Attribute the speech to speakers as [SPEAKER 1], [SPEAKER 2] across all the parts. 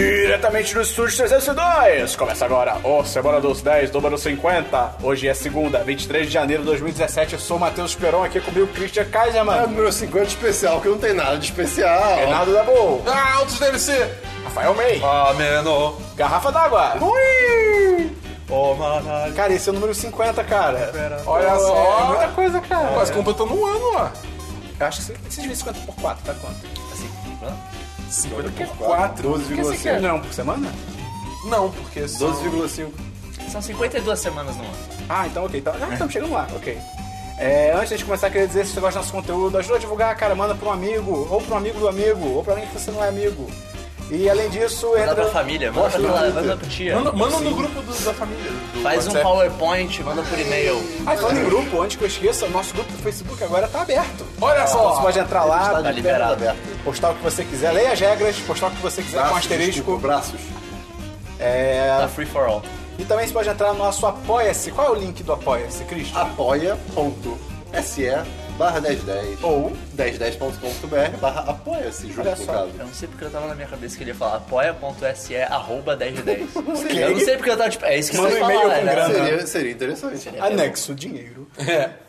[SPEAKER 1] diretamente do estúdio 302. Começa agora o Semana dos 10, número 50. Hoje é segunda, 23 de janeiro de 2017. Eu sou o Matheus Peron, aqui comigo Christian
[SPEAKER 2] É o
[SPEAKER 1] Kaiserman.
[SPEAKER 2] número 50 especial, que não tem nada de especial.
[SPEAKER 1] Renato da Bull.
[SPEAKER 3] Ah, altos DLC!
[SPEAKER 1] Rafael May.
[SPEAKER 3] Ah, mano!
[SPEAKER 1] Garrafa d'água.
[SPEAKER 2] Ui!
[SPEAKER 3] Oh, mano!
[SPEAKER 1] Cara, esse é o número 50,
[SPEAKER 3] É
[SPEAKER 1] cara.
[SPEAKER 3] Olha só.
[SPEAKER 1] É muita coisa, cara.
[SPEAKER 3] Quase completando um ano lá.
[SPEAKER 1] Eu acho que você precisa dividir 50 por 4, tá quanto? Assim, hã?
[SPEAKER 3] 50 por 4.
[SPEAKER 2] 12,5.
[SPEAKER 1] Não, é um por semana?
[SPEAKER 3] Não, porque são...
[SPEAKER 2] 12,5.
[SPEAKER 4] São 52 semanas no ano.
[SPEAKER 1] Ah, então ok. Então, ah, estamos chegando lá, ok. É, antes de começar, queria dizer, se você gosta do nosso conteúdo, ajuda a divulgar, cara, manda pra um amigo, ou pra um amigo do amigo, ou pra alguém que você não é amigo. E além disso,
[SPEAKER 4] Manda
[SPEAKER 1] entra...
[SPEAKER 4] pra família, manda pra,
[SPEAKER 2] Twitter.
[SPEAKER 4] manda pra tia.
[SPEAKER 3] Manda, manda no grupo do- da família. do
[SPEAKER 4] Faz um
[SPEAKER 3] WhatsApp.
[SPEAKER 4] PowerPoint, manda por e-mail.
[SPEAKER 1] Ah, falando em grupo, antes que eu esqueça, o nosso grupo do Facebook agora tá aberto.
[SPEAKER 3] Olha
[SPEAKER 1] Então você
[SPEAKER 3] só!
[SPEAKER 1] pode entrar lá,
[SPEAKER 4] Tá liberado.
[SPEAKER 1] postar o que você quiser, leia as regras, postar o que você quiser Tá com asterisco.
[SPEAKER 2] braços.
[SPEAKER 1] É,
[SPEAKER 4] Tá free for all.
[SPEAKER 1] E também você pode entrar no nosso Apoia-se. Qual é o link do Apoia-se, Christian?
[SPEAKER 2] Apoia.se barra 1010.
[SPEAKER 1] Ou
[SPEAKER 2] 1010.com.br barra apoia-se, junto
[SPEAKER 1] Olha
[SPEAKER 2] no
[SPEAKER 1] só.
[SPEAKER 2] caso.
[SPEAKER 4] Eu não sei porque eu tava na minha cabeça que ele ia falar apoia.se arroba 1010.
[SPEAKER 1] Ok.
[SPEAKER 4] Eu não sei porque eu tava tipo, é isso que
[SPEAKER 1] Manda
[SPEAKER 4] vocês
[SPEAKER 1] um e-mail
[SPEAKER 4] falaram,
[SPEAKER 1] com
[SPEAKER 4] né?
[SPEAKER 1] grana.
[SPEAKER 2] Seria, seria interessante.
[SPEAKER 3] É
[SPEAKER 1] anexo dinheiro.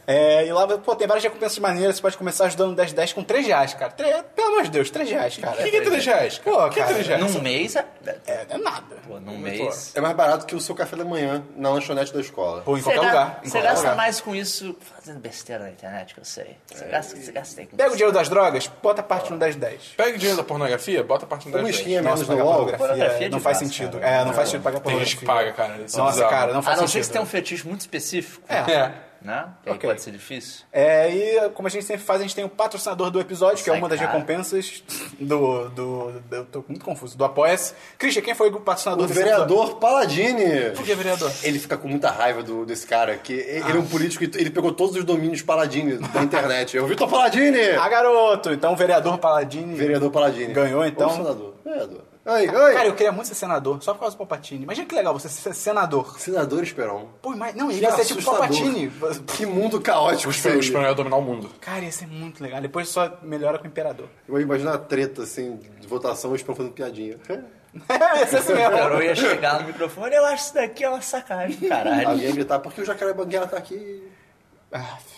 [SPEAKER 1] É, e lá pô, tem várias recompensas maneiras. Você pode começar ajudando 10 10 com 3 reais, cara. Tre- pelo amor de Deus, 3 reais, cara.
[SPEAKER 3] O que, que é 3 reais?
[SPEAKER 1] Pô,
[SPEAKER 3] o que é
[SPEAKER 1] cara,
[SPEAKER 3] 3 reais?
[SPEAKER 4] Num mês, é...
[SPEAKER 1] É, não é nada.
[SPEAKER 4] Pô, num mês...
[SPEAKER 2] É mais barato que o seu café da manhã na lanchonete da escola.
[SPEAKER 1] Pô, em
[SPEAKER 4] Você
[SPEAKER 1] qualquer
[SPEAKER 4] ga-
[SPEAKER 1] lugar. Em
[SPEAKER 4] Você
[SPEAKER 1] qualquer
[SPEAKER 4] gasta
[SPEAKER 1] lugar. É,
[SPEAKER 4] mais com isso fazendo besteira na internet, que eu sei. Você gasta, você gasta com
[SPEAKER 1] Pega o
[SPEAKER 4] isso.
[SPEAKER 1] dinheiro das drogas, bota a parte no 10 10.
[SPEAKER 3] Pega o dinheiro da pornografia, bota a parte no
[SPEAKER 2] Uma
[SPEAKER 3] 10.
[SPEAKER 2] esquinha
[SPEAKER 1] Nossa,
[SPEAKER 2] menos no
[SPEAKER 1] pagar
[SPEAKER 2] LOL.
[SPEAKER 4] Pornografia é
[SPEAKER 1] pornografia não
[SPEAKER 4] de
[SPEAKER 1] faz
[SPEAKER 4] graça,
[SPEAKER 1] sentido.
[SPEAKER 4] cara.
[SPEAKER 1] É, não faz sentido pagar
[SPEAKER 3] Tem gente
[SPEAKER 1] pornografia.
[SPEAKER 3] que paga, cara. Isso é
[SPEAKER 1] Nossa,
[SPEAKER 3] bizarro.
[SPEAKER 1] cara, não
[SPEAKER 4] A
[SPEAKER 1] faz
[SPEAKER 4] não ser
[SPEAKER 1] sentido. né?
[SPEAKER 4] que você tenha um fetiche muito específico,
[SPEAKER 3] É.
[SPEAKER 4] né? Que aí
[SPEAKER 1] Ok.
[SPEAKER 4] pode ser difícil.
[SPEAKER 1] É, e como a gente sempre faz, a gente tem o patrocinador do episódio, que é
[SPEAKER 4] Sai,
[SPEAKER 1] uma das
[SPEAKER 4] cara.
[SPEAKER 1] recompensas do, do, do- Eu tô muito confuso. Do Apoia-se. Christian, quem foi o patrocinador
[SPEAKER 2] O
[SPEAKER 1] desse episódio?
[SPEAKER 2] vereador Paladini.
[SPEAKER 1] Por que vereador?
[SPEAKER 2] Ele fica com muita raiva do- desse cara, que ele é um político e ele pegou todos os domínios Paladini da internet. É o Vitor Paladini!
[SPEAKER 1] Ah, garoto! Então, o vereador Paladini.
[SPEAKER 2] Vereador Paladini.
[SPEAKER 1] Ganhou, então?
[SPEAKER 2] Ou senador. Vereador. Oi, oi.
[SPEAKER 1] Cara, eu queria muito ser senador, só por causa do Palpatine. Imagina que legal você ser senador.
[SPEAKER 2] Senador Esperon.
[SPEAKER 1] Pô, mas não, ele
[SPEAKER 2] Que
[SPEAKER 1] ia ser tipo
[SPEAKER 2] assustador.
[SPEAKER 1] Palpatine.
[SPEAKER 2] Que mundo caótico
[SPEAKER 3] O
[SPEAKER 2] seria.
[SPEAKER 3] espanhol- o espanhol ia dominar o mundo.
[SPEAKER 1] Cara, ia ser muito legal. Depois só melhora com o imperador.
[SPEAKER 2] Eu imagino a treta, assim, de votação, o Esperon fazendo piadinha.
[SPEAKER 1] ia ser assim mesmo.
[SPEAKER 4] Cara, eu ia chegar no microfone, eu acho isso daqui é uma sacanagem, do caralho.
[SPEAKER 2] Alguém ia gritar, porque o Jacaré Banguela tá aqui?
[SPEAKER 1] Ah, f-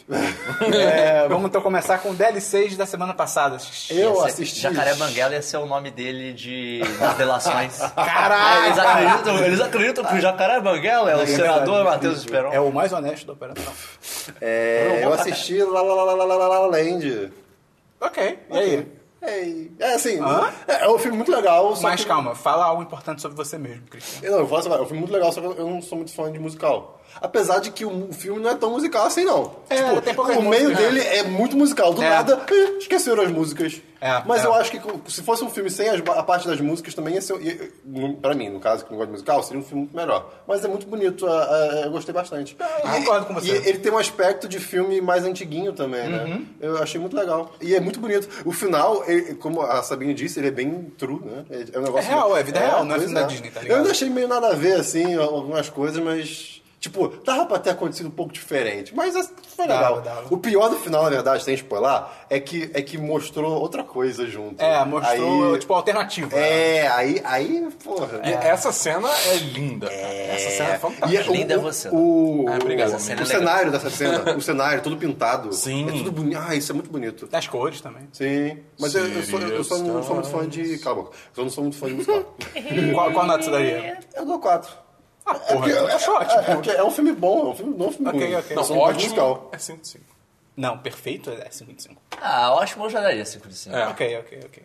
[SPEAKER 1] É, vamos então começar com o DLC da semana passada.
[SPEAKER 2] Eu
[SPEAKER 4] Ia ser-
[SPEAKER 2] assisti.
[SPEAKER 4] Jacaré Banguela ia ser o nome dele de nas delações.
[SPEAKER 1] Caralho!
[SPEAKER 4] Eles acreditam, eles acreditam que o Jacaré Banguela é o senador Matheus Esperon.
[SPEAKER 1] É o mais honesto da operação.
[SPEAKER 2] É, eu assisti La La La La La La La La Land.
[SPEAKER 1] Ok, e aí?
[SPEAKER 2] Ei. É assim,
[SPEAKER 1] Hã?
[SPEAKER 2] é, é um filme muito legal. só
[SPEAKER 1] Mas
[SPEAKER 2] que-
[SPEAKER 1] calma, fala algo importante sobre você mesmo, Cristian.
[SPEAKER 2] Eu Não, eu falo assim, é um filme muito legal, só que eu não sou muito fã de musical. Apesar de que o filme não é tão musical assim, não.
[SPEAKER 1] É, tem poucas
[SPEAKER 2] o meio
[SPEAKER 1] músicas, né?
[SPEAKER 2] dele é muito musical. Do
[SPEAKER 1] É.
[SPEAKER 2] nada, eh, esqueceram as músicas.
[SPEAKER 1] É,
[SPEAKER 2] Mas
[SPEAKER 1] é.
[SPEAKER 2] eu acho que se fosse um filme sem as- a parte das músicas também ia ser... ia- não- Pra mim, no caso, que não gosto de musical, seria um filme muito melhor. Mas é muito bonito, a- a- eu gostei bastante.
[SPEAKER 1] Ah, eu concordo com você. Uhum.
[SPEAKER 2] E ele tem um aspecto de filme mais antiguinho também, né? Eu achei muito legal. E é muito bonito. O final, ele- como a Sabine disse, ele é bem true, né? É um negócio...
[SPEAKER 1] real, é vida real, não é
[SPEAKER 2] pois
[SPEAKER 1] filme da Disney, tá ligado?
[SPEAKER 2] Eu ainda achei meio nada a ver, assim, algumas coisas, mas. Tipo, dava pra ter acontecido um pouco diferente. Mas assim, foi
[SPEAKER 1] Dava,
[SPEAKER 2] legal.
[SPEAKER 1] dava.
[SPEAKER 2] O pior do final, na verdade, sem spoiler, é que, é que mostrou outra coisa junto.
[SPEAKER 1] É, mostrou,
[SPEAKER 2] Aí-
[SPEAKER 1] tipo, alternativa.
[SPEAKER 2] É, aí, aí, porra.
[SPEAKER 3] E Essa cena é linda, cara. Essa cena é fantástica.
[SPEAKER 2] E o-
[SPEAKER 4] Linda é você.
[SPEAKER 2] O,
[SPEAKER 3] Ah, obrigado.
[SPEAKER 2] o-
[SPEAKER 3] Essa
[SPEAKER 4] cena é
[SPEAKER 2] o
[SPEAKER 4] legal.
[SPEAKER 2] cenário dessa cena, o cenário todo pintado.
[SPEAKER 3] Sim.
[SPEAKER 2] É tudo bonito. Ah, isso é muito bonito.
[SPEAKER 1] Das cores também.
[SPEAKER 2] Sim. Mas eu, eu sou, eu sou- não sou muito fã de. Cala a boca. Eu não sou muito fã de musical.
[SPEAKER 1] Qual, qual nota é? você daria?
[SPEAKER 2] eu dou quatro.
[SPEAKER 1] Ah, porra,
[SPEAKER 2] Porque-
[SPEAKER 1] eu acho ótimo.
[SPEAKER 2] É, porque é um filme bom, é um filme, não é um filme
[SPEAKER 1] Ok,
[SPEAKER 2] ruim.
[SPEAKER 1] ok.
[SPEAKER 2] É um
[SPEAKER 3] Não,
[SPEAKER 2] filme musical.
[SPEAKER 3] ótimo. É 5 5.
[SPEAKER 1] Não, perfeito é 55.
[SPEAKER 4] Ah, ótimo, eu já daria 5 de 5.
[SPEAKER 3] É.
[SPEAKER 1] Ok, ok, ok.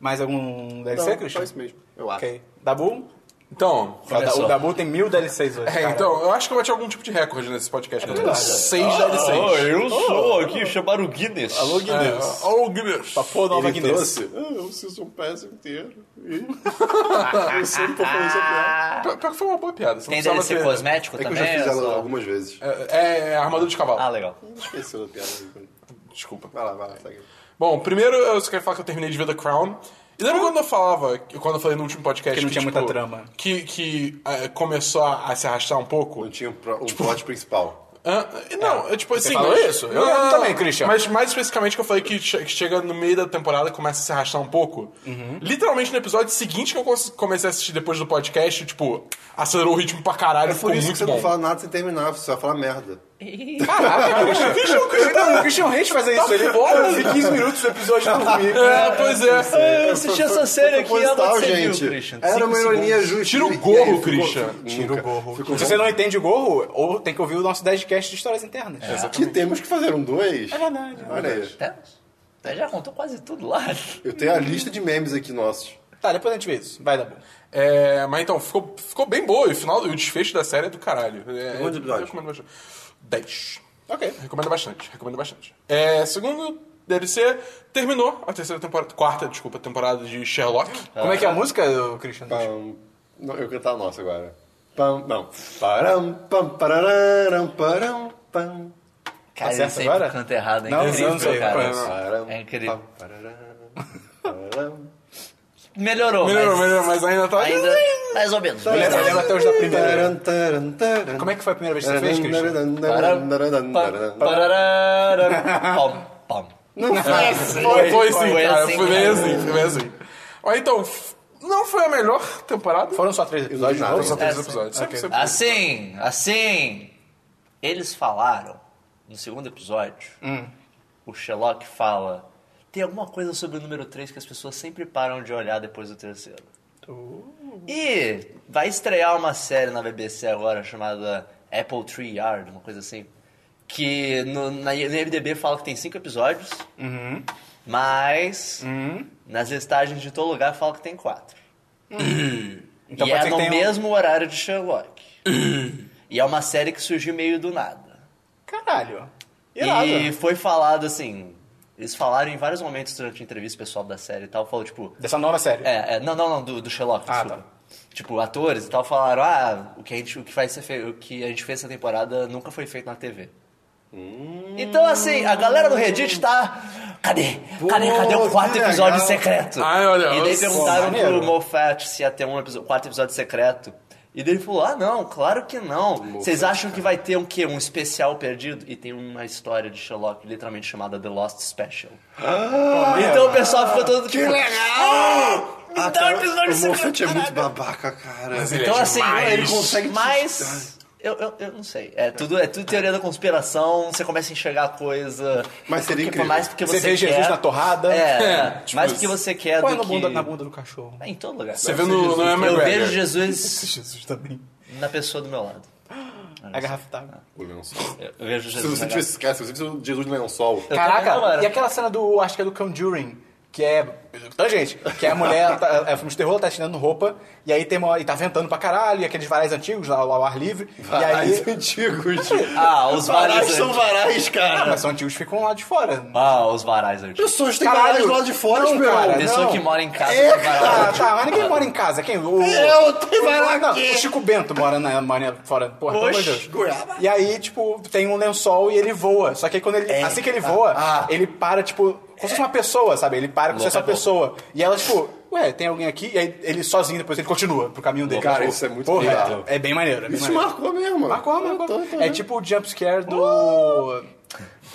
[SPEAKER 1] Mais algum
[SPEAKER 2] Não,
[SPEAKER 1] DLC,
[SPEAKER 2] só
[SPEAKER 1] Cristian?
[SPEAKER 2] isso mesmo, eu acho.
[SPEAKER 1] Ok. Dabu?
[SPEAKER 3] Então,
[SPEAKER 4] Começou.
[SPEAKER 1] O Dabu tem mil DLCs hoje.
[SPEAKER 3] é,
[SPEAKER 1] cara.
[SPEAKER 3] então, eu acho que eu bati algum tipo de recorde nesse podcast. que Eu tô com 6
[SPEAKER 4] Oh,
[SPEAKER 3] DLCs.
[SPEAKER 4] eu sou aqui, chamaram o Guinness.
[SPEAKER 1] Alô, Guinness.
[SPEAKER 3] É, Alô, Guinness.
[SPEAKER 1] Pô, nova
[SPEAKER 2] Ele
[SPEAKER 1] Guinness.
[SPEAKER 2] trouxe? Ah, eu preciso um peso inteiro. Ih. eu sei que tô falando isso aqui.
[SPEAKER 3] Pior pior que foi uma boa piada. você
[SPEAKER 4] Tem
[SPEAKER 3] não precisava
[SPEAKER 4] DLC
[SPEAKER 3] ter-
[SPEAKER 4] cosmético
[SPEAKER 2] É que eu
[SPEAKER 4] também?
[SPEAKER 2] já fiz
[SPEAKER 4] ou
[SPEAKER 2] ela
[SPEAKER 4] só-
[SPEAKER 2] algumas vezes.
[SPEAKER 3] É, é, é armadura de cavalo.
[SPEAKER 4] Ah, legal.
[SPEAKER 2] Esqueceu da piada.
[SPEAKER 3] Desculpa.
[SPEAKER 2] Vai lá, vai lá, segue.
[SPEAKER 3] Bom, primeiro eu só quero falar que eu terminei de ver The Crown. E lembra quando eu falava, que- quando eu falei no último podcast
[SPEAKER 1] Que não tinha
[SPEAKER 3] tipo,
[SPEAKER 1] muita trama.
[SPEAKER 3] Que, que, eh, começou a, a se arrastar um pouco?
[SPEAKER 2] Não tinha um, pro- um plot principal.
[SPEAKER 3] Ah, não, é, tipo assim.
[SPEAKER 1] falou isso? Eu lembro também, Christian.
[SPEAKER 3] Mas mais especificamente que eu falei que, che- que chega no meio da temporada começa a se arrastar um pouco. Literalmente no episódio seguinte que eu cons- comecei a assistir depois do podcast, tipo, acelerou o ritmo pra caralho,
[SPEAKER 2] É
[SPEAKER 3] ficou
[SPEAKER 2] por isso que
[SPEAKER 3] muito
[SPEAKER 2] você
[SPEAKER 3] bom.
[SPEAKER 2] não fala nada sem terminar, você só fala merda.
[SPEAKER 1] Caraca, Christian. Então, o Christian Reis faz isso. Ele
[SPEAKER 3] foda.
[SPEAKER 1] eu vi 15 minutos do episódio do domingo.
[SPEAKER 3] É, pois é.
[SPEAKER 4] Eu assisti essa série aqui,
[SPEAKER 2] Proposital,
[SPEAKER 4] ela você viu,
[SPEAKER 2] gente.
[SPEAKER 4] Christian.
[SPEAKER 2] Era
[SPEAKER 4] Cinco
[SPEAKER 2] uma
[SPEAKER 4] segundos.
[SPEAKER 2] ironia justa.
[SPEAKER 3] Tira o
[SPEAKER 2] E aí,
[SPEAKER 3] gorro,
[SPEAKER 2] ficou-
[SPEAKER 3] Christian.
[SPEAKER 2] nunca.
[SPEAKER 1] Tira o gorro.
[SPEAKER 2] Ficou
[SPEAKER 1] Se
[SPEAKER 2] bom.
[SPEAKER 1] você não entende o gorro, ou tem que ouvir o nosso 10cast de histórias internas.
[SPEAKER 2] Que temos que fazer um dois. É
[SPEAKER 1] verdade.
[SPEAKER 2] Olha aí.
[SPEAKER 4] Temos? Você já contou quase tudo lá.
[SPEAKER 2] Eu tenho a lista de memes aqui nossos.
[SPEAKER 1] Tá, depois a gente vê isso. Vai, Dabu.
[SPEAKER 3] É, mas então, ficou, ficou bem boa. E o final, e o desfecho da série é do caralho. É,
[SPEAKER 2] Quantos episódios?
[SPEAKER 3] eu recomendo bastante. 10.
[SPEAKER 1] Ok.
[SPEAKER 3] Recomendo bastante, recomendo bastante. É, segundo DLC, terminou a terceira temporada, quarta, desculpa, temporada de Sherlock.
[SPEAKER 1] Como é que é a música, do Christian?
[SPEAKER 2] Pam. Não, eu vou cantar a nossa agora. Pam, não. Param, pam, pararam, param, pam.
[SPEAKER 4] Cara,
[SPEAKER 1] certo
[SPEAKER 4] ele sempre
[SPEAKER 1] agora?
[SPEAKER 4] canta errado. É
[SPEAKER 1] Não,
[SPEAKER 4] incrível,
[SPEAKER 2] um
[SPEAKER 1] não sei,
[SPEAKER 4] cara.
[SPEAKER 1] não.
[SPEAKER 2] Param,
[SPEAKER 4] É incrível.
[SPEAKER 2] pam, pararam, param.
[SPEAKER 4] Melhorou,
[SPEAKER 3] Melhorou,
[SPEAKER 4] mas
[SPEAKER 3] melhorou, mas ainda tá.
[SPEAKER 4] ainda mais ou menos.
[SPEAKER 1] Eu lembro, eu lembro até hoje da primeira.
[SPEAKER 2] Taran, taran, taran.
[SPEAKER 1] Como é que foi a primeira vez que você fez, Christian?
[SPEAKER 4] Para- pa- pararara- Pom, pom.
[SPEAKER 2] Não faz.
[SPEAKER 3] Foi, foi sim,
[SPEAKER 4] Foi
[SPEAKER 3] cara,
[SPEAKER 4] assim,
[SPEAKER 3] foi bem
[SPEAKER 4] cara.
[SPEAKER 3] assim, foi bem assim. Ó, então, f- não foi a melhor temporada?
[SPEAKER 1] Foram só três episódios de
[SPEAKER 2] Nada,
[SPEAKER 1] novo?
[SPEAKER 2] hein?
[SPEAKER 3] Só três
[SPEAKER 4] É,
[SPEAKER 3] episódios.
[SPEAKER 1] sim.
[SPEAKER 3] Sempre,
[SPEAKER 1] Ok.
[SPEAKER 3] sempre.
[SPEAKER 4] Assim, assim. Eles falaram no segundo episódio. O Sherlock fala. Tem alguma coisa sobre o número 3 que as pessoas sempre param de olhar depois do terceiro. E vai estrear uma série na BBC agora chamada Apple Tree Yard, uma coisa assim. Que no, na, no IMDB fala que tem cinco episódios,
[SPEAKER 1] Uhum.
[SPEAKER 4] mas nas listagens de todo lugar fala que tem quatro.
[SPEAKER 1] Então
[SPEAKER 4] e
[SPEAKER 1] pode
[SPEAKER 4] é
[SPEAKER 1] ser que
[SPEAKER 4] no
[SPEAKER 1] tenha um- Uhum.
[SPEAKER 4] mesmo horário de Sherlock. e é uma série que surgiu meio do nada.
[SPEAKER 1] Caralho. Irado.
[SPEAKER 4] E foi falado assim. Eles falaram em vários momentos durante a entrevista pessoal da série e tal. Falou tipo.
[SPEAKER 1] Dessa nova série.
[SPEAKER 4] É, é, não, não, não, do, do Sherlock,
[SPEAKER 1] Ah,
[SPEAKER 4] desculpa.
[SPEAKER 1] tá.
[SPEAKER 4] Tipo, atores e tal falaram, ah, o que a gente, o que vai ser fe- o que a gente fez essa temporada nunca foi feito na TV. Então, assim, a galera do Reddit tá. Cadê? Cadê? Cadê
[SPEAKER 2] Pô,
[SPEAKER 4] o
[SPEAKER 2] que
[SPEAKER 4] quarto
[SPEAKER 2] legal.
[SPEAKER 4] episódio secreto?
[SPEAKER 3] Ai, olha,
[SPEAKER 4] e daí
[SPEAKER 3] pô,
[SPEAKER 4] perguntaram
[SPEAKER 1] maneiro.
[SPEAKER 4] pro Moffat se ia ter um episo- quarto episódio secreto. E daí ele falou: ah, não, claro que não. Vocês acham que vai ter um quê? Um especial perdido? E tem uma história de Sherlock literalmente chamada The Lost Special. então o pessoal ficou todo tipo. Me dá um episódio
[SPEAKER 2] O Moffat é
[SPEAKER 4] secreto,
[SPEAKER 2] muito
[SPEAKER 4] caralho.
[SPEAKER 2] babaca, cara.
[SPEAKER 3] Mas ele
[SPEAKER 4] Então
[SPEAKER 3] é
[SPEAKER 4] assim,
[SPEAKER 3] demais.
[SPEAKER 4] ele consegue. Mas. Eu, eu, eu não sei. É tudo, é tudo teoria da conspiração, você começa a enxergar a coisa.
[SPEAKER 2] Mas seria
[SPEAKER 4] Porque-
[SPEAKER 2] incrível.
[SPEAKER 4] mais porque
[SPEAKER 1] Você
[SPEAKER 4] você,
[SPEAKER 1] vê
[SPEAKER 4] quer.
[SPEAKER 1] Jesus na torrada.
[SPEAKER 4] É,
[SPEAKER 3] É, tipo
[SPEAKER 4] mais
[SPEAKER 3] isso.
[SPEAKER 4] porque você quer
[SPEAKER 1] Põe
[SPEAKER 4] do
[SPEAKER 1] na
[SPEAKER 4] que.
[SPEAKER 1] bunda, na bunda do cachorro.
[SPEAKER 4] É, em todo lugar.
[SPEAKER 3] Você vê no, no
[SPEAKER 4] eu
[SPEAKER 3] McGregor.
[SPEAKER 4] vejo Jesus
[SPEAKER 1] Jesus também.
[SPEAKER 4] na pessoa do meu lado.
[SPEAKER 1] A garrafa d'água.
[SPEAKER 2] O lençol.
[SPEAKER 4] É. Eu eu vejo
[SPEAKER 2] é um Se
[SPEAKER 4] Jesus.
[SPEAKER 2] você
[SPEAKER 4] na garrafa.
[SPEAKER 2] tivesse, cara, se você tivesse o Jesus no lençol.
[SPEAKER 4] Eu também não
[SPEAKER 1] Caraca,
[SPEAKER 4] era.
[SPEAKER 1] e aquela cena do, acho que é do Conjuring, que é, tá gente, que é a mulher, tá, é filme de terror, tá tirando roupa, e aí tem uma, e tá ventando pra caralho, e aqueles varais antigos lá ao ar livre,
[SPEAKER 2] Varais
[SPEAKER 1] e aí...
[SPEAKER 2] antigos.
[SPEAKER 4] Ah, os
[SPEAKER 2] Varais
[SPEAKER 4] varais.
[SPEAKER 2] são varais,
[SPEAKER 1] Ah,
[SPEAKER 2] cara.
[SPEAKER 1] mas são antigos que ficam lá de fora. né?
[SPEAKER 4] Ah, os varais antigos.
[SPEAKER 2] Pessoas têm
[SPEAKER 1] Caralho.
[SPEAKER 2] varais do lado de fora, tipo,
[SPEAKER 1] Não,
[SPEAKER 2] Esperon.
[SPEAKER 1] cara,
[SPEAKER 4] Pessoa
[SPEAKER 1] não.
[SPEAKER 4] que mora em casa
[SPEAKER 2] É,
[SPEAKER 4] tem varal.
[SPEAKER 1] Ah, tá, mas ninguém mora em casa, quem? O,
[SPEAKER 2] Eu tenho
[SPEAKER 1] o-
[SPEAKER 2] varal
[SPEAKER 1] não,
[SPEAKER 2] aqui.
[SPEAKER 1] O Chico Bento mora na Maria fora, porra, pelo amor de Deus.
[SPEAKER 2] goiaba.
[SPEAKER 1] E aí, tipo, tem um lençol e ele voa. Só que aí quando ele.
[SPEAKER 2] É,
[SPEAKER 1] assim que ele
[SPEAKER 2] tá.
[SPEAKER 1] voa,
[SPEAKER 2] Ah.
[SPEAKER 1] ele para, tipo, como se fosse uma pessoa, sabe? Ele para como se fosse uma
[SPEAKER 2] é
[SPEAKER 4] Louca,
[SPEAKER 1] pessoa. E ela, tipo, ué, tem alguém aqui? E aí ele sozinho, depois ele continua pro caminho dele.
[SPEAKER 2] Cara,
[SPEAKER 1] Tipo,
[SPEAKER 2] isso é muito
[SPEAKER 1] porra,
[SPEAKER 2] legal.
[SPEAKER 1] É, é bem maneiro. É bem
[SPEAKER 2] Isso
[SPEAKER 1] maneiro.
[SPEAKER 2] marcou mesmo.
[SPEAKER 1] Marcou, marcou.
[SPEAKER 2] Eu tô- eu tô
[SPEAKER 1] é
[SPEAKER 2] vendo.
[SPEAKER 1] tipo o jumpscare do.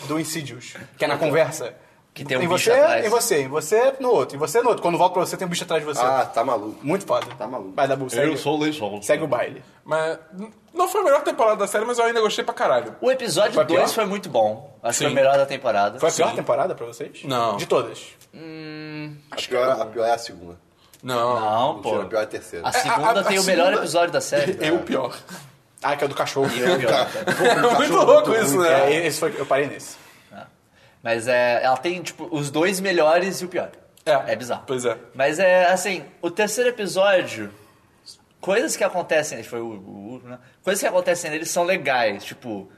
[SPEAKER 1] do Insidious, que é na conversa.
[SPEAKER 4] Que tem um
[SPEAKER 1] em
[SPEAKER 4] bicho
[SPEAKER 1] você,
[SPEAKER 4] atrás.
[SPEAKER 1] Em você, em você, no outro. Em você, no outro. Quando volta pra você, tem um bicho atrás de você.
[SPEAKER 2] Ah, tá maluco.
[SPEAKER 1] Muito foda.
[SPEAKER 2] Tá maluco.
[SPEAKER 1] Vai dar bull, segue,
[SPEAKER 4] o lençol.
[SPEAKER 1] segue o baile.
[SPEAKER 3] Mas n- não foi a melhor temporada da série, mas eu ainda gostei pra caralho.
[SPEAKER 4] O episódio
[SPEAKER 1] Foi pior?
[SPEAKER 4] 2 foi muito bom. Acho que foi
[SPEAKER 3] Sim.
[SPEAKER 4] o melhor da temporada.
[SPEAKER 1] Foi a pior temporada pra vocês?
[SPEAKER 3] Não.
[SPEAKER 1] De todas.
[SPEAKER 2] A pior, a pior é a segunda.
[SPEAKER 3] Não.
[SPEAKER 4] Não, pô.
[SPEAKER 2] Mentira, a pior é a terceira.
[SPEAKER 4] A segunda
[SPEAKER 3] a-
[SPEAKER 4] tem
[SPEAKER 3] a
[SPEAKER 4] o melhor
[SPEAKER 3] segunda-
[SPEAKER 4] episódio da série.
[SPEAKER 3] Eu É pior.
[SPEAKER 1] Ah, que é do cachorro.
[SPEAKER 4] E eu pior. tá?
[SPEAKER 3] É muito louco isso,
[SPEAKER 1] É,
[SPEAKER 3] né?
[SPEAKER 1] esse foi, eu parei nesse.
[SPEAKER 4] Mas é, ela tem, tipo, os dois melhores e o pior.
[SPEAKER 3] É.
[SPEAKER 4] É bizarro.
[SPEAKER 3] Pois é.
[SPEAKER 4] Mas é, assim, o terceiro episódio, coisas que acontecem, foi o o último, né? Coisas que acontecem neles são legais, tipo,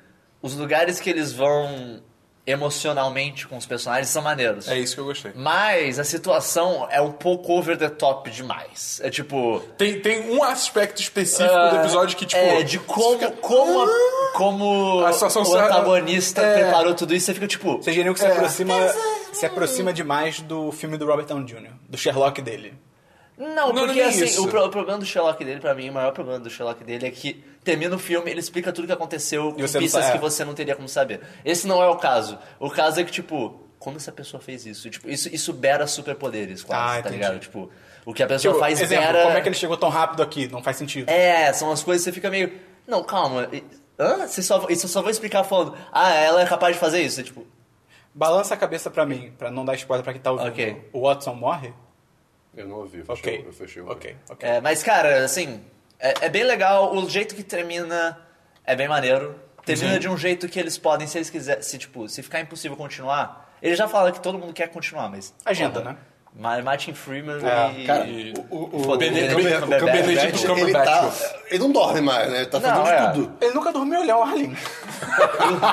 [SPEAKER 4] os lugares que eles vão emocionalmente com os personagens são maneiros.
[SPEAKER 3] É isso que eu gostei.
[SPEAKER 4] Mas a situação é um pouco over the top demais. É tipo,
[SPEAKER 3] Tem, tem um aspecto específico do episódio que, tipo.
[SPEAKER 4] é, de como, como, a-
[SPEAKER 1] "Ah!"
[SPEAKER 4] como
[SPEAKER 3] A situação
[SPEAKER 4] o
[SPEAKER 3] certa-
[SPEAKER 4] antagonista
[SPEAKER 3] é.
[SPEAKER 4] preparou tudo isso, você fica tipo.
[SPEAKER 1] Vocês diriam que
[SPEAKER 2] É.
[SPEAKER 1] se aproxima, se aproxima demais do filme do Robert Downey Jr., do Sherlock dele.
[SPEAKER 4] Não,
[SPEAKER 3] Não,
[SPEAKER 4] porque
[SPEAKER 3] nem
[SPEAKER 4] assim,
[SPEAKER 3] isso.
[SPEAKER 4] o, pro- o problema do Sherlock dele, pra mim, o maior problema do Sherlock dele é que termina o filme, ele explica tudo o que aconteceu
[SPEAKER 1] E
[SPEAKER 4] com
[SPEAKER 1] você não
[SPEAKER 4] pistas
[SPEAKER 1] sabe,
[SPEAKER 4] que
[SPEAKER 1] é.
[SPEAKER 4] você não teria como saber. Esse não é o caso. O caso é que, tipo, como essa pessoa fez isso? Tipo, isso, isso beira superpoderes, quase,
[SPEAKER 1] Ah,
[SPEAKER 4] tá
[SPEAKER 1] entendi.
[SPEAKER 4] ligado? Tipo, o que a pessoa
[SPEAKER 1] Tipo,
[SPEAKER 4] faz
[SPEAKER 1] exemplo,
[SPEAKER 4] beira...
[SPEAKER 1] como é que ele chegou tão rápido aqui? Não faz sentido.
[SPEAKER 4] É, são as coisas que você fica meio. Não, calma. e- Hã? Você só, isso eu só vou explicar falando. Ah, ela é capaz de fazer isso. É tipo.
[SPEAKER 1] Balança a cabeça pra mim, pra não dar spoiler pra quem tá ouvindo.
[SPEAKER 4] Ok.
[SPEAKER 1] O Watson morre?
[SPEAKER 2] Eu não ouvi, eu fechei,
[SPEAKER 1] Ok.
[SPEAKER 2] eu fechei o
[SPEAKER 1] ok, ok.
[SPEAKER 4] é, mas, cara, assim. É, é bem legal. O jeito que termina é bem maneiro. Termina de um jeito que eles podem, se eles quiserem. Se, tipo, se ficar impossível continuar. Ele já fala que todo mundo quer continuar, mas.
[SPEAKER 1] Agenda,
[SPEAKER 4] porra,
[SPEAKER 1] né?
[SPEAKER 4] Ma- Martin Freeman e.
[SPEAKER 2] Cara,
[SPEAKER 3] E-
[SPEAKER 2] o, o, o,
[SPEAKER 4] Foda-
[SPEAKER 3] Benedito
[SPEAKER 4] Benedito
[SPEAKER 3] Cumberbatch,
[SPEAKER 4] Cumberbatch.
[SPEAKER 3] Benedito
[SPEAKER 2] Benedict, ele,
[SPEAKER 3] Cumberbatch.
[SPEAKER 2] tá, ele não dorme mais, né? Ele tá fazendo
[SPEAKER 4] Não,
[SPEAKER 2] de
[SPEAKER 4] é.
[SPEAKER 2] tudo.
[SPEAKER 1] Ele nunca dormiu olhar o Arlin.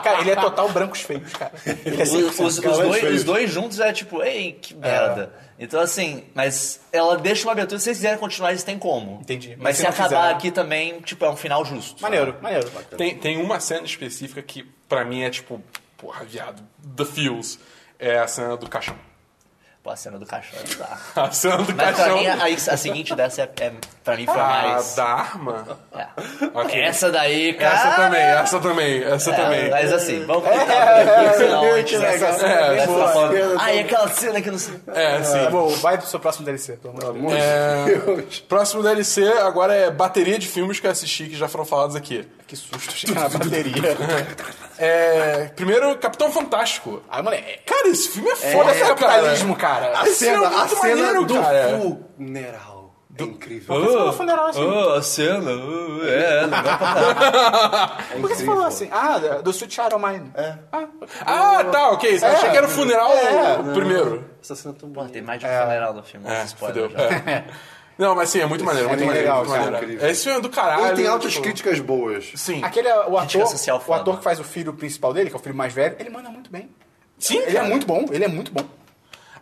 [SPEAKER 1] cara, ele é total brancos feios, cara. Ele é
[SPEAKER 4] Os,
[SPEAKER 1] 100%
[SPEAKER 4] os- os
[SPEAKER 2] cara,
[SPEAKER 4] dois,
[SPEAKER 2] feio.
[SPEAKER 4] os dois juntos é tipo, ei, que merda. Então, assim, mas ela deixa uma abertura. Se vocês quiserem continuar, eles têm como.
[SPEAKER 1] Entendi.
[SPEAKER 4] Mas,
[SPEAKER 1] Mas
[SPEAKER 4] se,
[SPEAKER 1] se não
[SPEAKER 4] acabar
[SPEAKER 1] quiser, né?
[SPEAKER 4] aqui também, tipo, é um final justo.
[SPEAKER 1] Maneiro, maneiro.
[SPEAKER 3] Tem, tem uma cena específica que pra mim é tipo, porra, viado, The Feels. É a cena do caixão.
[SPEAKER 4] Pô, a cena do caixão é bizarra.
[SPEAKER 3] A cena do
[SPEAKER 4] Mas pra
[SPEAKER 3] caixão.
[SPEAKER 4] mim, a, a seguinte dessa, é, é- pra mim, foi
[SPEAKER 3] Ah,
[SPEAKER 4] mais...
[SPEAKER 3] da arma?
[SPEAKER 4] é.
[SPEAKER 3] Ok.
[SPEAKER 4] Essa daí, cara...
[SPEAKER 3] Essa também, essa também, essa
[SPEAKER 4] É,
[SPEAKER 3] também.
[SPEAKER 4] mas assim, vamos contar porque aqui, senão a gente
[SPEAKER 2] legal.
[SPEAKER 4] nessa
[SPEAKER 2] É,
[SPEAKER 4] cena, nessa
[SPEAKER 2] boa.
[SPEAKER 4] forma.
[SPEAKER 2] Eu tô-
[SPEAKER 4] Ah, e aquela cena que não sei...
[SPEAKER 3] É, sim.
[SPEAKER 1] Bom, vai pro seu próximo DLC, pelo amor de Deus.
[SPEAKER 2] Amor de Deus.
[SPEAKER 3] É, próximo DLC agora é bateria de filmes que eu assisti que já foram falados aqui.
[SPEAKER 1] Que susto, chega na bateria.
[SPEAKER 3] É, primeiro, Capitão Fantástico.
[SPEAKER 1] Ai, moleque.
[SPEAKER 3] Cara, esse filme é foda,
[SPEAKER 1] Foda-se o capitalismo, cara.
[SPEAKER 2] A
[SPEAKER 3] Esse é
[SPEAKER 2] cena, a
[SPEAKER 3] muito
[SPEAKER 2] cena
[SPEAKER 3] maneiro,
[SPEAKER 2] do
[SPEAKER 3] cara.
[SPEAKER 2] funeral. É incrível.
[SPEAKER 1] Por que você falou funeral assim?
[SPEAKER 4] Oh, a cena... oh, é, legal pra caralho.
[SPEAKER 1] Por que você falou assim? Ah, do Sweet Iron Mine. É. Ah,
[SPEAKER 3] Ah, tá, ok. Eu achei que era o funeral
[SPEAKER 1] É.
[SPEAKER 3] o primeiro.
[SPEAKER 2] Essa cena é tão
[SPEAKER 4] Pô,
[SPEAKER 2] bonita.
[SPEAKER 4] tem mais de um funeral no filme.
[SPEAKER 3] É,
[SPEAKER 4] nossa, spoiler
[SPEAKER 3] fudeu.
[SPEAKER 4] já.
[SPEAKER 3] É. Não, mas sim, é muito maneiro,
[SPEAKER 1] é
[SPEAKER 3] muito
[SPEAKER 1] bem
[SPEAKER 3] maneiro.
[SPEAKER 1] legal,
[SPEAKER 3] muito
[SPEAKER 1] cara,
[SPEAKER 3] maneiro.
[SPEAKER 2] incrível.
[SPEAKER 3] Esse filme é do caralho.
[SPEAKER 2] Ele tem altas
[SPEAKER 3] tipo,
[SPEAKER 2] críticas boas.
[SPEAKER 3] Sim.
[SPEAKER 1] Aquele é o
[SPEAKER 4] Crítica
[SPEAKER 1] ator,
[SPEAKER 4] social
[SPEAKER 1] o
[SPEAKER 4] foda.
[SPEAKER 1] ator que faz o filho principal dele, que é o filho mais velho, ele manda muito bem.
[SPEAKER 3] Sim,
[SPEAKER 1] Ele é
[SPEAKER 3] cara.
[SPEAKER 1] muito bom, ele é muito bom.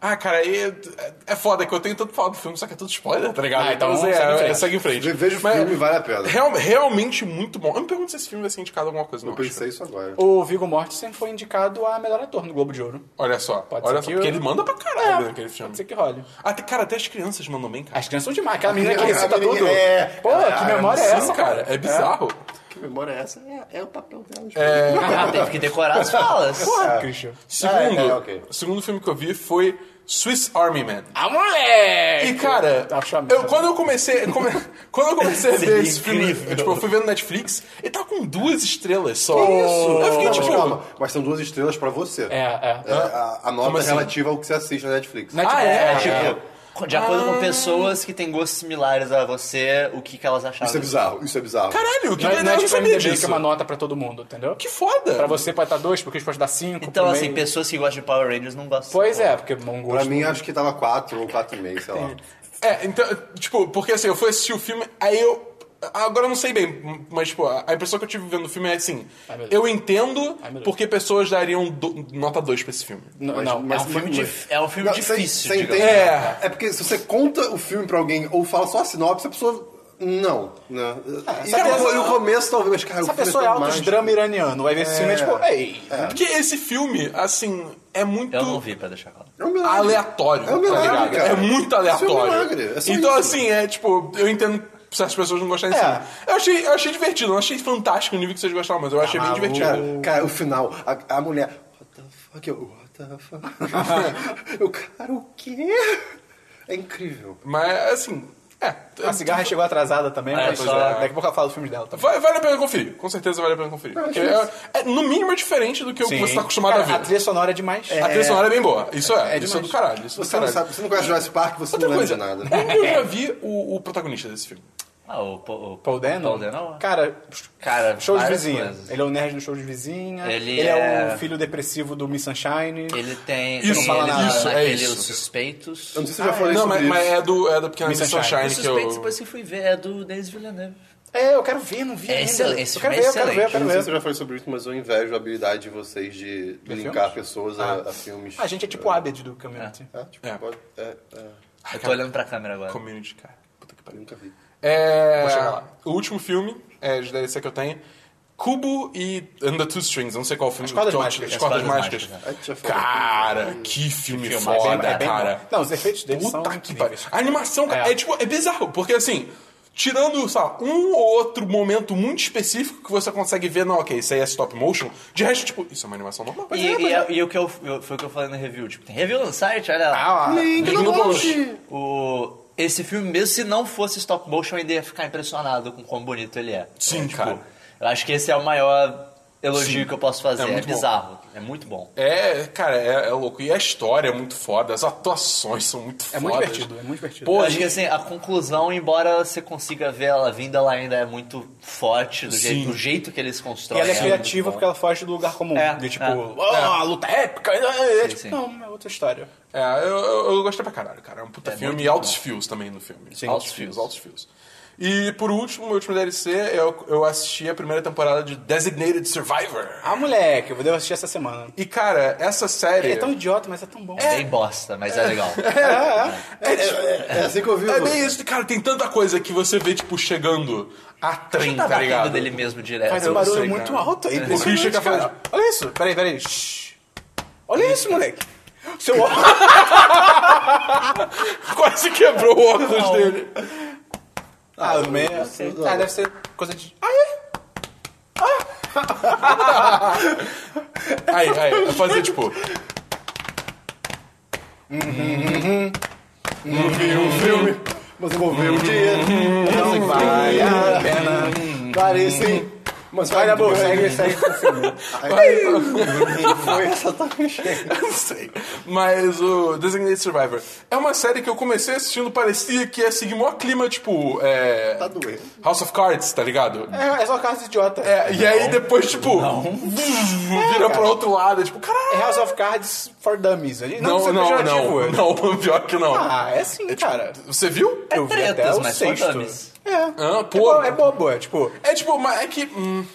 [SPEAKER 3] Ah, cara, e é, é foda que eu tenho tanto falado do filme, só que é tudo spoiler, tá ligado?
[SPEAKER 1] Ah, então segue
[SPEAKER 3] é,
[SPEAKER 1] em frente.
[SPEAKER 3] é, segue em frente.
[SPEAKER 2] Ve- Veja o
[SPEAKER 3] Mas
[SPEAKER 2] filme, vale a pena.
[SPEAKER 3] real- realmente muito bom. Eu me pergunto se esse filme vai ser indicado a alguma coisa, não
[SPEAKER 2] Eu
[SPEAKER 3] acho.
[SPEAKER 2] pensei isso agora.
[SPEAKER 1] O Viggo Mortensen foi indicado a melhor ator no Globo de Ouro.
[SPEAKER 3] Olha só,
[SPEAKER 1] Pode
[SPEAKER 3] olha
[SPEAKER 1] ser
[SPEAKER 3] só.
[SPEAKER 1] que
[SPEAKER 3] Porque
[SPEAKER 1] eu- É.
[SPEAKER 3] ele manda pra caralho naquele filme.
[SPEAKER 1] Pode ser que role.
[SPEAKER 3] Até, cara, até as crianças mandam bem, cara.
[SPEAKER 1] As crianças são demais. Aquela menina que
[SPEAKER 2] A
[SPEAKER 1] recita
[SPEAKER 2] menina-
[SPEAKER 1] tudo.
[SPEAKER 2] é.
[SPEAKER 1] Pô, que
[SPEAKER 2] Ah,
[SPEAKER 1] memória é Ah,
[SPEAKER 3] Sim,
[SPEAKER 1] essa, cara?
[SPEAKER 3] cara, é bizarro.
[SPEAKER 2] Que memória é essa? É, é o papel dela.
[SPEAKER 4] Ah, Teve que decorar as falas.
[SPEAKER 1] Porra, É. Christian.
[SPEAKER 3] Segundo,
[SPEAKER 2] Ah, é, é, ok.
[SPEAKER 3] segundo filme que eu vi foi Swiss Army Man.
[SPEAKER 1] Ah, moleque!
[SPEAKER 3] E, cara,
[SPEAKER 1] Acho a merda. é
[SPEAKER 3] eu, quando eu comecei. come- quando eu comecei a ver
[SPEAKER 4] Seria
[SPEAKER 3] esse filme,
[SPEAKER 4] incrível.
[SPEAKER 3] tipo, eu fui ver no Netflix, ele tá com duas estrelas só.
[SPEAKER 1] isso?
[SPEAKER 3] Eu fiquei
[SPEAKER 2] Não, mas
[SPEAKER 3] tipo.
[SPEAKER 2] calma, mas são duas estrelas pra você.
[SPEAKER 1] É, é.
[SPEAKER 2] É, a, a nota
[SPEAKER 3] Como assim?
[SPEAKER 2] relativa ao que você assiste na Netflix.
[SPEAKER 1] Net-
[SPEAKER 3] Ah, é?
[SPEAKER 4] É, tipo, de acordo com pessoas que têm gostos similares a você, o que, que elas acharam.
[SPEAKER 2] Isso é bizarro, isso é bizarro.
[SPEAKER 3] Caralho, que
[SPEAKER 1] Não é,
[SPEAKER 3] doideira,
[SPEAKER 1] não é
[SPEAKER 3] eu não
[SPEAKER 1] tipo
[SPEAKER 3] sabia
[SPEAKER 1] MDB que
[SPEAKER 3] disso.
[SPEAKER 1] é uma nota pra todo mundo, entendeu?
[SPEAKER 3] Que foda!
[SPEAKER 1] Pra você pode dar dois, porque eles podem dar cinco.
[SPEAKER 4] Então,
[SPEAKER 1] pro
[SPEAKER 4] assim,
[SPEAKER 1] meio.
[SPEAKER 4] pessoas que gostam de Power Rangers não gostam.
[SPEAKER 1] Pois é, porque bom gosto.
[SPEAKER 2] Pra mim, acho que tava 4 ou 4,5, sei lá.
[SPEAKER 3] É, então, tipo, porque assim, eu fui assistir o filme, aí eu. Agora eu não sei bem, mas, tipo, a impressão que eu tive vendo o filme é assim:
[SPEAKER 1] Ai, meu Deus.
[SPEAKER 3] eu entendo
[SPEAKER 1] Ai, meu Deus.
[SPEAKER 3] porque pessoas dariam do- nota 2 pra esse filme.
[SPEAKER 1] Não,
[SPEAKER 2] Mas-
[SPEAKER 1] não.
[SPEAKER 2] mas- assim.
[SPEAKER 4] É um filme,
[SPEAKER 2] muito.
[SPEAKER 4] dif- é um filme
[SPEAKER 2] Não, você-
[SPEAKER 4] difícil,
[SPEAKER 2] você
[SPEAKER 4] digamos.
[SPEAKER 2] entende?
[SPEAKER 3] É.
[SPEAKER 2] É. porque se você conta o filme pra alguém ou fala só a sinopse, a pessoa. Não, né? E
[SPEAKER 1] É, sabe,
[SPEAKER 2] depois,
[SPEAKER 1] essa-
[SPEAKER 2] no começo, talvez, mas, cara,
[SPEAKER 1] Essa
[SPEAKER 2] o filme
[SPEAKER 1] pessoa é
[SPEAKER 2] tão
[SPEAKER 1] alto de
[SPEAKER 2] mágico.
[SPEAKER 1] drama iraniano. Vai ver esse filme é tipo, ei.
[SPEAKER 3] Porque esse filme, assim, é muito.
[SPEAKER 4] Eu não vi, pra deixar claro.
[SPEAKER 2] É um milagre.
[SPEAKER 3] aleatório.
[SPEAKER 2] É um milagre,
[SPEAKER 3] tá ligado?
[SPEAKER 2] cara.
[SPEAKER 3] É muito aleatório.
[SPEAKER 2] Isso é um milagre, é só
[SPEAKER 3] então,
[SPEAKER 2] isso.
[SPEAKER 3] assim, é tipo, eu entendo se as pessoas não gostarem
[SPEAKER 1] É.
[SPEAKER 3] assim. Eu achei, eu achei divertido, não achei fantástico o nível que vocês gostaram, mas eu achei bem
[SPEAKER 1] maluco.
[SPEAKER 3] divertido.
[SPEAKER 2] Cara, É, cara, o final, a, a mulher. What the fuck? Eu, what the fuck? eu, cara, o quê? É incrível.
[SPEAKER 3] Mas, assim, é.
[SPEAKER 1] A cigarra chegou atrasada também, mas
[SPEAKER 4] pois é.
[SPEAKER 1] daqui a pouco ela fala do filme dela também.
[SPEAKER 3] Vale, vale a pena conferir, com certeza vale a pena conferir. Porque é, é, no mínimo é diferente do que o que você tá acostumado
[SPEAKER 1] Cara,
[SPEAKER 3] a
[SPEAKER 1] A
[SPEAKER 3] ver.
[SPEAKER 1] trilha sonora é demais.
[SPEAKER 3] A trilha sonora é bem boa, isso é,
[SPEAKER 1] é
[SPEAKER 3] isso é do
[SPEAKER 1] demais.
[SPEAKER 3] caralho. Isso é do
[SPEAKER 2] Você não,
[SPEAKER 3] caralho.
[SPEAKER 2] sabe, você não conhece Jurassic Park, você
[SPEAKER 3] Outra
[SPEAKER 2] não lembra
[SPEAKER 3] coisa, É.
[SPEAKER 2] de nada.
[SPEAKER 3] onde eu já vi o, o protagonista desse filme?
[SPEAKER 4] Ah, o, Po- o,
[SPEAKER 1] Paul Dano?
[SPEAKER 4] Paul Dano? é
[SPEAKER 1] Cara,
[SPEAKER 4] Cara,
[SPEAKER 1] show de
[SPEAKER 4] várias
[SPEAKER 1] vizinha.
[SPEAKER 4] coisas.
[SPEAKER 1] Ele é o nerd do show de vizinha.
[SPEAKER 4] Ele
[SPEAKER 1] é...
[SPEAKER 4] é-
[SPEAKER 1] o filho depressivo do Miss Sunshine.
[SPEAKER 4] Ele tem.
[SPEAKER 3] Isso,
[SPEAKER 4] tem
[SPEAKER 1] fala
[SPEAKER 4] ele
[SPEAKER 1] nada.
[SPEAKER 4] na-
[SPEAKER 3] Isso, é
[SPEAKER 4] naquele
[SPEAKER 3] isso.
[SPEAKER 4] Os Suspeitos.
[SPEAKER 2] Eu não sei se eu já
[SPEAKER 1] Ah,
[SPEAKER 2] falei
[SPEAKER 3] não,
[SPEAKER 2] sobre
[SPEAKER 3] mas,
[SPEAKER 2] isso.
[SPEAKER 3] mas é do é da pequena
[SPEAKER 1] Miss
[SPEAKER 3] Miss Sunshine,
[SPEAKER 1] Sunshine.
[SPEAKER 4] Os
[SPEAKER 3] que eu...
[SPEAKER 4] Suspeitos, depois que eu fui ver, é do Denis Villeneuve.
[SPEAKER 1] É, eu quero ver, não vi
[SPEAKER 4] É
[SPEAKER 1] ainda.
[SPEAKER 4] excelente, esse
[SPEAKER 1] Eu quero ver,
[SPEAKER 4] filme é
[SPEAKER 1] eu quero ver, eu
[SPEAKER 2] Eu
[SPEAKER 1] quero
[SPEAKER 2] não sei se eu
[SPEAKER 1] ver.
[SPEAKER 2] já falei sobre isso, mas eu invejo a habilidade de vocês de linkar pessoas a, a filmes.
[SPEAKER 1] A gente é tipo o Abed do Community.
[SPEAKER 2] É, tipo,
[SPEAKER 3] Ah. É.
[SPEAKER 2] pode- é, é,
[SPEAKER 4] Eu tô olhando pra câmera agora.
[SPEAKER 3] Community, cara. Puta que pariu.
[SPEAKER 2] nunca vi.
[SPEAKER 3] É...
[SPEAKER 1] chegar lá.
[SPEAKER 3] O último filme é, de DLC que eu tenho Cubo e And the Two Strings, eu não sei qual filme.
[SPEAKER 1] As Cordas
[SPEAKER 3] que eu-
[SPEAKER 1] Mágicas.
[SPEAKER 3] As
[SPEAKER 1] As
[SPEAKER 3] Cordas
[SPEAKER 4] Cordas
[SPEAKER 3] Mágicas.
[SPEAKER 2] A gente já falou.
[SPEAKER 3] Cara, que filme
[SPEAKER 1] Filme, mas é
[SPEAKER 3] foda,
[SPEAKER 1] bem- é bem
[SPEAKER 3] cara.
[SPEAKER 1] bom. Não, os efeitos dele são
[SPEAKER 3] Puta que pariu.
[SPEAKER 1] incríveis.
[SPEAKER 3] A animação, cara, é.
[SPEAKER 1] um É.
[SPEAKER 3] tipo, é bizarro, porque assim, tirando, sei lá, um ou outro momento muito específico que você consegue ver, não, ok, isso aí é stop motion, de resto, tipo, isso é uma animação normal.
[SPEAKER 4] E, e- e o que eu, eu- foi o que eu falei no review. Tipo, tem review no site, olha lá.
[SPEAKER 1] Ah,
[SPEAKER 2] Link no
[SPEAKER 3] no
[SPEAKER 2] post.
[SPEAKER 4] O, esse filme, mesmo se não fosse stop motion, eu ainda ia ficar impressionado com quão bonito ele é.
[SPEAKER 3] Sim,
[SPEAKER 4] É, tipo,
[SPEAKER 3] cara.
[SPEAKER 4] Eu acho que esse é o maior elogio que eu posso fazer.
[SPEAKER 3] É
[SPEAKER 4] É,
[SPEAKER 3] muito bom.
[SPEAKER 4] bizarro. É muito bom.
[SPEAKER 3] É, cara, é, é louco. E a história é muito foda, as atuações são muito
[SPEAKER 1] É
[SPEAKER 3] fodas.
[SPEAKER 1] muito divertido, é muito divertido.
[SPEAKER 3] Pô,
[SPEAKER 4] eu acho que assim, a conclusão, embora você consiga ver ela vindo, ela ainda é muito forte do,
[SPEAKER 3] Sim.
[SPEAKER 4] jeito, do jeito que eles
[SPEAKER 1] E
[SPEAKER 4] constroem.
[SPEAKER 1] ela é
[SPEAKER 4] muito
[SPEAKER 1] criativa
[SPEAKER 4] bom.
[SPEAKER 1] porque ela foge do lugar comum.
[SPEAKER 4] É,
[SPEAKER 1] de tipo,
[SPEAKER 4] é.
[SPEAKER 1] "Ah, a luta épica. É, tipo,
[SPEAKER 4] sim.
[SPEAKER 1] Não, é outra história.
[SPEAKER 3] É, eu, eu, eu gostei pra caralho, cara. É um puta filme. E altos fios também no filme.
[SPEAKER 1] Sim,
[SPEAKER 4] altos fios.
[SPEAKER 3] Altos fios. E por último, meu último DLC, eu, eu assisti a primeira temporada de Designated Survivor.
[SPEAKER 1] Ah, moleque, eu vou assistir essa semana.
[SPEAKER 3] E cara, essa série.
[SPEAKER 1] Ele é tão idiota, mas é tão bom.
[SPEAKER 4] Bem bosta, mas é legal.
[SPEAKER 2] É assim que eu vi.
[SPEAKER 3] É
[SPEAKER 1] Então,
[SPEAKER 2] Lu.
[SPEAKER 3] bem isso, cara, tem tanta coisa que você vê, tipo, chegando a
[SPEAKER 4] Ele
[SPEAKER 3] 30,
[SPEAKER 4] tá
[SPEAKER 3] tá ligado?
[SPEAKER 4] batendo dele mesmo direto.
[SPEAKER 1] Faz
[SPEAKER 3] eu
[SPEAKER 1] um barulho
[SPEAKER 3] sei,
[SPEAKER 1] muito
[SPEAKER 3] cara.
[SPEAKER 1] alto. É
[SPEAKER 3] O Christian
[SPEAKER 1] impressionante,
[SPEAKER 3] tá falando,
[SPEAKER 1] cara. Olha isso. Peraí, peraí. Shhh. Olha isso, moleque. Seu óculos.
[SPEAKER 3] Quase quebrou o óculos dele.
[SPEAKER 1] Ah, o meio. Ah, deve ser coisa de. Ah,
[SPEAKER 3] Aí, aí, eu fazer tipo. Não vi um filme.
[SPEAKER 2] Mas envolveu o dinheiro.
[SPEAKER 1] não vale a pena.
[SPEAKER 2] Vale sim. Mas
[SPEAKER 1] Hum. Vai
[SPEAKER 2] vai
[SPEAKER 1] na
[SPEAKER 2] dar
[SPEAKER 1] boa,
[SPEAKER 2] bom.
[SPEAKER 1] segue, segue.
[SPEAKER 2] Foi essa tá
[SPEAKER 3] Não sei. Mas o Designated Survivor é uma série que eu comecei assistindo, parecia que ia seguir o maior clima, tipo. É...
[SPEAKER 2] Tá doendo.
[SPEAKER 3] House of Cards, tá ligado?
[SPEAKER 1] É, é só caso de idiota.
[SPEAKER 3] É, e aí depois, tipo. Vira pro outro lado, é tipo,
[SPEAKER 1] É
[SPEAKER 3] caralho.
[SPEAKER 1] House of Cards for Dummies. Ele-
[SPEAKER 3] Não,
[SPEAKER 1] isso é
[SPEAKER 3] não,
[SPEAKER 1] pejorativo.
[SPEAKER 3] não, tipo não, pior que não.
[SPEAKER 1] Ah, é assim, cara.
[SPEAKER 3] Você viu?
[SPEAKER 1] Eu vi até
[SPEAKER 4] tretas,
[SPEAKER 1] o
[SPEAKER 4] mas for
[SPEAKER 1] sexto.
[SPEAKER 4] dummies.
[SPEAKER 1] É.
[SPEAKER 3] Ah,
[SPEAKER 1] é,
[SPEAKER 3] pô.
[SPEAKER 1] bo- é bobo, é tipo...
[SPEAKER 3] É tipo, mas é que. hum,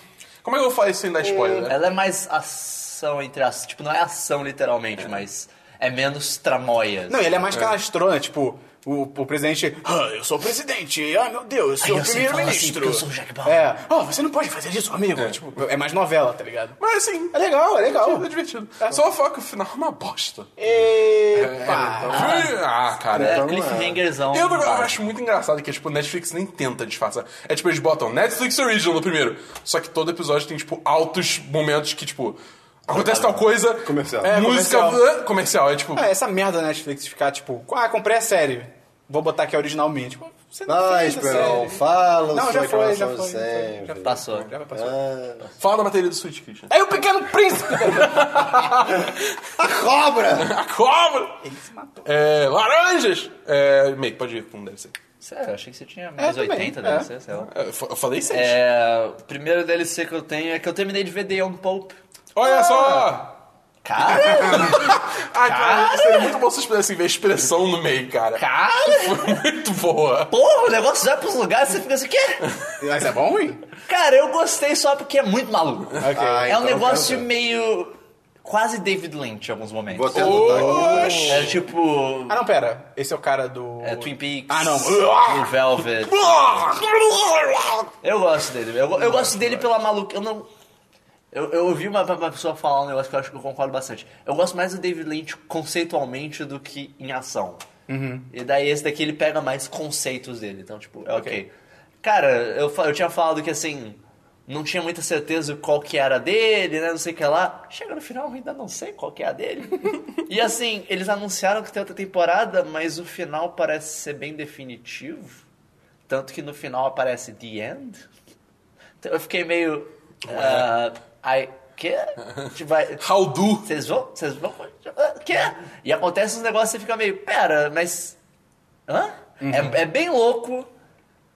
[SPEAKER 3] como é que eu falo isso sem dar spoiler? né?
[SPEAKER 4] Ela é mais ação entre as. Tipo, não é ação literalmente, mas é menos tramóias.
[SPEAKER 1] Não, e ele é mais canastrona, tipo... O, o presidente, ah, eu sou o presidente, ah, meu Deus, eu sou
[SPEAKER 4] Aí
[SPEAKER 1] o
[SPEAKER 4] eu sempre falo assim,
[SPEAKER 1] primeiro-ministro.
[SPEAKER 4] porque eu sou o Jack Bauer.
[SPEAKER 1] é, ah, você não pode fazer isso, amigo. É. Tipo, é mais novela, tá ligado?
[SPEAKER 3] Mas assim.
[SPEAKER 1] É legal, é legal.
[SPEAKER 3] É divertido. Só foca, o final é uma bosta.
[SPEAKER 1] É, Epa!
[SPEAKER 3] Ah, cara.
[SPEAKER 4] É
[SPEAKER 2] Então,
[SPEAKER 1] é.
[SPEAKER 4] cliffhangerzão. Ah,
[SPEAKER 3] Eu, eu acho muito engraçado que, tipo, Netflix nem tenta disfarçar. É tipo, eles botam Netflix Original no primeiro. Só que todo episódio tem, tipo, altos momentos que, tipo, acontece tal coisa.
[SPEAKER 2] Comercial.
[SPEAKER 3] É, música.
[SPEAKER 1] comercial.
[SPEAKER 3] ah, Comercial. É tipo.
[SPEAKER 1] Ah, essa merda da Netflix ficar, tipo, ah, comprei a série, vou botar aqui originalmente. Tipo, você não
[SPEAKER 2] Ah,
[SPEAKER 1] fez a
[SPEAKER 2] Esperão,
[SPEAKER 1] série.
[SPEAKER 2] fala
[SPEAKER 1] Não,
[SPEAKER 2] sua
[SPEAKER 1] já foi, já
[SPEAKER 2] reclamação
[SPEAKER 1] foi.
[SPEAKER 2] sempre.
[SPEAKER 1] Já foi.
[SPEAKER 4] Passou.
[SPEAKER 1] Já passou.
[SPEAKER 2] Ah.
[SPEAKER 3] Fala da matéria do Switch, Christian.
[SPEAKER 1] Aí É o pequeno príncipe!
[SPEAKER 2] A cobra!
[SPEAKER 3] A cobra!
[SPEAKER 1] Ele se matou.
[SPEAKER 3] Ah, É, laranjas! É, meio, pode ir como deve ser.
[SPEAKER 4] Sério, eu achei que você tinha mais
[SPEAKER 1] também,
[SPEAKER 4] 80
[SPEAKER 1] é.
[SPEAKER 4] DLC, sei lá.
[SPEAKER 3] É, Eu fa- eu falei seis.
[SPEAKER 4] É, o primeiro DLC que eu tenho é que eu terminei de ver The Young Pope.
[SPEAKER 3] Olha só!
[SPEAKER 4] Cara,
[SPEAKER 3] Ah, cara, seria muito bom se vocês pudessem ver a expressão no meio, cara.
[SPEAKER 4] cara,
[SPEAKER 3] Foi muito boa.
[SPEAKER 4] porra, o negócio vai pros lugares e você fica assim, quê?
[SPEAKER 1] Mas é bom ou ruim?
[SPEAKER 4] Cara, eu gostei só porque é muito maluco.
[SPEAKER 2] Ah,
[SPEAKER 4] é um
[SPEAKER 2] então eu
[SPEAKER 4] negócio
[SPEAKER 2] quero ver.
[SPEAKER 4] meio. quase David Lynch em alguns
[SPEAKER 2] Vou
[SPEAKER 4] momentos.
[SPEAKER 2] até anotar aqui.
[SPEAKER 4] É tipo.
[SPEAKER 1] Ah, não, pera. Esse é o cara do...
[SPEAKER 4] é Twin Peaks.
[SPEAKER 1] Ah, não.
[SPEAKER 4] Blue Velvet. Eu gosto dele. Eu, go- eu gosto dele pela maluca. Eu não. Eu, eu ouvi uma, uma pessoa falar um negócio que eu acho que eu concordo bastante. Eu gosto mais do David Lynch conceitualmente do que em ação. E daí esse daqui ele pega mais conceitos dele. Então, tipo, é ok. Cara, eu, fa- eu tinha falado que assim. Não tinha muita certeza qual que era a dele, né? Não sei o que lá. Chega no final, eu ainda não sei qual que é a dele. e assim, eles anunciaram que tem outra temporada, mas o final parece ser bem definitivo. Tanto que no final aparece The End. Então eu fiquei meio. ah, ai. Quê? Tipo, vai-
[SPEAKER 3] How do?
[SPEAKER 4] Vocês vão? Vocês vão? ah, Quê? E acontece uns negócios e você fica meio. Pera, mas. Hã? É, é bem louco.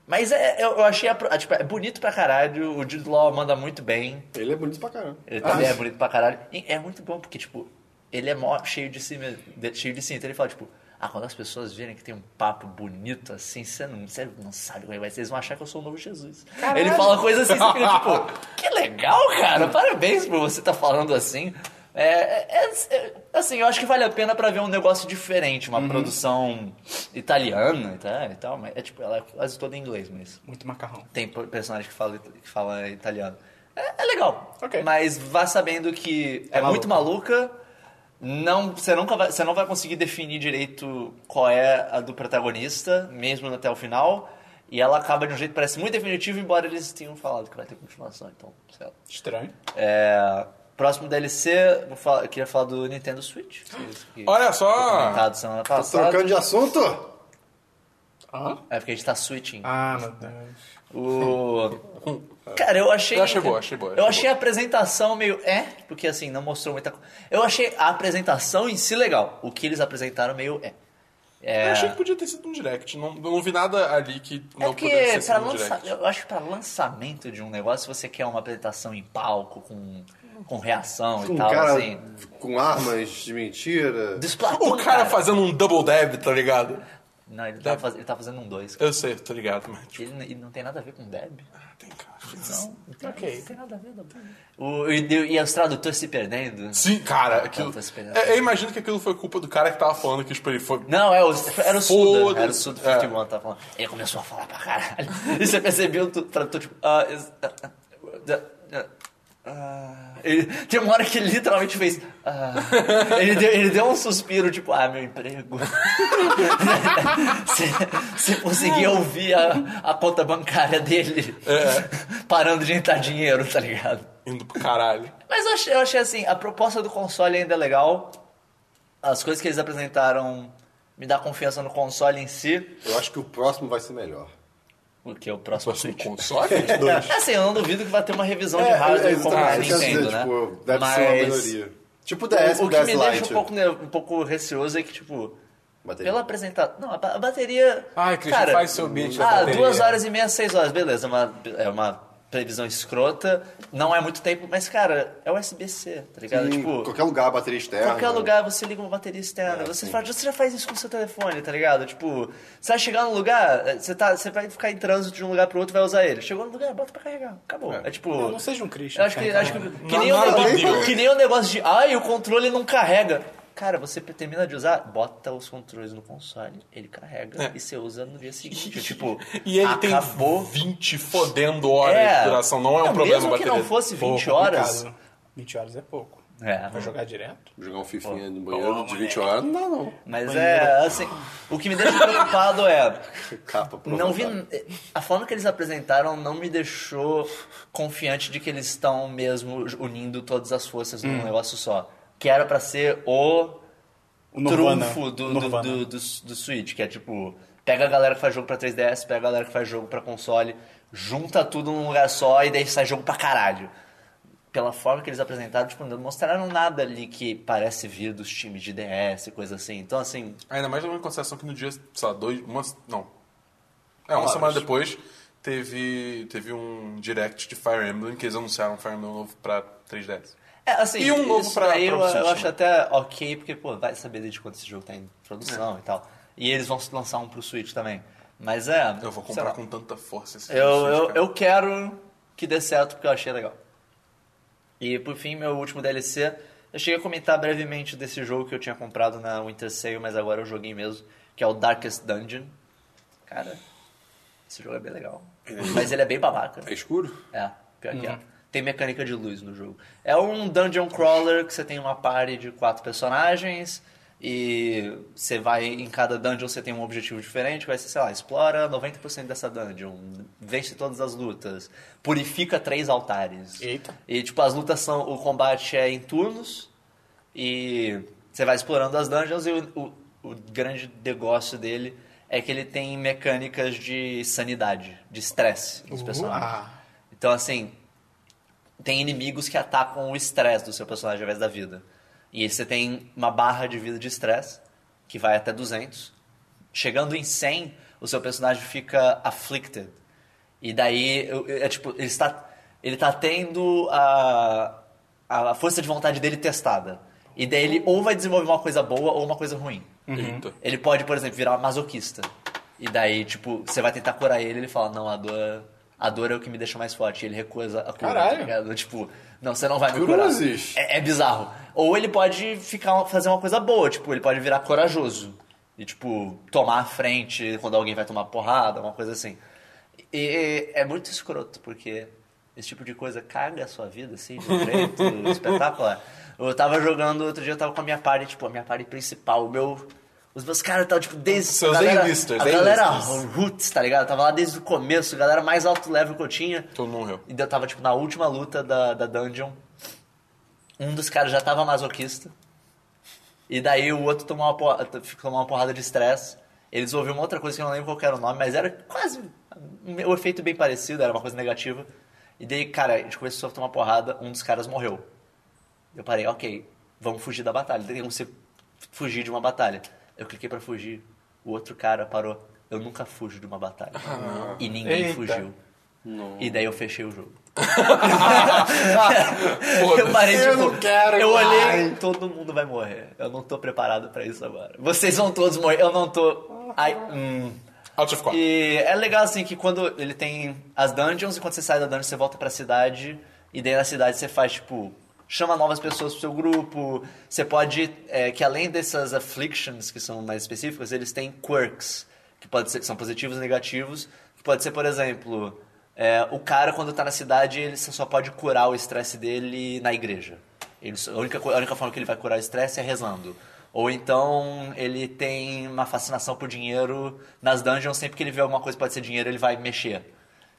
[SPEAKER 4] Mas é, eu, eu achei. a pro- ah, tipo, é bonito pra caralho. O Jude Law manda muito bem.
[SPEAKER 2] Ele é bonito pra caramba.
[SPEAKER 4] Ele também é bonito pra caralho. E é muito bom, porque, tipo, ele é mó cheio de si mesmo. de- cheio de si. Então ele fala, tipo, ah, quando as pessoas verem que tem um papo bonito assim, você não, você não sabe como é que vai ser, eles vão achar que eu sou o novo Jesus. Ele fala coisas assim, você fica, tipo, que legal, cara, parabéns por você estar falando assim. É, é- é- assim, eu acho que vale a pena pra ver um negócio diferente, uma produção italiana e tal, e tal, mas é tipo, ela é quase toda em inglês, mas
[SPEAKER 1] Muito macarrão.
[SPEAKER 4] tem personagem que fala, que fala italiano. É, é legal.
[SPEAKER 1] Ok.
[SPEAKER 4] Mas vá sabendo que é,
[SPEAKER 1] maluca.
[SPEAKER 4] muito maluca. Não, você nunca vai, você não vai conseguir definir direito qual é a do protagonista, mesmo até o final. E ela acaba de um jeito que parece muito definitivo, embora eles tenham falado que vai ter continuação, então, sei lá.
[SPEAKER 1] Estranho.
[SPEAKER 4] É, próximo DLC, vou falar- eu queria falar do Nintendo Switch. que- que
[SPEAKER 3] Olha só!
[SPEAKER 4] foi comentado semana passada.
[SPEAKER 2] Tá Trocando de assunto?
[SPEAKER 1] Hã?
[SPEAKER 4] É porque a gente tá switching.
[SPEAKER 1] Ah, meu Deus.
[SPEAKER 4] O. Cara, eu achei.
[SPEAKER 3] Eu achei boa, achei boa, achei
[SPEAKER 4] Eu achei a apresentação meio. É, porque assim, não mostrou muita coisa. Eu achei a apresentação em si legal. O que eles apresentaram meio é. É.
[SPEAKER 3] Eu achei que podia ter sido um direct. Não, não vi nada ali que
[SPEAKER 4] É
[SPEAKER 3] não
[SPEAKER 4] porque
[SPEAKER 3] pudesse ter
[SPEAKER 4] pra
[SPEAKER 3] sido um
[SPEAKER 4] lança...
[SPEAKER 3] direct.
[SPEAKER 4] eu acho que pra lançamento de um negócio, se você quer uma apresentação em palco, com, com reação
[SPEAKER 2] Com
[SPEAKER 4] e
[SPEAKER 2] um
[SPEAKER 4] tal,
[SPEAKER 2] cara
[SPEAKER 4] assim.
[SPEAKER 2] com armas de mentira.
[SPEAKER 4] Do Splatoon,
[SPEAKER 3] O cara fazendo um double dab, tá ligado?
[SPEAKER 4] Não, ele tá, faz- ele tá fazendo um 2.
[SPEAKER 3] Eu sei, tá ligado, mas tipo,
[SPEAKER 4] Ele, ele não tem nada a ver com Deb.
[SPEAKER 3] tem cara.
[SPEAKER 1] Ok.
[SPEAKER 4] Não tem nada a ver, não. O, e, e os tradutores se perdendo.
[SPEAKER 3] Sim, cara, aquilo.
[SPEAKER 4] Eu tô esperando.
[SPEAKER 3] É, eu imagino que aquilo foi culpa do cara que tava falando que tipo, ele foi.
[SPEAKER 4] Não, é o, era o Suda.
[SPEAKER 3] Foda-se.
[SPEAKER 4] Era o Suda
[SPEAKER 3] É.
[SPEAKER 4] 51 que tava falando. Ele começou a falar pra caralho. E você percebeu, tu, tra- tu, tipo. ah, is- ah, ah, ah, ah. Ele, tem uma hora que ele literalmente fez. ah. ele, deu, ele deu um suspiro, tipo, ah, meu emprego. você, você conseguia ouvir a, a conta bancária dele parando de entrar dinheiro, tá ligado?
[SPEAKER 3] Indo pro caralho.
[SPEAKER 4] Mas eu achei, eu achei assim, a proposta do console ainda é legal. As coisas que eles apresentaram me dá confiança no console em si.
[SPEAKER 2] Eu acho que o próximo vai ser melhor.
[SPEAKER 4] O que é o próximo
[SPEAKER 3] Próximo
[SPEAKER 4] Switch.
[SPEAKER 3] console?
[SPEAKER 4] É assim, eu não duvido que vai ter uma revisão de
[SPEAKER 2] É, é,
[SPEAKER 4] hardware como
[SPEAKER 2] exatamente,
[SPEAKER 4] a
[SPEAKER 2] isso que eu ia
[SPEAKER 4] Nintendo,
[SPEAKER 2] dizer,
[SPEAKER 4] né?
[SPEAKER 2] tipo, deve
[SPEAKER 4] Mas
[SPEAKER 2] ser uma melhoria. Tipo o DS,
[SPEAKER 4] o, o que
[SPEAKER 2] DS
[SPEAKER 4] me deixa um
[SPEAKER 2] Lite.
[SPEAKER 4] pouco, ne- um pouco receoso é que, tipo...
[SPEAKER 2] Bateria.
[SPEAKER 4] Pela apresentação... Não, a ba- a bateria...
[SPEAKER 1] Ai, Christian,
[SPEAKER 4] cara,
[SPEAKER 1] faz seu beat da
[SPEAKER 4] Ah,
[SPEAKER 1] bateria.
[SPEAKER 4] duas horas e meia, seis horas. Beleza, é uma, é uma previsão escrota. Não é muito tempo, mas, cara, é USB-C, tá ligado?
[SPEAKER 2] Em
[SPEAKER 4] tipo...
[SPEAKER 2] qualquer lugar, bateria externa.
[SPEAKER 4] qualquer lugar você liga uma bateria externa. você, faz- você já faz isso com o seu telefone, tá ligado? Tipo, você vai chegar num lugar, eh, você, tá, você vai ficar em trânsito de um lugar pro outro vai usar ele. Chegou no lugar, bota pra carregar. Acabou. É, tipo.
[SPEAKER 1] Não, não seja um Christian.
[SPEAKER 4] eu acho que,
[SPEAKER 1] cara.
[SPEAKER 4] acho que, que
[SPEAKER 3] Não,
[SPEAKER 4] nem o
[SPEAKER 3] nada
[SPEAKER 4] negócio,
[SPEAKER 3] deu.
[SPEAKER 4] que nem o negócio de. Ai, o controle não carrega. Cara, você termina de usar, bota os controles no console, ele carrega e você usa no dia seguinte. tipo,
[SPEAKER 3] E ele
[SPEAKER 4] acabou.
[SPEAKER 3] tem 20 fodendo horas de duração. Não é um problema
[SPEAKER 4] mesmo
[SPEAKER 3] bateria.
[SPEAKER 4] que não fosse 20
[SPEAKER 3] Pô,
[SPEAKER 4] horas.
[SPEAKER 1] Complicado. 20 horas é pouco.
[SPEAKER 4] É.
[SPEAKER 1] Vai jogar direto?
[SPEAKER 2] Jogar um fifinha no banheiro de 20 horas. Não, não.
[SPEAKER 4] Mas é, assim, o que me deixa preocupado é.
[SPEAKER 2] Capa, pra
[SPEAKER 4] Não vi.
[SPEAKER 2] vontade.
[SPEAKER 4] A forma que eles apresentaram não me deixou confiante de que eles estão mesmo unindo todas as forças
[SPEAKER 1] Hum.
[SPEAKER 4] num negócio só. Que era pra ser o,
[SPEAKER 1] O Nirvana.
[SPEAKER 4] trunfo do, do,
[SPEAKER 1] Nirvana.
[SPEAKER 4] do, do, do Switch, que é tipo. Pega a galera que faz jogo pra 3DS, pega a galera que faz jogo pra console, junta tudo num lugar só e daí sai jogo pra caralho. Pela forma que eles apresentaram, tipo, não mostraram nada ali que parece vir dos times de DS e coisa assim. Então, assim,
[SPEAKER 3] Ainda mais levando em consideração que no dia, sei lá, dois. Uma, não. É, uma
[SPEAKER 1] Horas.
[SPEAKER 3] semana depois teve, teve um direct de Fire Emblem que eles anunciaram Fire Emblem novo pra 3DS.
[SPEAKER 4] É, assim,
[SPEAKER 3] E um novo
[SPEAKER 4] isso
[SPEAKER 3] pra-
[SPEAKER 4] daí
[SPEAKER 3] pra
[SPEAKER 4] eu,
[SPEAKER 3] Switch,
[SPEAKER 4] eu acho
[SPEAKER 3] né?
[SPEAKER 4] até ok, porque, pô, vai saber desde quando esse jogo tá em produção
[SPEAKER 3] É.
[SPEAKER 4] e tal. E eles vão lançar um pro Switch também. Mas é.
[SPEAKER 3] Eu vou
[SPEAKER 4] sei
[SPEAKER 3] comprar
[SPEAKER 4] lá.
[SPEAKER 3] com tanta força esse
[SPEAKER 4] Eu,
[SPEAKER 3] Switch,
[SPEAKER 4] eu,
[SPEAKER 3] cara.
[SPEAKER 4] eu quero que dê certo, porque eu achei legal. E por fim, meu último DLC. Eu cheguei a comentar brevemente desse jogo que eu tinha comprado na Winter Sale, mas agora eu joguei mesmo, que é o Darkest Dungeon. Cara, esse jogo é bem legal. Mas ele é bem babaca.
[SPEAKER 2] É escuro?
[SPEAKER 4] É, pior que é. Tem mecânica de luz no jogo. É um dungeon crawler que você tem uma party de quatro personagens e você vai em cada dungeon você tem um objetivo diferente, vai ser, sei lá, explora 90% dessa dungeon, vence todas as lutas, purifica três altares.
[SPEAKER 1] Eita.
[SPEAKER 4] E tipo, as lutas são o combate é em turnos e você vai explorando as dungeons e o, o- o grande negócio dele é que ele tem mecânicas de sanidade, de estresse nos
[SPEAKER 1] Uh,
[SPEAKER 4] personagens.
[SPEAKER 1] ah.
[SPEAKER 4] Então, assim, tem inimigos que atacam o estresse do seu personagem ao invés da vida. E aí você tem uma barra de vida de estresse, que vai até 200. Chegando em 100, o seu personagem fica afflicted. E daí, eu- eu- é tipo, ele está, ele tá tendo a, a força de vontade dele testada. E daí ele ou vai desenvolver uma coisa boa ou uma coisa ruim.
[SPEAKER 3] Eita.
[SPEAKER 4] Ele pode, por exemplo, virar masoquista. E daí, tipo, você vai tentar curar ele, ele fala, não, a dor, a dor é o que me deixa mais forte. E ele recusa a cura.
[SPEAKER 1] Caralho.
[SPEAKER 4] tá ligado? tipo, não, você não vai me
[SPEAKER 2] Cura
[SPEAKER 4] curar.
[SPEAKER 2] não existe.
[SPEAKER 4] É, é bizarro. Ou ele pode ficar, fazer uma coisa boa, tipo, ele pode virar corajoso. E, tipo, tomar a frente quando alguém vai tomar porrada, uma coisa assim. E é muito escroto, porque Esse tipo de coisa caga a sua vida, assim, de um jeito espetacular. Eu tava jogando, outro dia eu tava com a minha party, tipo, a minha party principal, o meu... Os meus caras estavam, tipo, desde...
[SPEAKER 3] Seus
[SPEAKER 4] a galera,
[SPEAKER 3] A-listers,
[SPEAKER 4] A galera
[SPEAKER 3] A-listers.
[SPEAKER 4] roots, tá ligado? Eu tava lá desde o começo, a galera mais alto level que eu tinha.
[SPEAKER 3] Todo mundo morreu.
[SPEAKER 4] E eu tava, tipo, na última luta da, da dungeon. Um dos caras já tava masoquista. E daí o outro tomou uma, porra- tomou uma porrada de estresse. Eles ouviram uma outra coisa que eu não lembro qual que era o nome, mas era quase o efeito bem parecido, era uma coisa negativa. E daí, cara, a gente começou a tomar porrada, um dos caras morreu. Eu parei, ok, vamos fugir da batalha. Tem como você fugir de uma batalha. Eu cliquei pra fugir, o outro cara parou. Eu nunca fujo de uma batalha. E ninguém
[SPEAKER 1] Eita.
[SPEAKER 4] fugiu. E daí eu fechei o jogo. eu
[SPEAKER 3] Foda-se.
[SPEAKER 4] parei de
[SPEAKER 2] Eu não quero
[SPEAKER 4] Eu
[SPEAKER 2] mais.
[SPEAKER 4] olhei, todo mundo vai morrer. Eu não tô preparado pra isso agora. Vocês vão todos morrer. Eu não tô. Ai, hum.
[SPEAKER 3] Out of 4.
[SPEAKER 4] E é legal assim que quando ele tem as dungeons e quando você sai da dungeon você volta pra cidade e daí na cidade você faz tipo chama novas pessoas pro seu grupo. Você pode é, que além dessas afflictions que são mais específicas, eles têm quirks que pode ser que são positivos e negativos, que pode ser, por exemplo, é, o cara quando tá na cidade, ele só pode curar o estresse dele na igreja. Ele só- a, única, co- a única forma que ele vai curar o estresse é rezando. Ou então ele tem uma fascinação por dinheiro nas dungeons, sempre que ele vê alguma coisa que pode ser dinheiro, ele vai mexer.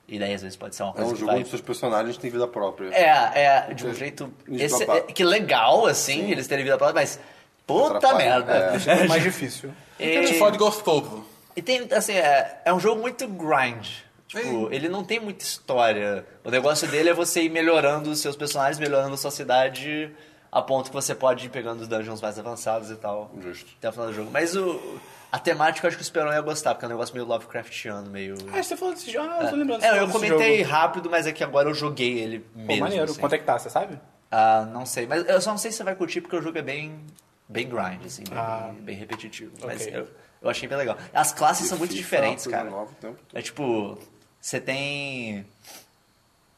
[SPEAKER 4] E daí às vezes pode ser uma
[SPEAKER 2] É
[SPEAKER 4] coisa
[SPEAKER 2] um
[SPEAKER 4] que
[SPEAKER 2] jogo
[SPEAKER 4] vai...
[SPEAKER 2] onde seus personagens têm vida própria.
[SPEAKER 4] É, é, de um jeito...
[SPEAKER 2] de
[SPEAKER 4] esse-
[SPEAKER 2] babá.
[SPEAKER 4] é- que legal, assim, eles terem vida própria, mas... Puta
[SPEAKER 2] Atrapalha,
[SPEAKER 4] merda!
[SPEAKER 2] é.
[SPEAKER 1] Deixa tudo mais difícil.
[SPEAKER 3] E...
[SPEAKER 4] E-
[SPEAKER 3] Ford Golf todo.
[SPEAKER 4] e tem, assim, é, é um jogo muito grind. Tipo, ele não tem muita história. O negócio dele é você ir melhorando os seus personagens, melhorando a sua cidade, a ponto que você pode ir pegando os dungeons mais avançados e tal.
[SPEAKER 2] Justo.
[SPEAKER 4] Até o final do jogo. Mas o, a temática eu acho que o Esperão ia gostar, porque é um negócio meio Lovecraftiano, meio.
[SPEAKER 1] Ah, você falou desse jogo. Ah, eu tô lembrando.
[SPEAKER 4] É, eu comentei rápido, mas é que agora eu joguei ele mesmo.
[SPEAKER 1] Pô, maneiro.
[SPEAKER 4] assim.
[SPEAKER 1] Quanto é que tá, você sabe?
[SPEAKER 4] Ah, não sei. Mas eu só não sei se você vai curtir, porque o jogo é bem, bem grind, assim, bem,
[SPEAKER 1] Ah.
[SPEAKER 4] bem repetitivo. Mas
[SPEAKER 1] Ok.
[SPEAKER 4] eu, eu achei bem legal. As classes são muito
[SPEAKER 2] Fica
[SPEAKER 4] diferentes,
[SPEAKER 2] coisa
[SPEAKER 4] cara.
[SPEAKER 2] nova o tempo todo.
[SPEAKER 4] É tipo, você tem.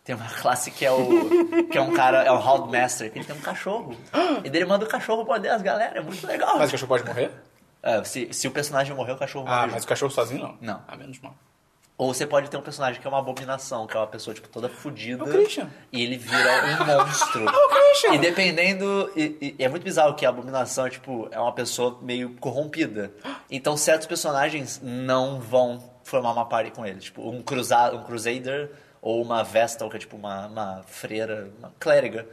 [SPEAKER 4] Tem uma classe que é o. que é um cara, é o Houndmaster, que ele tem um cachorro. E dele manda o cachorro poder as galera, é muito legal.
[SPEAKER 1] Mas o cachorro pode morrer?
[SPEAKER 4] É, se, se o personagem morrer, o cachorro
[SPEAKER 1] Ah,
[SPEAKER 4] morre.
[SPEAKER 1] mas
[SPEAKER 4] junto.
[SPEAKER 1] o cachorro sozinho não?
[SPEAKER 4] Não.
[SPEAKER 1] Ah, menos mal.
[SPEAKER 4] Ou você pode ter um personagem que é uma abominação, que é uma pessoa, tipo, toda fodida.
[SPEAKER 1] É o Christian. É
[SPEAKER 4] E ele vira um monstro.
[SPEAKER 1] o Christian.
[SPEAKER 4] E dependendo. E, e- e é muito bizarro que a abominação é, tipo, é uma pessoa meio corrompida. Então certos personagens não vão formar uma party com ele. Tipo, um, cruza, um crusader ou uma vestal, que é tipo uma, uma freira, uma clériga.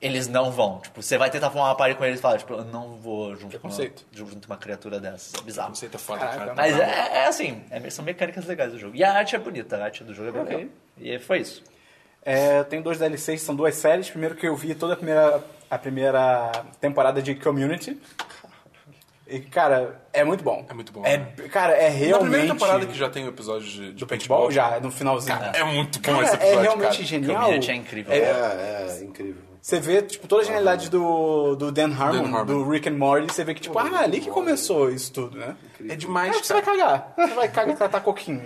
[SPEAKER 4] Eles não vão. Tipo, você vai tentar formar uma party com eles e fala, tipo, eu não vou junto com uma,
[SPEAKER 1] Preconceito.
[SPEAKER 4] junto com uma criatura dessas. É Bizarro.
[SPEAKER 3] Não sei, tá foda,
[SPEAKER 1] Caraca,
[SPEAKER 3] cara.
[SPEAKER 1] mas-
[SPEAKER 4] Mas é, é assim, é- são mecânicas legais do jogo. E a arte é bonita, a arte do jogo é bem
[SPEAKER 1] Ok.
[SPEAKER 4] legal. E foi isso.
[SPEAKER 1] É, eu tenho dois DLCs, são duas séries. Primeiro que eu vi toda a primeira, a primeira temporada de Community. E, cara, é muito bom.
[SPEAKER 3] É muito bom,
[SPEAKER 1] É,
[SPEAKER 3] né?
[SPEAKER 1] Cara, é
[SPEAKER 3] Na
[SPEAKER 1] realmente...
[SPEAKER 3] primeira temporada que já tem o episódio de, de
[SPEAKER 1] Do paintball, já, no finalzinho.
[SPEAKER 3] Cara, é muito bom
[SPEAKER 1] Cara,
[SPEAKER 3] esse episódio,
[SPEAKER 1] é realmente
[SPEAKER 3] cara.
[SPEAKER 1] genial.
[SPEAKER 4] Community é incrível.
[SPEAKER 1] É,
[SPEAKER 2] É, é incrível.
[SPEAKER 1] Você vê, tipo, toda a genialidade do, do Dan, Harmon,
[SPEAKER 3] Dan Harmon.
[SPEAKER 1] do Rick and Morty, você vê que, tipo, ah, ali que começou isso tudo, né?
[SPEAKER 3] É demais,
[SPEAKER 1] Cara, você vai
[SPEAKER 3] cara.
[SPEAKER 1] cagar. Você vai cagar, tratar coquinho.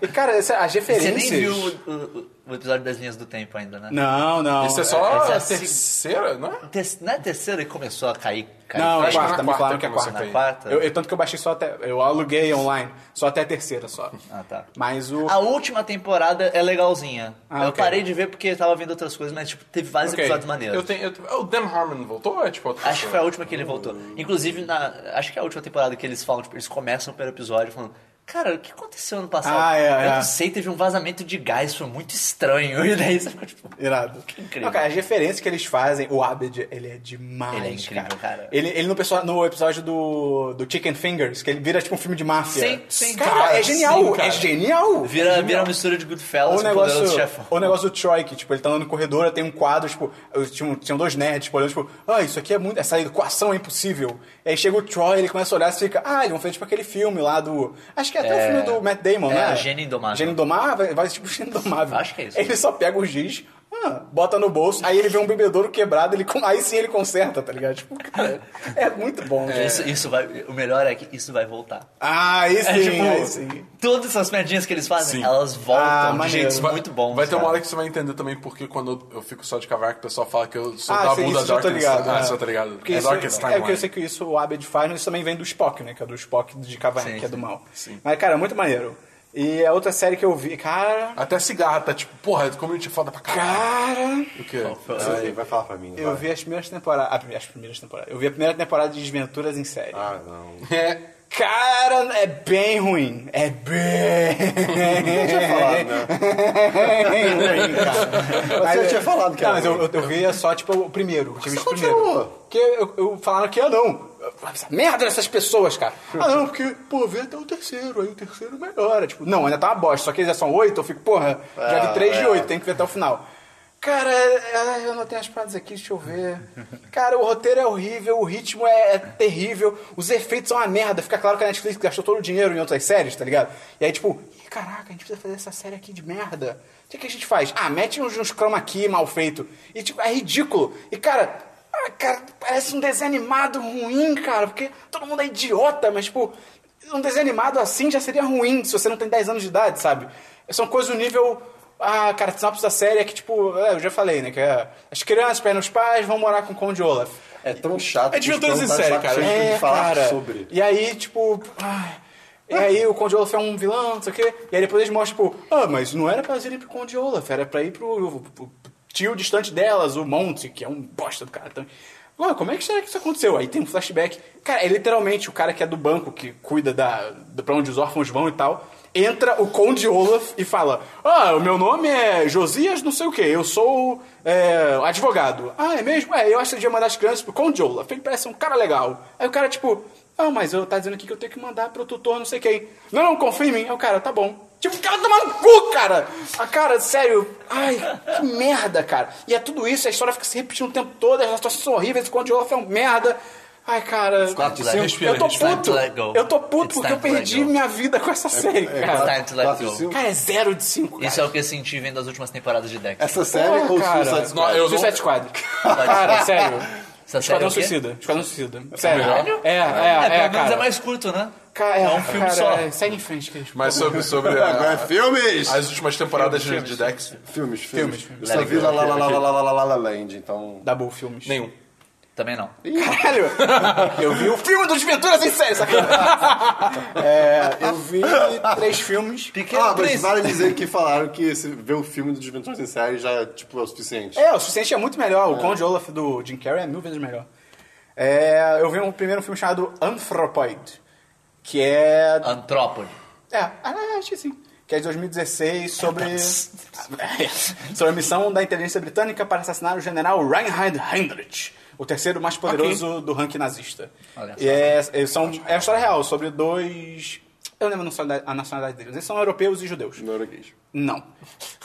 [SPEAKER 1] E, cara, essa- as
[SPEAKER 4] Você
[SPEAKER 1] referências...
[SPEAKER 4] nem viu o, o- o episódio das linhas do tempo ainda, né?
[SPEAKER 1] Não, não.
[SPEAKER 3] Isso é só
[SPEAKER 4] Essa é a
[SPEAKER 3] a terceira, não é?
[SPEAKER 4] Te- na terceira que começou a cair. cair
[SPEAKER 1] Não, é
[SPEAKER 3] Acho que
[SPEAKER 1] quarta,
[SPEAKER 3] na
[SPEAKER 1] me falaram
[SPEAKER 3] quarta
[SPEAKER 1] que é
[SPEAKER 3] começou a
[SPEAKER 1] quarta.
[SPEAKER 4] cair. Quarta?
[SPEAKER 1] Eu, eu- tanto que eu baixei só até. Eu aluguei online, só até a terceira só.
[SPEAKER 4] Ah, tá.
[SPEAKER 1] Mas o.
[SPEAKER 4] A última temporada é legalzinha.
[SPEAKER 1] Ah,
[SPEAKER 4] eu
[SPEAKER 1] ok.
[SPEAKER 4] parei de ver porque eu tava vendo outras coisas, mas tipo, teve vários
[SPEAKER 1] Ok.
[SPEAKER 4] episódios maneiros.
[SPEAKER 3] Eu tenho, eu tenho- o Dan Harmon voltou? ou É tipo outra
[SPEAKER 4] Acho que foi a
[SPEAKER 3] pessoa?
[SPEAKER 4] última que ele voltou. Inclusive, na, acho que é a última temporada que eles falam, tipo, eles começam pelo episódio falando. Cara, o que aconteceu ano passado?
[SPEAKER 1] Ah, é,
[SPEAKER 4] eu
[SPEAKER 1] é.
[SPEAKER 4] não sei, teve um vazamento de gás, foi muito estranho. E daí você fica tipo.
[SPEAKER 1] Irado.
[SPEAKER 4] incrível.
[SPEAKER 1] Não, cara, as referências que eles fazem, o Abed, ele é demais.
[SPEAKER 4] Ele é incrível, cara.
[SPEAKER 1] Ele, ele no, perso- no episódio do, do Chicken Fingers, que ele vira tipo um filme de máfia.
[SPEAKER 4] Sim, sim.
[SPEAKER 1] Cara,
[SPEAKER 3] Cara,
[SPEAKER 1] é genial,
[SPEAKER 3] sim, cara.
[SPEAKER 1] é genial.
[SPEAKER 4] Vira, vira uma mistura de Goodfellas com o poderoso chefão.
[SPEAKER 1] o negócio do Troy, que, tipo, ele tá andando no corredor, aí tem um quadro, tipo, eu- tinham, tinham dois nerds, tipo, olhando, tipo, ah, isso aqui é muito, essa equação é impossível. Aí chega o Troy, ele começa a olhar e fica, ah, eles vão fazer, tipo, aquele filme lá do, acho que é até
[SPEAKER 4] É.
[SPEAKER 1] o filme do Matt Damon,
[SPEAKER 4] É,
[SPEAKER 1] né?
[SPEAKER 4] Gênio Indomável.
[SPEAKER 1] Gênio Indomável, vai, tipo, Gênio Indomável.
[SPEAKER 4] Acho que é isso.
[SPEAKER 1] Ele só pega o giz, ah, bota no bolso, aí ele vê um bebedouro quebrado, ele, com- aí sim ele conserta, tá ligado? Tipo, cara, é muito bom. né?
[SPEAKER 4] Isso, isso vai, o melhor é que isso vai voltar.
[SPEAKER 1] Ah, aí sim,
[SPEAKER 4] É tipo,
[SPEAKER 1] aí sim.
[SPEAKER 4] todas essas piadinhas que eles fazem,
[SPEAKER 3] Sim.
[SPEAKER 4] elas
[SPEAKER 1] Ah,
[SPEAKER 4] voltam de
[SPEAKER 1] maneiro.
[SPEAKER 4] jeitos
[SPEAKER 3] Vai-
[SPEAKER 4] muito bons.
[SPEAKER 3] Vai ter uma
[SPEAKER 4] cara.
[SPEAKER 3] hora que você vai entender também porque quando eu fico só de cavaco, o pessoal fala que eu sou
[SPEAKER 1] Ah,
[SPEAKER 3] da
[SPEAKER 1] sim, isso
[SPEAKER 3] bunda
[SPEAKER 1] eu tô
[SPEAKER 3] Darkness.
[SPEAKER 1] ligado.
[SPEAKER 3] ah,
[SPEAKER 1] é.
[SPEAKER 3] sou, tá ligado?
[SPEAKER 1] Porque
[SPEAKER 3] é
[SPEAKER 1] isso,
[SPEAKER 3] Darkness
[SPEAKER 1] é porque
[SPEAKER 3] Timeline.
[SPEAKER 1] eu sei que isso o Abed faz, mas isso também vem do Spock, né? Que é do Spock de Caverna,
[SPEAKER 4] Sim,
[SPEAKER 1] que é do
[SPEAKER 4] sim.
[SPEAKER 1] mal.
[SPEAKER 3] Sim.
[SPEAKER 1] Mas, cara, muito maneiro. E a outra série que eu vi, cara.
[SPEAKER 3] Até cigarra tá tipo, porra, community é foda pra caralho.
[SPEAKER 1] Cara!
[SPEAKER 3] O quê? É.
[SPEAKER 2] Vai, vai falar pra mim.
[SPEAKER 1] Eu
[SPEAKER 2] vai.
[SPEAKER 1] vi as primeiras temporadas. ah, prime- As primeiras temporadas. Eu vi a primeira temporada de Desventuras em Série.
[SPEAKER 2] Ah, não.
[SPEAKER 3] É.
[SPEAKER 1] Cara, é bem ruim. É bem.
[SPEAKER 2] tinha falado, né?
[SPEAKER 1] ruim, cara.
[SPEAKER 2] Você já tinha falado que
[SPEAKER 1] Não,
[SPEAKER 2] era
[SPEAKER 1] mas eu, eu, eu via só, tipo, o primeiro. Tinha
[SPEAKER 2] você
[SPEAKER 1] visto o primeiro.
[SPEAKER 2] continuou?
[SPEAKER 1] Porque eu, eu falaram que eu não. Essa merda dessas pessoas, cara. Ah, não, porque, pô, vê até o terceiro, aí o terceiro melhora. Tipo, não, ainda tá uma bosta, só que eles já são oito, eu fico, porra, já vi três de
[SPEAKER 2] é.
[SPEAKER 1] oito, tem que ver até o final. Cara, é, eu não tenho as paradas aqui, deixa eu ver. Cara, o roteiro é horrível, o ritmo é, é terrível, os efeitos são uma merda. Fica claro que a Netflix gastou todo o dinheiro em outras séries, tá ligado? E aí, tipo, "Ih, caraca, a gente precisa fazer essa série aqui de merda. O que, que a gente faz? Ah, mete uns, uns chroma key mal feito. E, tipo, é ridículo. E, cara, ah, cara, parece um desenho animado ruim, cara, porque todo mundo é idiota, mas, tipo, um desenho animado assim já seria ruim se você não tem 10 anos de idade, sabe? É São coisas do nível. Ah, cara, a sinopse da série é que, tipo, é, eu já falei, né? Que é, as crianças perdem os pais, vão morar com o Conde Olaf.
[SPEAKER 2] É tão chato.
[SPEAKER 3] É
[SPEAKER 2] que os caras
[SPEAKER 3] Desventuras em
[SPEAKER 2] tá
[SPEAKER 3] Série,
[SPEAKER 2] chato
[SPEAKER 3] cara.
[SPEAKER 2] de
[SPEAKER 1] É,
[SPEAKER 2] falar
[SPEAKER 1] cara.
[SPEAKER 2] sobre.
[SPEAKER 1] E aí, tipo. ai, e aí o Conde Olaf é um vilão, não sei o quê. E aí depois eles mostram, tipo, ah, mas não era pra eles irem pro Conde Olaf, era pra ir pro, pro tio distante delas, o Monte, que é um bosta do cara também. Ué, como é que será que isso aconteceu? Aí tem um flashback. Cara, é literalmente o cara que é do banco, que cuida da, do, pra onde os órfãos vão e tal. Entra o Conde Olaf e fala: Ah, o meu nome é Josias não sei o que, eu sou é, advogado. Ah, é mesmo? É, eu acho que eu devia mandar as crianças pro Conde Olaf, ele parece um cara legal. Aí o cara, tipo, ah, mas eu tá dizendo aqui que eu tenho que mandar pro tutor não sei quem. Não, não, confia em mim. Aí o cara, tá bom. Tipo, o cara toma no cu, cara! A cara, sério. Ai, que merda, cara. E é tudo isso, a história fica se repetindo o tempo todo, as situações são horríveis, o Conde Olaf é um merda. Ai, cara.
[SPEAKER 4] Quatro,
[SPEAKER 1] eu,
[SPEAKER 3] respira,
[SPEAKER 1] tô
[SPEAKER 3] respira.
[SPEAKER 1] puto.
[SPEAKER 4] Let go.
[SPEAKER 1] Eu tô puto
[SPEAKER 4] It's
[SPEAKER 1] porque eu
[SPEAKER 4] time to let
[SPEAKER 1] perdi
[SPEAKER 4] go.
[SPEAKER 1] minha vida com essa série,
[SPEAKER 4] It's
[SPEAKER 1] cara.
[SPEAKER 4] time to let
[SPEAKER 2] Quatro,
[SPEAKER 4] go.
[SPEAKER 2] cinco.
[SPEAKER 1] Cara, é zero de cinco, cara.
[SPEAKER 4] Isso é o que eu senti vendo as últimas temporadas de Dexter.
[SPEAKER 2] Essa série
[SPEAKER 1] Porra,
[SPEAKER 2] ou
[SPEAKER 1] cara.
[SPEAKER 2] Suicide
[SPEAKER 3] Não,
[SPEAKER 2] Squad?
[SPEAKER 3] eu não...
[SPEAKER 1] Suicide Squad. Cara, sério.
[SPEAKER 4] Essa série é
[SPEAKER 1] Esquadrão
[SPEAKER 4] o quê?
[SPEAKER 1] Suicida. Esquadrão Suicida. Sério.
[SPEAKER 4] Caralho?
[SPEAKER 1] É, é,
[SPEAKER 4] É,
[SPEAKER 1] é,
[SPEAKER 4] pelo menos
[SPEAKER 1] cara.
[SPEAKER 4] é mais curto, né?
[SPEAKER 1] Cara,
[SPEAKER 4] É um filme só.
[SPEAKER 1] Segue em frente, Cris.
[SPEAKER 3] Mas sobre, sobre
[SPEAKER 2] Agora é
[SPEAKER 3] a-
[SPEAKER 2] filmes!
[SPEAKER 3] as últimas temporadas de, de Dex,
[SPEAKER 2] Filmes, filmes.
[SPEAKER 1] Filmes.
[SPEAKER 2] Eu só vi La La La La La La La La La La Land, então...
[SPEAKER 1] Dabu Filmes.
[SPEAKER 3] nenhum.
[SPEAKER 4] Também não.
[SPEAKER 1] Caralho! Eu vi o filme do assim, Desventuras em série, sacanagem. É, eu vi três filmes.
[SPEAKER 4] Pequeno
[SPEAKER 2] Ah, mas
[SPEAKER 4] Príncipe.
[SPEAKER 2] vale dizer que falaram que esse- ver o filme do Desventuras em Série já, tipo, é o suficiente.
[SPEAKER 1] É, o suficiente é muito melhor. O Conde Olaf do Jim Carrey é mil vezes melhor. É, eu vi um primeiro filme chamado Anthropoid, que é.
[SPEAKER 4] Antrópole.
[SPEAKER 1] É, ah, acho que sim. Que é de 2016 sobre. sobre a missão da inteligência britânica para assassinar o general Reinhard Heydrich, o terceiro mais poderoso do ranking nazista.
[SPEAKER 4] Olha
[SPEAKER 1] E é, é, são, é uma história real sobre dois. Eu não lembro a nacionalidade- a nacionalidade deles. Eles são europeus e judeus.
[SPEAKER 2] Norueguês.
[SPEAKER 1] Não.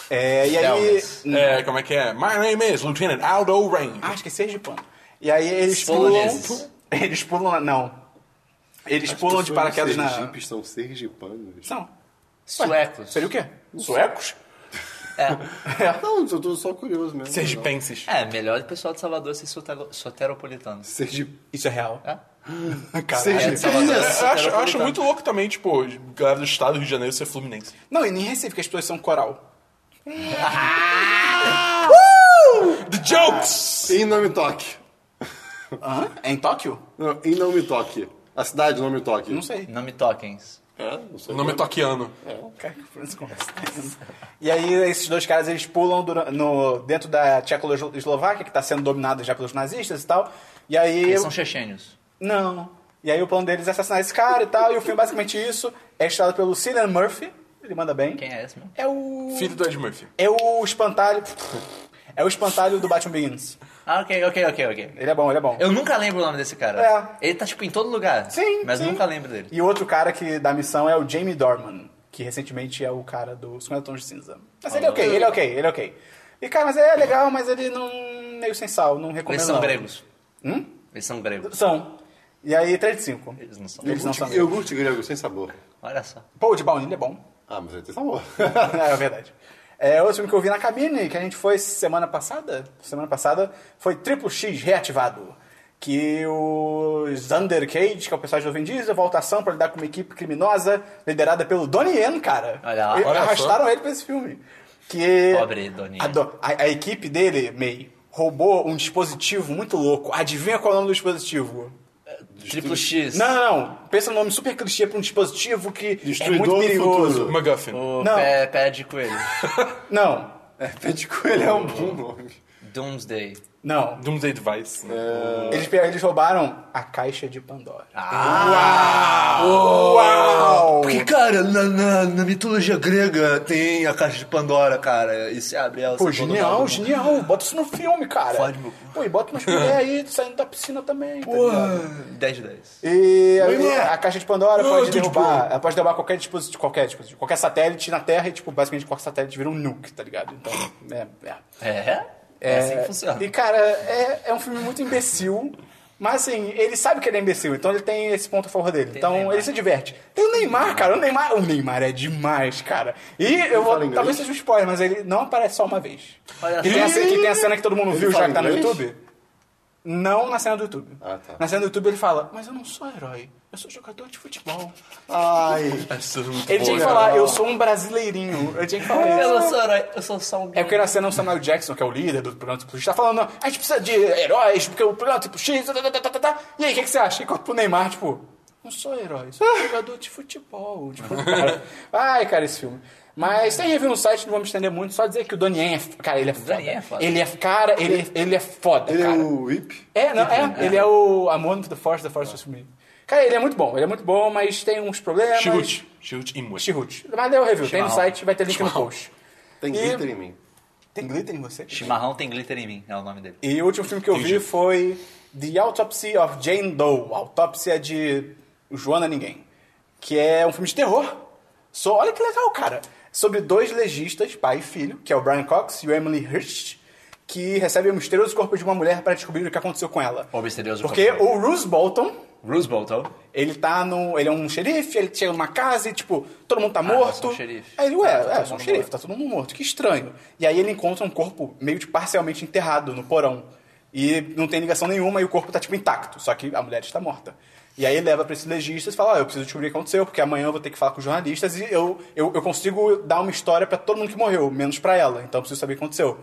[SPEAKER 1] É, e aí.
[SPEAKER 4] Belgas.
[SPEAKER 1] Não.
[SPEAKER 3] É, como é que é? My name is Lieutenant Aldo Rain.
[SPEAKER 1] Ah, esqueci de pano. E aí eles
[SPEAKER 4] Poloneses.
[SPEAKER 1] pulam. Eles pulam. na- Não. Eles
[SPEAKER 2] As
[SPEAKER 1] pulam de
[SPEAKER 2] pessoas
[SPEAKER 1] paraquedas na.
[SPEAKER 2] Sergipes são sergipanos.
[SPEAKER 1] São.
[SPEAKER 4] Suecos.
[SPEAKER 1] Seria o quê? Suecos?
[SPEAKER 2] Não, eu tô só curioso mesmo.
[SPEAKER 3] Sergipenses.
[SPEAKER 4] É, melhor o pessoal de Salvador ser sotelo- soteropolitano.
[SPEAKER 2] Sergip...
[SPEAKER 1] Isso é real. Hum,
[SPEAKER 4] É?
[SPEAKER 1] Caralho.
[SPEAKER 4] É, de Salvador.
[SPEAKER 2] Sergipenses.
[SPEAKER 3] Eu acho, eu acho muito louco também, tipo, galera do estado do Rio de Janeiro ser fluminense.
[SPEAKER 1] Não, e nem Recife, que as pessoas são coral.
[SPEAKER 3] The jokes!
[SPEAKER 2] Em Não Me Toque.
[SPEAKER 1] Hã? É em Tóquio?
[SPEAKER 2] Não, em Não Me Toque. A cidade Não Me Toque.
[SPEAKER 1] Não sei.
[SPEAKER 4] Não me toquem.
[SPEAKER 2] É, não sei.
[SPEAKER 3] Nome toquiano.
[SPEAKER 4] É.
[SPEAKER 1] Cara, que França conversa. E aí esses dois caras eles pulam dura- no, dentro da Tchecoslováquia, que está sendo dominada já pelos nazistas e tal. E aí.
[SPEAKER 4] Eles são chechênios.
[SPEAKER 1] Não. E aí o plano deles é assassinar esse cara e tal. E o filme é basicamente isso. É estrelado pelo Cillian Murphy. Ele manda bem.
[SPEAKER 4] Quem é esse, meu?
[SPEAKER 1] É o.
[SPEAKER 3] Filho do Ed Murphy.
[SPEAKER 1] É o espantalho. É o espantalho do Batman Begins.
[SPEAKER 4] Ah, ok, ok, ok, ok.
[SPEAKER 1] Ele é bom, ele é bom.
[SPEAKER 4] Eu nunca lembro o nome desse cara.
[SPEAKER 1] É.
[SPEAKER 4] Ele tá, tipo, em todo lugar.
[SPEAKER 1] Sim,
[SPEAKER 4] Mas
[SPEAKER 1] sim.
[SPEAKER 4] nunca lembro dele.
[SPEAKER 1] E o outro cara que da missão é o Jamie Dorman, que recentemente é o cara do 50 Tons de Cinza. Mas ele é ok, ele é ok, ele é ok. E cara, mas é legal, mas ele não. meio sem sal, não recomendo.
[SPEAKER 4] Eles são
[SPEAKER 1] não.
[SPEAKER 4] gregos.
[SPEAKER 1] é Hum?
[SPEAKER 4] Eles são gregos.
[SPEAKER 1] São. E aí, 3 de 5.
[SPEAKER 4] Eles não são.
[SPEAKER 1] Eles não são. gregos.
[SPEAKER 2] Iogurte grego, sem sabor.
[SPEAKER 4] Olha só.
[SPEAKER 1] Pô, o de baunilha é bom.
[SPEAKER 2] Ah, mas vai ter sabor.
[SPEAKER 1] é, é verdade. É, outro filme que eu vi na cabine, que a gente foi semana passada, semana passada, foi Triplo X reativado. Que os Undercage, que é o pessoal de Vin Diesel, volta à ação pra lidar com uma equipe criminosa liderada pelo Donnie Yen, cara.
[SPEAKER 4] Olha lá.
[SPEAKER 1] E-
[SPEAKER 3] Olha só.
[SPEAKER 1] arrastaram ele pra esse filme. Que
[SPEAKER 4] Pobre Donnie
[SPEAKER 1] a,
[SPEAKER 4] Yen.
[SPEAKER 1] do- a- a equipe dele, May, roubou um dispositivo muito louco. Adivinha qual é o nome do dispositivo?
[SPEAKER 4] Triplo X.
[SPEAKER 1] Não, não, não. Pensa num nome super clichê pra um dispositivo que é
[SPEAKER 2] Destruidor
[SPEAKER 1] muito
[SPEAKER 2] do
[SPEAKER 1] perigoso.
[SPEAKER 2] futuro.
[SPEAKER 3] MacGuffin.
[SPEAKER 4] O
[SPEAKER 1] Não.
[SPEAKER 4] Pé, pé de coelho.
[SPEAKER 1] Não,
[SPEAKER 2] É, pé de coelho é um bom nome.
[SPEAKER 4] Doomsday.
[SPEAKER 1] não.
[SPEAKER 3] Doomsday Device. né?
[SPEAKER 1] Eles, pe- eles roubaram a caixa de Pandora.
[SPEAKER 4] Ah! Uau! Porque, cara, na, na, na mitologia grega tem a caixa de Pandora, cara. E se abre ela...
[SPEAKER 1] Pô,
[SPEAKER 4] sai todo
[SPEAKER 1] genial,
[SPEAKER 4] mundo.
[SPEAKER 1] genial. Bota isso no filme, cara.
[SPEAKER 4] Fode meu cu.
[SPEAKER 1] Pô, e bota umas mulheres aí saindo da piscina também, tá ligado?
[SPEAKER 4] 10 de 10.
[SPEAKER 1] E a,
[SPEAKER 3] Mas, né?
[SPEAKER 1] a caixa de Pandora
[SPEAKER 3] Ah,
[SPEAKER 1] pode
[SPEAKER 3] tô de
[SPEAKER 1] derrubar.
[SPEAKER 3] boa.
[SPEAKER 1] Ela pode derrubar qualquer dispositivo, qualquer dispositivo, qualquer satélite na Terra e, tipo, basicamente qualquer satélite vira um nuke, tá ligado? Então, é. é.
[SPEAKER 4] É? É assim que funciona.
[SPEAKER 1] E, cara, é, é um filme muito imbecil. Mas, assim, ele sabe que ele é imbecil, então ele tem esse ponto a favor dele.
[SPEAKER 4] o
[SPEAKER 1] então,
[SPEAKER 4] Neymar.
[SPEAKER 1] ele se diverte. Tem o Neymar, cara. O Neymar, o Neymar é demais, cara. E eu vou,
[SPEAKER 2] fala inglês?
[SPEAKER 1] talvez seja um spoiler, mas ele não aparece só uma vez.
[SPEAKER 4] Olha
[SPEAKER 1] Que tem, a,
[SPEAKER 4] só.
[SPEAKER 1] ce- que tem a cena que todo mundo viu já
[SPEAKER 2] fala
[SPEAKER 1] que tá no
[SPEAKER 2] inglês?
[SPEAKER 1] YouTube? Não na cena do YouTube.
[SPEAKER 2] Ah, tá.
[SPEAKER 1] Na cena do YouTube ele fala, mas eu não sou herói, eu sou jogador de futebol.
[SPEAKER 2] Ai.
[SPEAKER 3] Essa é muito
[SPEAKER 1] Ele
[SPEAKER 3] boa,
[SPEAKER 1] tinha que
[SPEAKER 3] cara.
[SPEAKER 1] falar, eu sou um brasileirinho. Eu tinha que falar
[SPEAKER 4] Eu
[SPEAKER 1] é isso.
[SPEAKER 4] não sou herói, eu sou só um...
[SPEAKER 1] É porque na cena o Samuel Jackson, que é o líder do programa Tipo X, tá falando, "Não, a gente precisa de heróis, porque o programa Tipo X, tá, tá, tá, tá, tá, tá." E aí, o que, que você acha? E corta pro Neymar, tipo, não sou herói, sou um jogador de futebol. Tipo, cara. Ai, cara, esse filme. Mas tem review no site, não vou me estender muito, só dizer que o Donnie Yen é, f- cara, ele é foda.
[SPEAKER 4] Donnie Yen é foda.
[SPEAKER 1] Ele é, cara, ele, ele é foda,
[SPEAKER 2] Ele é
[SPEAKER 1] cara.
[SPEAKER 2] o Whip?
[SPEAKER 1] É, não, é,
[SPEAKER 4] né?
[SPEAKER 1] ele é o Amon to the Force, The Force was for me. Cara, ele é muito bom, ele é muito bom, mas tem uns
[SPEAKER 3] É,
[SPEAKER 1] problemas.
[SPEAKER 3] Chirrut. Chirrut e muito.
[SPEAKER 1] Chirrut. Mas deu o review, tem no
[SPEAKER 4] Chimarrão.
[SPEAKER 1] site, vai ter link no post.
[SPEAKER 2] Tem
[SPEAKER 1] E-
[SPEAKER 2] glitter em mim.
[SPEAKER 1] Tem glitter em você?
[SPEAKER 4] Chimarrão tem glitter em mim, é o nome dele.
[SPEAKER 1] E o último filme que eu vi
[SPEAKER 3] Entendi.
[SPEAKER 1] foi The Autopsy of Jane Doe, Autópsia de Joana Ninguém, que é um filme de terror. So, olha que legal, cara. Sobre dois legistas, pai e filho, que é o Brian Cox e o Emily Hirsch, que recebem o misterioso corpo de uma mulher para descobrir o que aconteceu com ela.
[SPEAKER 4] O Um misterioso
[SPEAKER 1] Porque
[SPEAKER 4] corpo.
[SPEAKER 1] o Bruce Bolton,
[SPEAKER 4] Roosevelt, ó.
[SPEAKER 1] ele tá no. Ele é um xerife, ele chega numa casa e, tipo, todo mundo tá morto.
[SPEAKER 4] eu sou um xerife.
[SPEAKER 1] Aí ele, ué,
[SPEAKER 4] Ah, tá
[SPEAKER 1] é,
[SPEAKER 4] todo
[SPEAKER 1] eu sou um
[SPEAKER 4] mundo
[SPEAKER 1] xerife,
[SPEAKER 4] morto.
[SPEAKER 1] tá todo mundo morto, que estranho. E aí ele encontra um corpo meio que parcialmente enterrado no porão. E não tem ligação nenhuma e o corpo tá, tipo, intacto, só que a mulher está morta. E aí ele leva pra esses legistas e fala: Ó, eu preciso descobrir o que aconteceu, porque amanhã eu vou ter que falar com os jornalistas e eu, eu, eu consigo dar uma história pra todo mundo que morreu, menos pra ela. Então eu preciso saber o que aconteceu.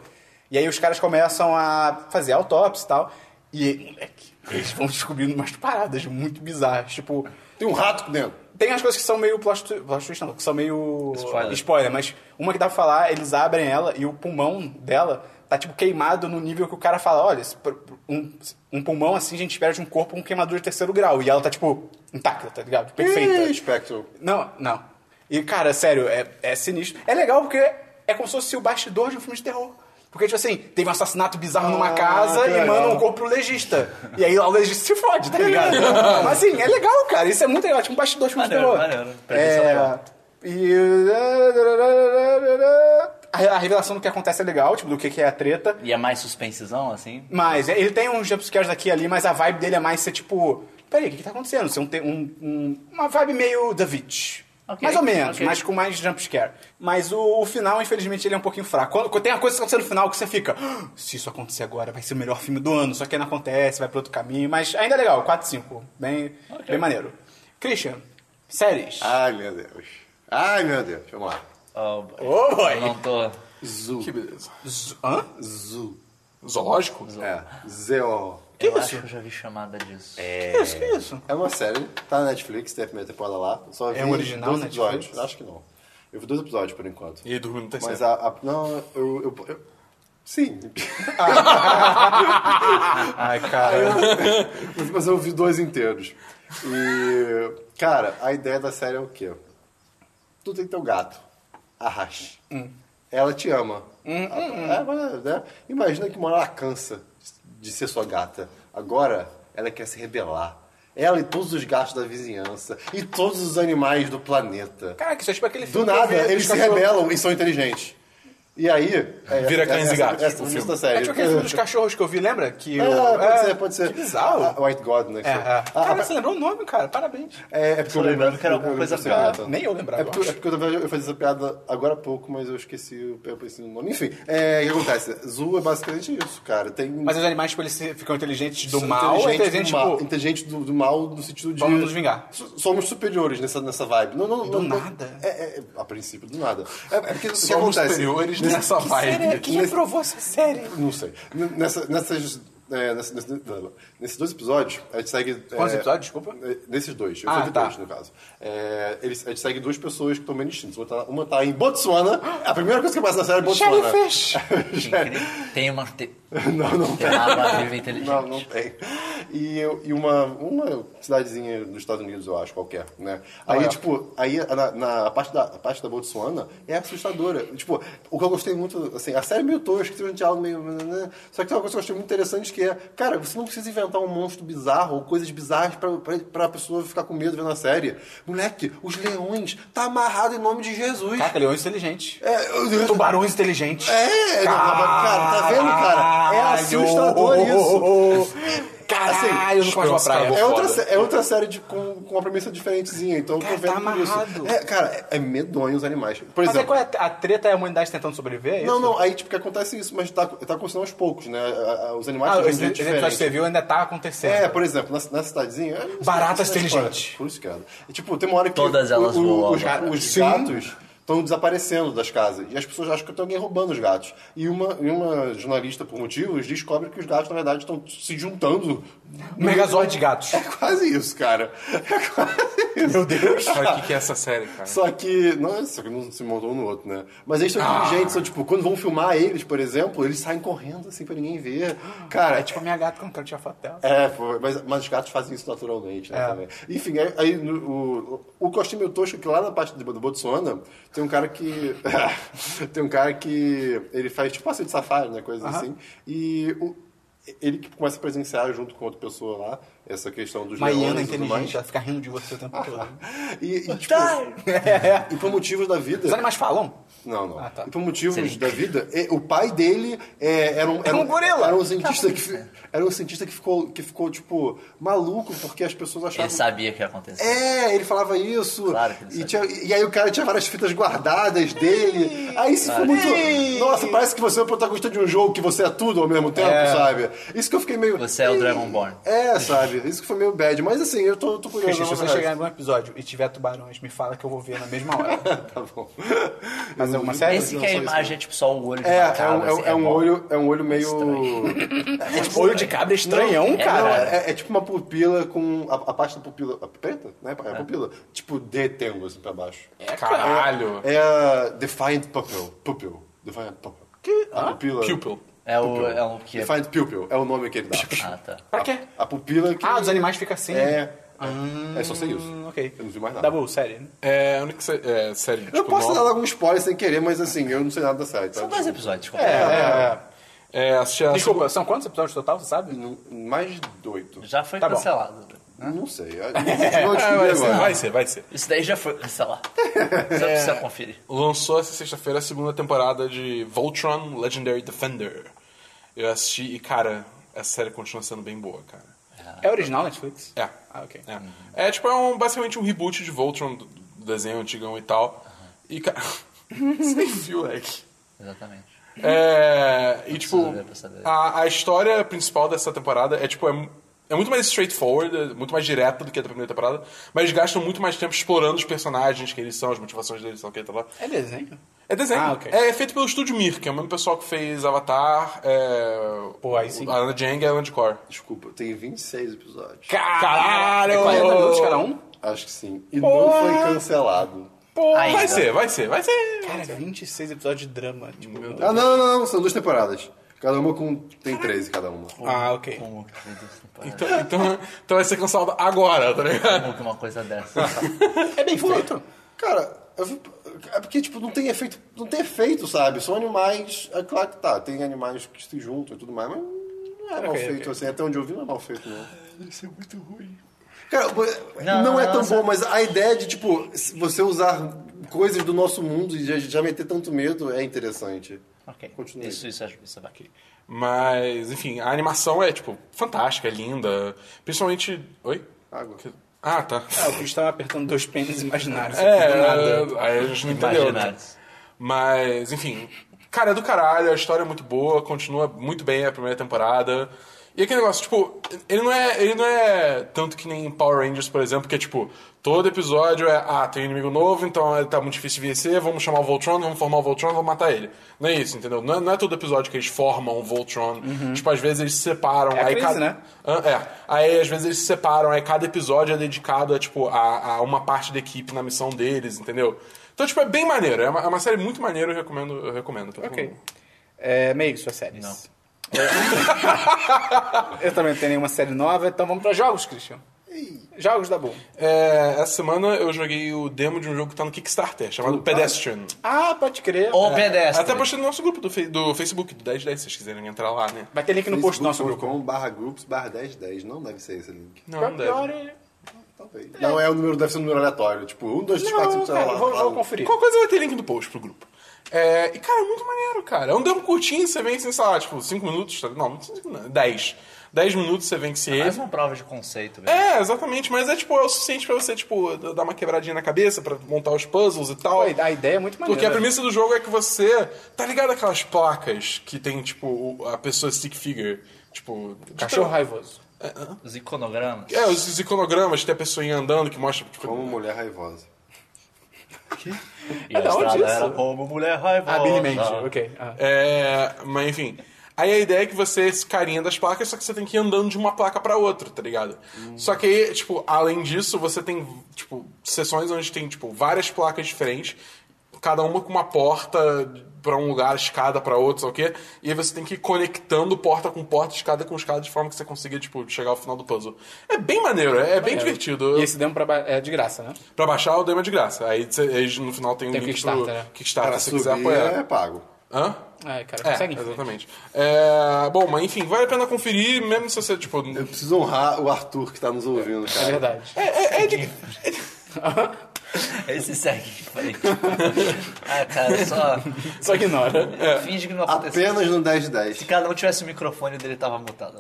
[SPEAKER 1] E aí os caras começam a fazer autópsia e tal. E, moleque, eles vão descobrindo umas paradas muito bizarras. Tipo,
[SPEAKER 2] Tem um rato dentro.
[SPEAKER 1] tem as coisas que são meio plot twi- plot twist, não, que são meio
[SPEAKER 4] Spoiler.
[SPEAKER 1] mas uma que dá pra falar, eles abrem ela e o pulmão dela tá tipo queimado no nível que o cara fala, olha, esse pr- um, um pulmão assim a gente espera de um corpo com queimadura de terceiro grau. E ela tá tipo intacta, tá ligado? Perfeita.
[SPEAKER 2] Ih, Spectral.
[SPEAKER 1] Não, não. E, cara, sério, é, é sinistro. É legal porque é como se fosse o bastidor de um filme de terror. Porque, tipo assim, teve um assassinato bizarro numa
[SPEAKER 4] Ah,
[SPEAKER 1] casa
[SPEAKER 2] que
[SPEAKER 1] e
[SPEAKER 2] legal.
[SPEAKER 1] manda um corpo pro legista. E aí lá o legista se fode, tá ligado? Mas assim, é legal, cara. Isso é muito legal. Tipo um bastidor de filme de terror. É,
[SPEAKER 4] Maneiro, maneiro. Premissa legal.
[SPEAKER 1] E... A, a revelação do que acontece é legal, tipo, do que, que é a treta.
[SPEAKER 4] E é mais suspensezão, assim?
[SPEAKER 1] Mas é, ele tem uns jumpscares aqui e ali, mas a vibe dele é mais ser tipo. Peraí, o que, que tá acontecendo? Ser um, te- um- um- uma vibe meio The Witch.
[SPEAKER 4] Ok,
[SPEAKER 1] mais ou menos,
[SPEAKER 4] ok.
[SPEAKER 1] mas com mais jumpscare. Mas o, o final, infelizmente, ele é um pouquinho fraco. Quando, quando tem a coisa que acontece no final que você fica. "Ah, Se isso acontecer agora, vai ser o melhor filme do ano. Só que aí não acontece, vai pra outro caminho. Mas ainda é legal, 4, 5. Bem, bem maneiro. Christian, séries.
[SPEAKER 2] Ai, meu Deus. Ai, meu Deus. Vamos lá.
[SPEAKER 4] Oh, boy.
[SPEAKER 1] Ô, boy.
[SPEAKER 4] Eu não tô...
[SPEAKER 2] Zoo.
[SPEAKER 3] Que beleza.
[SPEAKER 1] Z- Hã?
[SPEAKER 2] Zoo.
[SPEAKER 3] Zoológico?
[SPEAKER 2] É. Z-O.
[SPEAKER 1] Que
[SPEAKER 4] eu
[SPEAKER 1] isso?
[SPEAKER 4] acho que eu já vi chamada disso.
[SPEAKER 1] Que isso? Que isso?
[SPEAKER 2] É uma série, tá na Netflix, tem a primeira temporada lá. Eu Só vi
[SPEAKER 1] É um original
[SPEAKER 2] dois
[SPEAKER 1] Netflix?
[SPEAKER 2] episódios. Acho que não. Eu vi dois episódios por enquanto.
[SPEAKER 3] E aí dormiu no terceiro.
[SPEAKER 2] Mas
[SPEAKER 1] é.
[SPEAKER 2] a, a- Não, eu. eu- eu- sim.
[SPEAKER 1] Ai, cara.
[SPEAKER 2] Mas eu um vi dois inteiros. E. Cara, a ideia da série é o quê? Tu tem teu gato. Arraste.
[SPEAKER 3] Hum.
[SPEAKER 2] Ela te ama. Ela- é, mas, né? Imagina que uma hora ela cansa de ser sua gata. Agora ela quer se rebelar. Ela e todos os gatos da vizinhança. E todos os animais do planeta.
[SPEAKER 1] Caraca, isso é tipo aquele
[SPEAKER 2] Do
[SPEAKER 1] filme. que eu
[SPEAKER 2] nada,
[SPEAKER 1] vi dos
[SPEAKER 2] eles se
[SPEAKER 1] cachorros.
[SPEAKER 2] rebelam e são inteligentes. E aí. é-
[SPEAKER 3] Vira
[SPEAKER 2] é-
[SPEAKER 3] cães e
[SPEAKER 2] é-
[SPEAKER 3] gatos,
[SPEAKER 2] É,
[SPEAKER 3] o
[SPEAKER 2] o início
[SPEAKER 3] filme.
[SPEAKER 2] da
[SPEAKER 1] É
[SPEAKER 2] série.
[SPEAKER 1] tipo aquele filme dos cachorros que eu vi, lembra? Que
[SPEAKER 2] É,
[SPEAKER 1] o-
[SPEAKER 2] pode
[SPEAKER 1] é,
[SPEAKER 2] ser, pode ser.
[SPEAKER 1] Que bizarro.
[SPEAKER 2] A- a White God, né? que
[SPEAKER 1] É, é.
[SPEAKER 2] chama.
[SPEAKER 1] Cara,
[SPEAKER 2] Ah, a-
[SPEAKER 1] você lembrou o nome, cara. Parabéns.
[SPEAKER 2] É, é porque eu
[SPEAKER 4] lembrando que era
[SPEAKER 2] eu-
[SPEAKER 4] alguma
[SPEAKER 2] eu-
[SPEAKER 4] coisa
[SPEAKER 2] eu- eu-
[SPEAKER 4] pior.
[SPEAKER 2] eu-
[SPEAKER 1] Nem eu lembrava,
[SPEAKER 2] É porque,
[SPEAKER 1] eu acho.
[SPEAKER 2] é porque, na verdade, eu fiz essa piada agora há pouco, mas eu esqueci, o- eu pensei no nome. Enfim, é, o que acontece? Zoo é basicamente isso, cara. Tem
[SPEAKER 1] Mas os animais, tipo, eles se- ficam inteligentes do
[SPEAKER 2] são
[SPEAKER 1] mal ou inteligentes,
[SPEAKER 2] inteligentes do mal,
[SPEAKER 1] tipo...
[SPEAKER 2] inteligentes do, do mal no sentido de...
[SPEAKER 1] Vamos nos vingar.
[SPEAKER 2] So- Somos superiores nessa, nessa vibe. Não, não,
[SPEAKER 1] Do
[SPEAKER 2] não-
[SPEAKER 1] nada?
[SPEAKER 2] É, é, a princípio, do nada. É, é porque o que
[SPEAKER 3] Somos
[SPEAKER 2] acontece?
[SPEAKER 3] superiores
[SPEAKER 2] Nesse-
[SPEAKER 3] nessa
[SPEAKER 1] Sério?
[SPEAKER 3] vibe.
[SPEAKER 1] Quem aprovou essa série?
[SPEAKER 2] Não sei. N- Nessa, nessas é, nesse- nesse- nesses dois episódios, a gente segue.
[SPEAKER 1] Quantos
[SPEAKER 2] é,
[SPEAKER 1] episódios? Desculpa.
[SPEAKER 2] é, Nesses dois, eu
[SPEAKER 1] Ah,
[SPEAKER 2] ah,
[SPEAKER 1] tá.
[SPEAKER 2] dois, no caso. É, eles, a gente segue duas pessoas que estão bem distintas. Uma tá, uma tá em Botsuana,
[SPEAKER 1] Ah!
[SPEAKER 2] a primeira coisa que passa na série é Botsuana.
[SPEAKER 1] Jellyfish!
[SPEAKER 4] Incrível. Tem uma. Tem,
[SPEAKER 2] Não, não tem.
[SPEAKER 4] tem uma água viva inteligente.
[SPEAKER 2] Não, não tem. E, eu- e uma, uma cidadezinha dos Estados Unidos, eu acho, qualquer, né? Aí,
[SPEAKER 1] York.
[SPEAKER 2] tipo, aí na, na- a parte da, a parte da Botsuana é assustadora. Tipo, o que eu gostei muito, assim, a série é meio tosca, tem um diálogo meio... né? Só que tem uma coisa que eu achei muito interessante que é, cara, você não precisa inventar um monstro bizarro ou coisas bizarras pra, pra, pra pessoa ficar com medo vendo a série. Moleque, os leões tá amarrado em nome de Jesus.
[SPEAKER 1] Caraca, leões inteligentes.
[SPEAKER 2] É, eu-
[SPEAKER 1] Tubarões inteligentes.
[SPEAKER 2] É, cara, tá vendo, cara? É assustador isso.
[SPEAKER 1] Caralho, eu não conheço uma
[SPEAKER 3] Nossa,
[SPEAKER 1] praia.
[SPEAKER 3] acabou.
[SPEAKER 2] É outra,
[SPEAKER 3] Foda.
[SPEAKER 2] sé- é outra série de, com, com uma premissa diferentezinha, então eu
[SPEAKER 1] Cara,
[SPEAKER 2] tô vendo
[SPEAKER 1] tá
[SPEAKER 2] por
[SPEAKER 1] amarrado.
[SPEAKER 2] isso. É, cara, é- é medonho os animais. Por
[SPEAKER 1] Mas é
[SPEAKER 2] exemplo.
[SPEAKER 1] qual é a a treta é a humanidade tentando sobreviver? É
[SPEAKER 2] não,
[SPEAKER 1] isso?
[SPEAKER 2] não, aí tipo que acontece isso, mas tá, tá acontecendo aos poucos, né? A- a- Os animais
[SPEAKER 1] Ah,
[SPEAKER 2] têm um
[SPEAKER 1] esse
[SPEAKER 2] jeito
[SPEAKER 1] esse episódio que você
[SPEAKER 2] diferente.
[SPEAKER 1] viu ainda tá acontecendo.
[SPEAKER 2] É, por exemplo, na, na cidadezinha. é-
[SPEAKER 1] Baratas
[SPEAKER 2] isso é
[SPEAKER 1] inteligentes.
[SPEAKER 2] fora, Por isso, cara. E, tipo, tem uma hora que
[SPEAKER 4] Todas
[SPEAKER 2] o-
[SPEAKER 4] elas
[SPEAKER 2] o-
[SPEAKER 4] voam, né?
[SPEAKER 2] os, ga-
[SPEAKER 4] cara.
[SPEAKER 2] os
[SPEAKER 1] Sim.
[SPEAKER 2] gatos estão desaparecendo das casas. E as pessoas acham que tem alguém roubando os gatos. E uma, e uma jornalista, por motivos, descobre que os gatos, na verdade, estão se juntando.
[SPEAKER 1] Megazord de gatos.
[SPEAKER 2] É quase isso, cara. É quase isso.
[SPEAKER 1] Meu Deus.
[SPEAKER 3] Cara, o que, que é essa série, cara?
[SPEAKER 2] Só que. Não, é só que não se montou um no outro, né? Mas eles são
[SPEAKER 1] Ah.
[SPEAKER 2] inteligentes, são tipo, quando vão filmar eles, por exemplo, eles saem correndo assim pra ninguém ver. Cara,
[SPEAKER 1] É tipo a minha gata quando eu quero tirar foto dela.
[SPEAKER 2] é, pô, mas, mas os gatos fazem isso naturalmente, né?
[SPEAKER 1] É.
[SPEAKER 2] Também. Enfim, aí, aí no- o, o costume meio tosco é que lá na parte do, do Botsuana tem um cara que. tem um cara que. Ele faz tipo passeio de safari, né? Coisa assim. E o- ele que começa a presenciar junto com outra pessoa lá essa questão dos
[SPEAKER 1] Uma hiena
[SPEAKER 2] leões e tudo mais.
[SPEAKER 1] inteligente, ela fica rindo de você o tempo todo.
[SPEAKER 2] E, e, tipo,
[SPEAKER 4] Tá.
[SPEAKER 2] e por motivos da vida.
[SPEAKER 1] Os animais falam?
[SPEAKER 2] Não, não.
[SPEAKER 1] Ah, tá.
[SPEAKER 2] E por motivos
[SPEAKER 4] Seria
[SPEAKER 2] da vida, e- o pai dele é, era, um, era
[SPEAKER 1] um gorila.
[SPEAKER 2] Era um cientista, que, fi- era um cientista que, ficou, que ficou, tipo, maluco porque as pessoas achavam.
[SPEAKER 4] Ele sabia o que ia acontecer.
[SPEAKER 2] É, ele falava isso.
[SPEAKER 4] Claro que ele
[SPEAKER 2] e,
[SPEAKER 4] sabe.
[SPEAKER 2] tinha- e aí o cara tinha várias fitas guardadas dele. Aí isso ficou muito. Nossa, parece que você é o protagonista de um jogo que você é tudo ao mesmo tempo,
[SPEAKER 1] É.
[SPEAKER 2] sabe? Isso que eu fiquei meio.
[SPEAKER 4] Você é o
[SPEAKER 2] Ih.
[SPEAKER 4] Dragonborn.
[SPEAKER 2] É, sabe? Isso que foi meio bad. Mas assim, eu tô, tô curioso.
[SPEAKER 1] Cristian, se
[SPEAKER 2] na
[SPEAKER 1] você
[SPEAKER 2] verdade.
[SPEAKER 1] chegar em algum episódio e tiver tubarões, me fala que eu vou ver na mesma hora.
[SPEAKER 2] Tá bom.
[SPEAKER 1] Mas é uma
[SPEAKER 2] Eu-
[SPEAKER 1] série?
[SPEAKER 4] Esse que é a
[SPEAKER 2] Não, só isso
[SPEAKER 4] imagem, é tipo só o olho de
[SPEAKER 2] É,
[SPEAKER 4] uma
[SPEAKER 2] é,
[SPEAKER 4] cabra,
[SPEAKER 2] um, é um-
[SPEAKER 4] assim,
[SPEAKER 2] é um
[SPEAKER 4] bom.
[SPEAKER 2] olho, é um olho meio.
[SPEAKER 1] É tipo olho de cabra estranhão,
[SPEAKER 4] Não, é,
[SPEAKER 1] cara.
[SPEAKER 2] Não, é, é tipo uma pupila com. A, a parte da pupila. A preta? Né? É a pupila. Tipo, derretendo assim pra baixo.
[SPEAKER 3] Caralho.
[SPEAKER 2] É a Defiant Pupil. Pupil. Defiant Pupil. Que? A pupila.
[SPEAKER 3] Pupil.
[SPEAKER 4] É o, é um que...
[SPEAKER 2] Defiant Pupil. É o nome que ele dá.
[SPEAKER 4] Ah, tá.
[SPEAKER 1] Pra quê?
[SPEAKER 2] A pupila que.
[SPEAKER 1] Ah, os animais ficam assim.
[SPEAKER 2] É. É só sei isso.
[SPEAKER 1] Hum, ok.
[SPEAKER 2] Eu não vi mais nada.
[SPEAKER 1] Dabu, sério. né?
[SPEAKER 3] É a única sé- é, série.
[SPEAKER 2] Eu
[SPEAKER 3] tipo,
[SPEAKER 2] posso
[SPEAKER 3] nova.
[SPEAKER 2] dar algum spoiler sem querer, mas assim, eu não sei nada da série. Tá?
[SPEAKER 4] São dois episódios. tipo,
[SPEAKER 3] É, assisti a
[SPEAKER 1] Desculpa, são quantos episódios total, você sabe?
[SPEAKER 2] Não- Mais de oito.
[SPEAKER 4] Já foi
[SPEAKER 1] Tá bom.
[SPEAKER 4] cancelado.
[SPEAKER 2] Não sei. Eu- Vou descobrir
[SPEAKER 3] É, vai, ser,
[SPEAKER 2] agora.
[SPEAKER 3] vai ser, vai ser.
[SPEAKER 4] Isso daí já foi cancelado. Só precisa conferir.
[SPEAKER 3] Lançou essa sexta-feira a segunda temporada de Voltron Legendary Defender. Eu assisti e, cara, essa série continua sendo bem boa, cara.
[SPEAKER 1] É original Netflix?
[SPEAKER 3] É.
[SPEAKER 1] Ah, ok.
[SPEAKER 3] É, é tipo, é um, basicamente um reboot de Voltron, do, do desenho antigão e tal. E, cara... Sem fio, leque.
[SPEAKER 4] Exatamente.
[SPEAKER 3] É, e tipo,
[SPEAKER 4] ver pra saber.
[SPEAKER 3] a, a história principal dessa temporada é tipo, é, mu- é muito mais straightforward, é muito mais direta do que a da primeira temporada, mas gastam muito mais tempo explorando os personagens, quem eles são, as motivações deles, tal, que tal, lá.
[SPEAKER 1] É desenho?
[SPEAKER 3] É desenho.
[SPEAKER 1] Ah, ok.
[SPEAKER 3] É feito pelo estúdio Mir, que é o mesmo pessoal que fez Avatar, é,
[SPEAKER 1] Pô, aí sim.
[SPEAKER 3] a Ana Jang e a Landcore.
[SPEAKER 2] Desculpa, tem 26 episódios.
[SPEAKER 1] É 40 minutos cada um?
[SPEAKER 2] Acho que sim. E não foi cancelado.
[SPEAKER 1] Pô,
[SPEAKER 4] Ainda.
[SPEAKER 3] Vai ser, vai ser, vai ser.
[SPEAKER 1] Cara, 26 episódios de drama. Tipo,
[SPEAKER 2] Ah, não, não, não, não, São duas temporadas. Cada uma com. Tem 13 cada uma.
[SPEAKER 1] ah, ok.
[SPEAKER 4] Como Um que Deus não para.
[SPEAKER 3] Então, então, então vai ser cancelado agora, tá ligado?
[SPEAKER 4] Como que uma coisa dessa?
[SPEAKER 1] É bem feito.
[SPEAKER 2] Cara, eu vi- é porque, tipo, não tem efeito. Não tem efeito, sabe? São animais. É claro que tá, tem animais que se juntam e tudo mais, mas não é mal
[SPEAKER 1] Ok,
[SPEAKER 2] feito,
[SPEAKER 1] ok.
[SPEAKER 2] assim. Até onde eu vi não é mal feito, não. Isso é muito ruim. Cara, não,
[SPEAKER 4] não,
[SPEAKER 2] é tão
[SPEAKER 4] não,
[SPEAKER 2] bom, mas a ideia de, tipo, se você usar coisas do nosso mundo e já, já meter tanto medo é interessante.
[SPEAKER 4] ok.
[SPEAKER 2] Continue.
[SPEAKER 4] Isso, isso, é- isso é bacana.
[SPEAKER 3] Mas, enfim, a animação é, tipo, fantástica, é linda. Principalmente. Oi?
[SPEAKER 2] Água.
[SPEAKER 3] Que- Ah, tá.
[SPEAKER 1] Ah, o Chris tava apertando dois pênis imaginários. tá
[SPEAKER 3] É,
[SPEAKER 1] do nada.
[SPEAKER 3] aí a gente não entendeu. né?
[SPEAKER 4] Imaginários.
[SPEAKER 3] Mas, enfim, cara, é do caralho, a história é muito boa, continua muito bem a primeira temporada. E aquele negócio, tipo, ele não é. Ele não é tanto que nem em Power Rangers, por exemplo, que é tipo, todo episódio é, ah, tem um inimigo novo, então ele tá muito difícil de vencer, vamos chamar o Voltron, vamos formar o Voltron, vamos matar ele. Não é isso, entendeu? Não é, não é todo episódio que eles formam o Voltron. Tipo, às vezes eles se separam.
[SPEAKER 1] Uhum. É a
[SPEAKER 3] aí
[SPEAKER 1] crise,
[SPEAKER 3] cada-
[SPEAKER 1] né?
[SPEAKER 3] Ah, É. Aí às vezes eles se separam, aí cada episódio é dedicado a, tipo, a, a uma parte da equipe na missão deles, entendeu? Então, tipo, é bem maneiro. É uma, é uma série muito maneira, eu recomendo, eu recomendo. pra todo
[SPEAKER 1] Ok.
[SPEAKER 3] mundo.
[SPEAKER 1] É, meio suas séries.
[SPEAKER 4] Não.
[SPEAKER 1] É. Eu também não tenho nenhuma série nova, então vamos pra jogos, Christian. Jogos da Boom.
[SPEAKER 3] É, essa semana eu joguei o demo de um jogo que tá no Kickstarter, chamado Pedestrian.
[SPEAKER 1] Ah, pode crer.
[SPEAKER 3] Oh.
[SPEAKER 4] O pedestre.
[SPEAKER 3] Até postei no nosso grupo do, fe- do Facebook, do 1010, se vocês quiserem entrar lá, né?
[SPEAKER 1] Vai ter link no post do nosso grupo.
[SPEAKER 2] facebook.com barra groups barra 1010. Não deve ser esse link.
[SPEAKER 3] Não, não
[SPEAKER 1] Pior
[SPEAKER 3] deve.
[SPEAKER 1] é-
[SPEAKER 2] Talvez. Não é o número, deve ser um número aleatório. Tipo, 1, 2, 3, 4,
[SPEAKER 1] Não,
[SPEAKER 2] 5, 6,
[SPEAKER 1] cara, vou, vou conferir.
[SPEAKER 3] Qualquer coisa vai ter link no post pro grupo. É, e, cara, é muito maneiro, cara. É um demo curtinho, você vence em, sei lá, tipo, 5 minutos. tá? Não, não 5 não, 10. 10 minutos você vence
[SPEAKER 4] Mais
[SPEAKER 3] ele.
[SPEAKER 4] uma prova de conceito, velho.
[SPEAKER 3] É, exatamente, mas é tipo, é o suficiente pra você, tipo, d- dar uma quebradinha na cabeça, pra montar os puzzles e tal.
[SPEAKER 1] Pô, a ideia é muito maneira.
[SPEAKER 3] Porque a premissa do jogo é que você. Tá ligado aquelas placas que tem, tipo, o- a pessoa stick figure? Tipo,
[SPEAKER 1] Cachorro raivoso.
[SPEAKER 4] Os iconogramas.
[SPEAKER 3] É, os, os iconogramas que tem a pessoinha andando que mostra. Tipo,
[SPEAKER 2] Como mulher raivosa.
[SPEAKER 4] E a
[SPEAKER 1] da onde
[SPEAKER 4] estrada
[SPEAKER 1] isso?
[SPEAKER 4] era como mulher raivosa.
[SPEAKER 1] Ah, Billy Mandy, ok. Ah.
[SPEAKER 3] É, mas enfim. Aí a ideia é que você é esse carinha das placas, só que você tem que ir andando de uma placa pra outra, tá ligado? Só que aí, tipo, além disso, você tem, tipo, sessões onde tem, tipo, várias placas diferentes, cada uma com uma porta pra um lugar, escada pra outro, sei o quê? E aí você tem que ir conectando porta com porta, escada com escada, de forma que você consiga, tipo, chegar ao final do puzzle. É bem maneiro, é, bem divertido.
[SPEAKER 1] E esse demo pra ba- é de graça, né?
[SPEAKER 3] Pra baixar, o demo é de graça. Aí, cê- aí no final tem um
[SPEAKER 1] Tem o
[SPEAKER 3] link
[SPEAKER 1] Kickstarter,
[SPEAKER 3] pro
[SPEAKER 1] né?
[SPEAKER 3] Kickstarter,
[SPEAKER 2] Pra
[SPEAKER 3] se você quiser
[SPEAKER 2] subir
[SPEAKER 3] apoiar.
[SPEAKER 2] é pago.
[SPEAKER 3] Hã?
[SPEAKER 1] Ai, cara,
[SPEAKER 3] É,
[SPEAKER 1] consegue.
[SPEAKER 3] exatamente. É, bom, mas enfim, vale a pena conferir, mesmo se você, tipo...
[SPEAKER 2] Eu preciso honrar o Arthur que tá nos ouvindo,
[SPEAKER 1] É
[SPEAKER 2] cara.
[SPEAKER 1] verdade.
[SPEAKER 4] É Esse segue em frente. ah, cara, só
[SPEAKER 1] Só ignora.
[SPEAKER 3] É.
[SPEAKER 4] finge que não aconteceu.
[SPEAKER 2] Apenas no 1010.
[SPEAKER 4] Se cada um tivesse o microfone dele, tava mutado.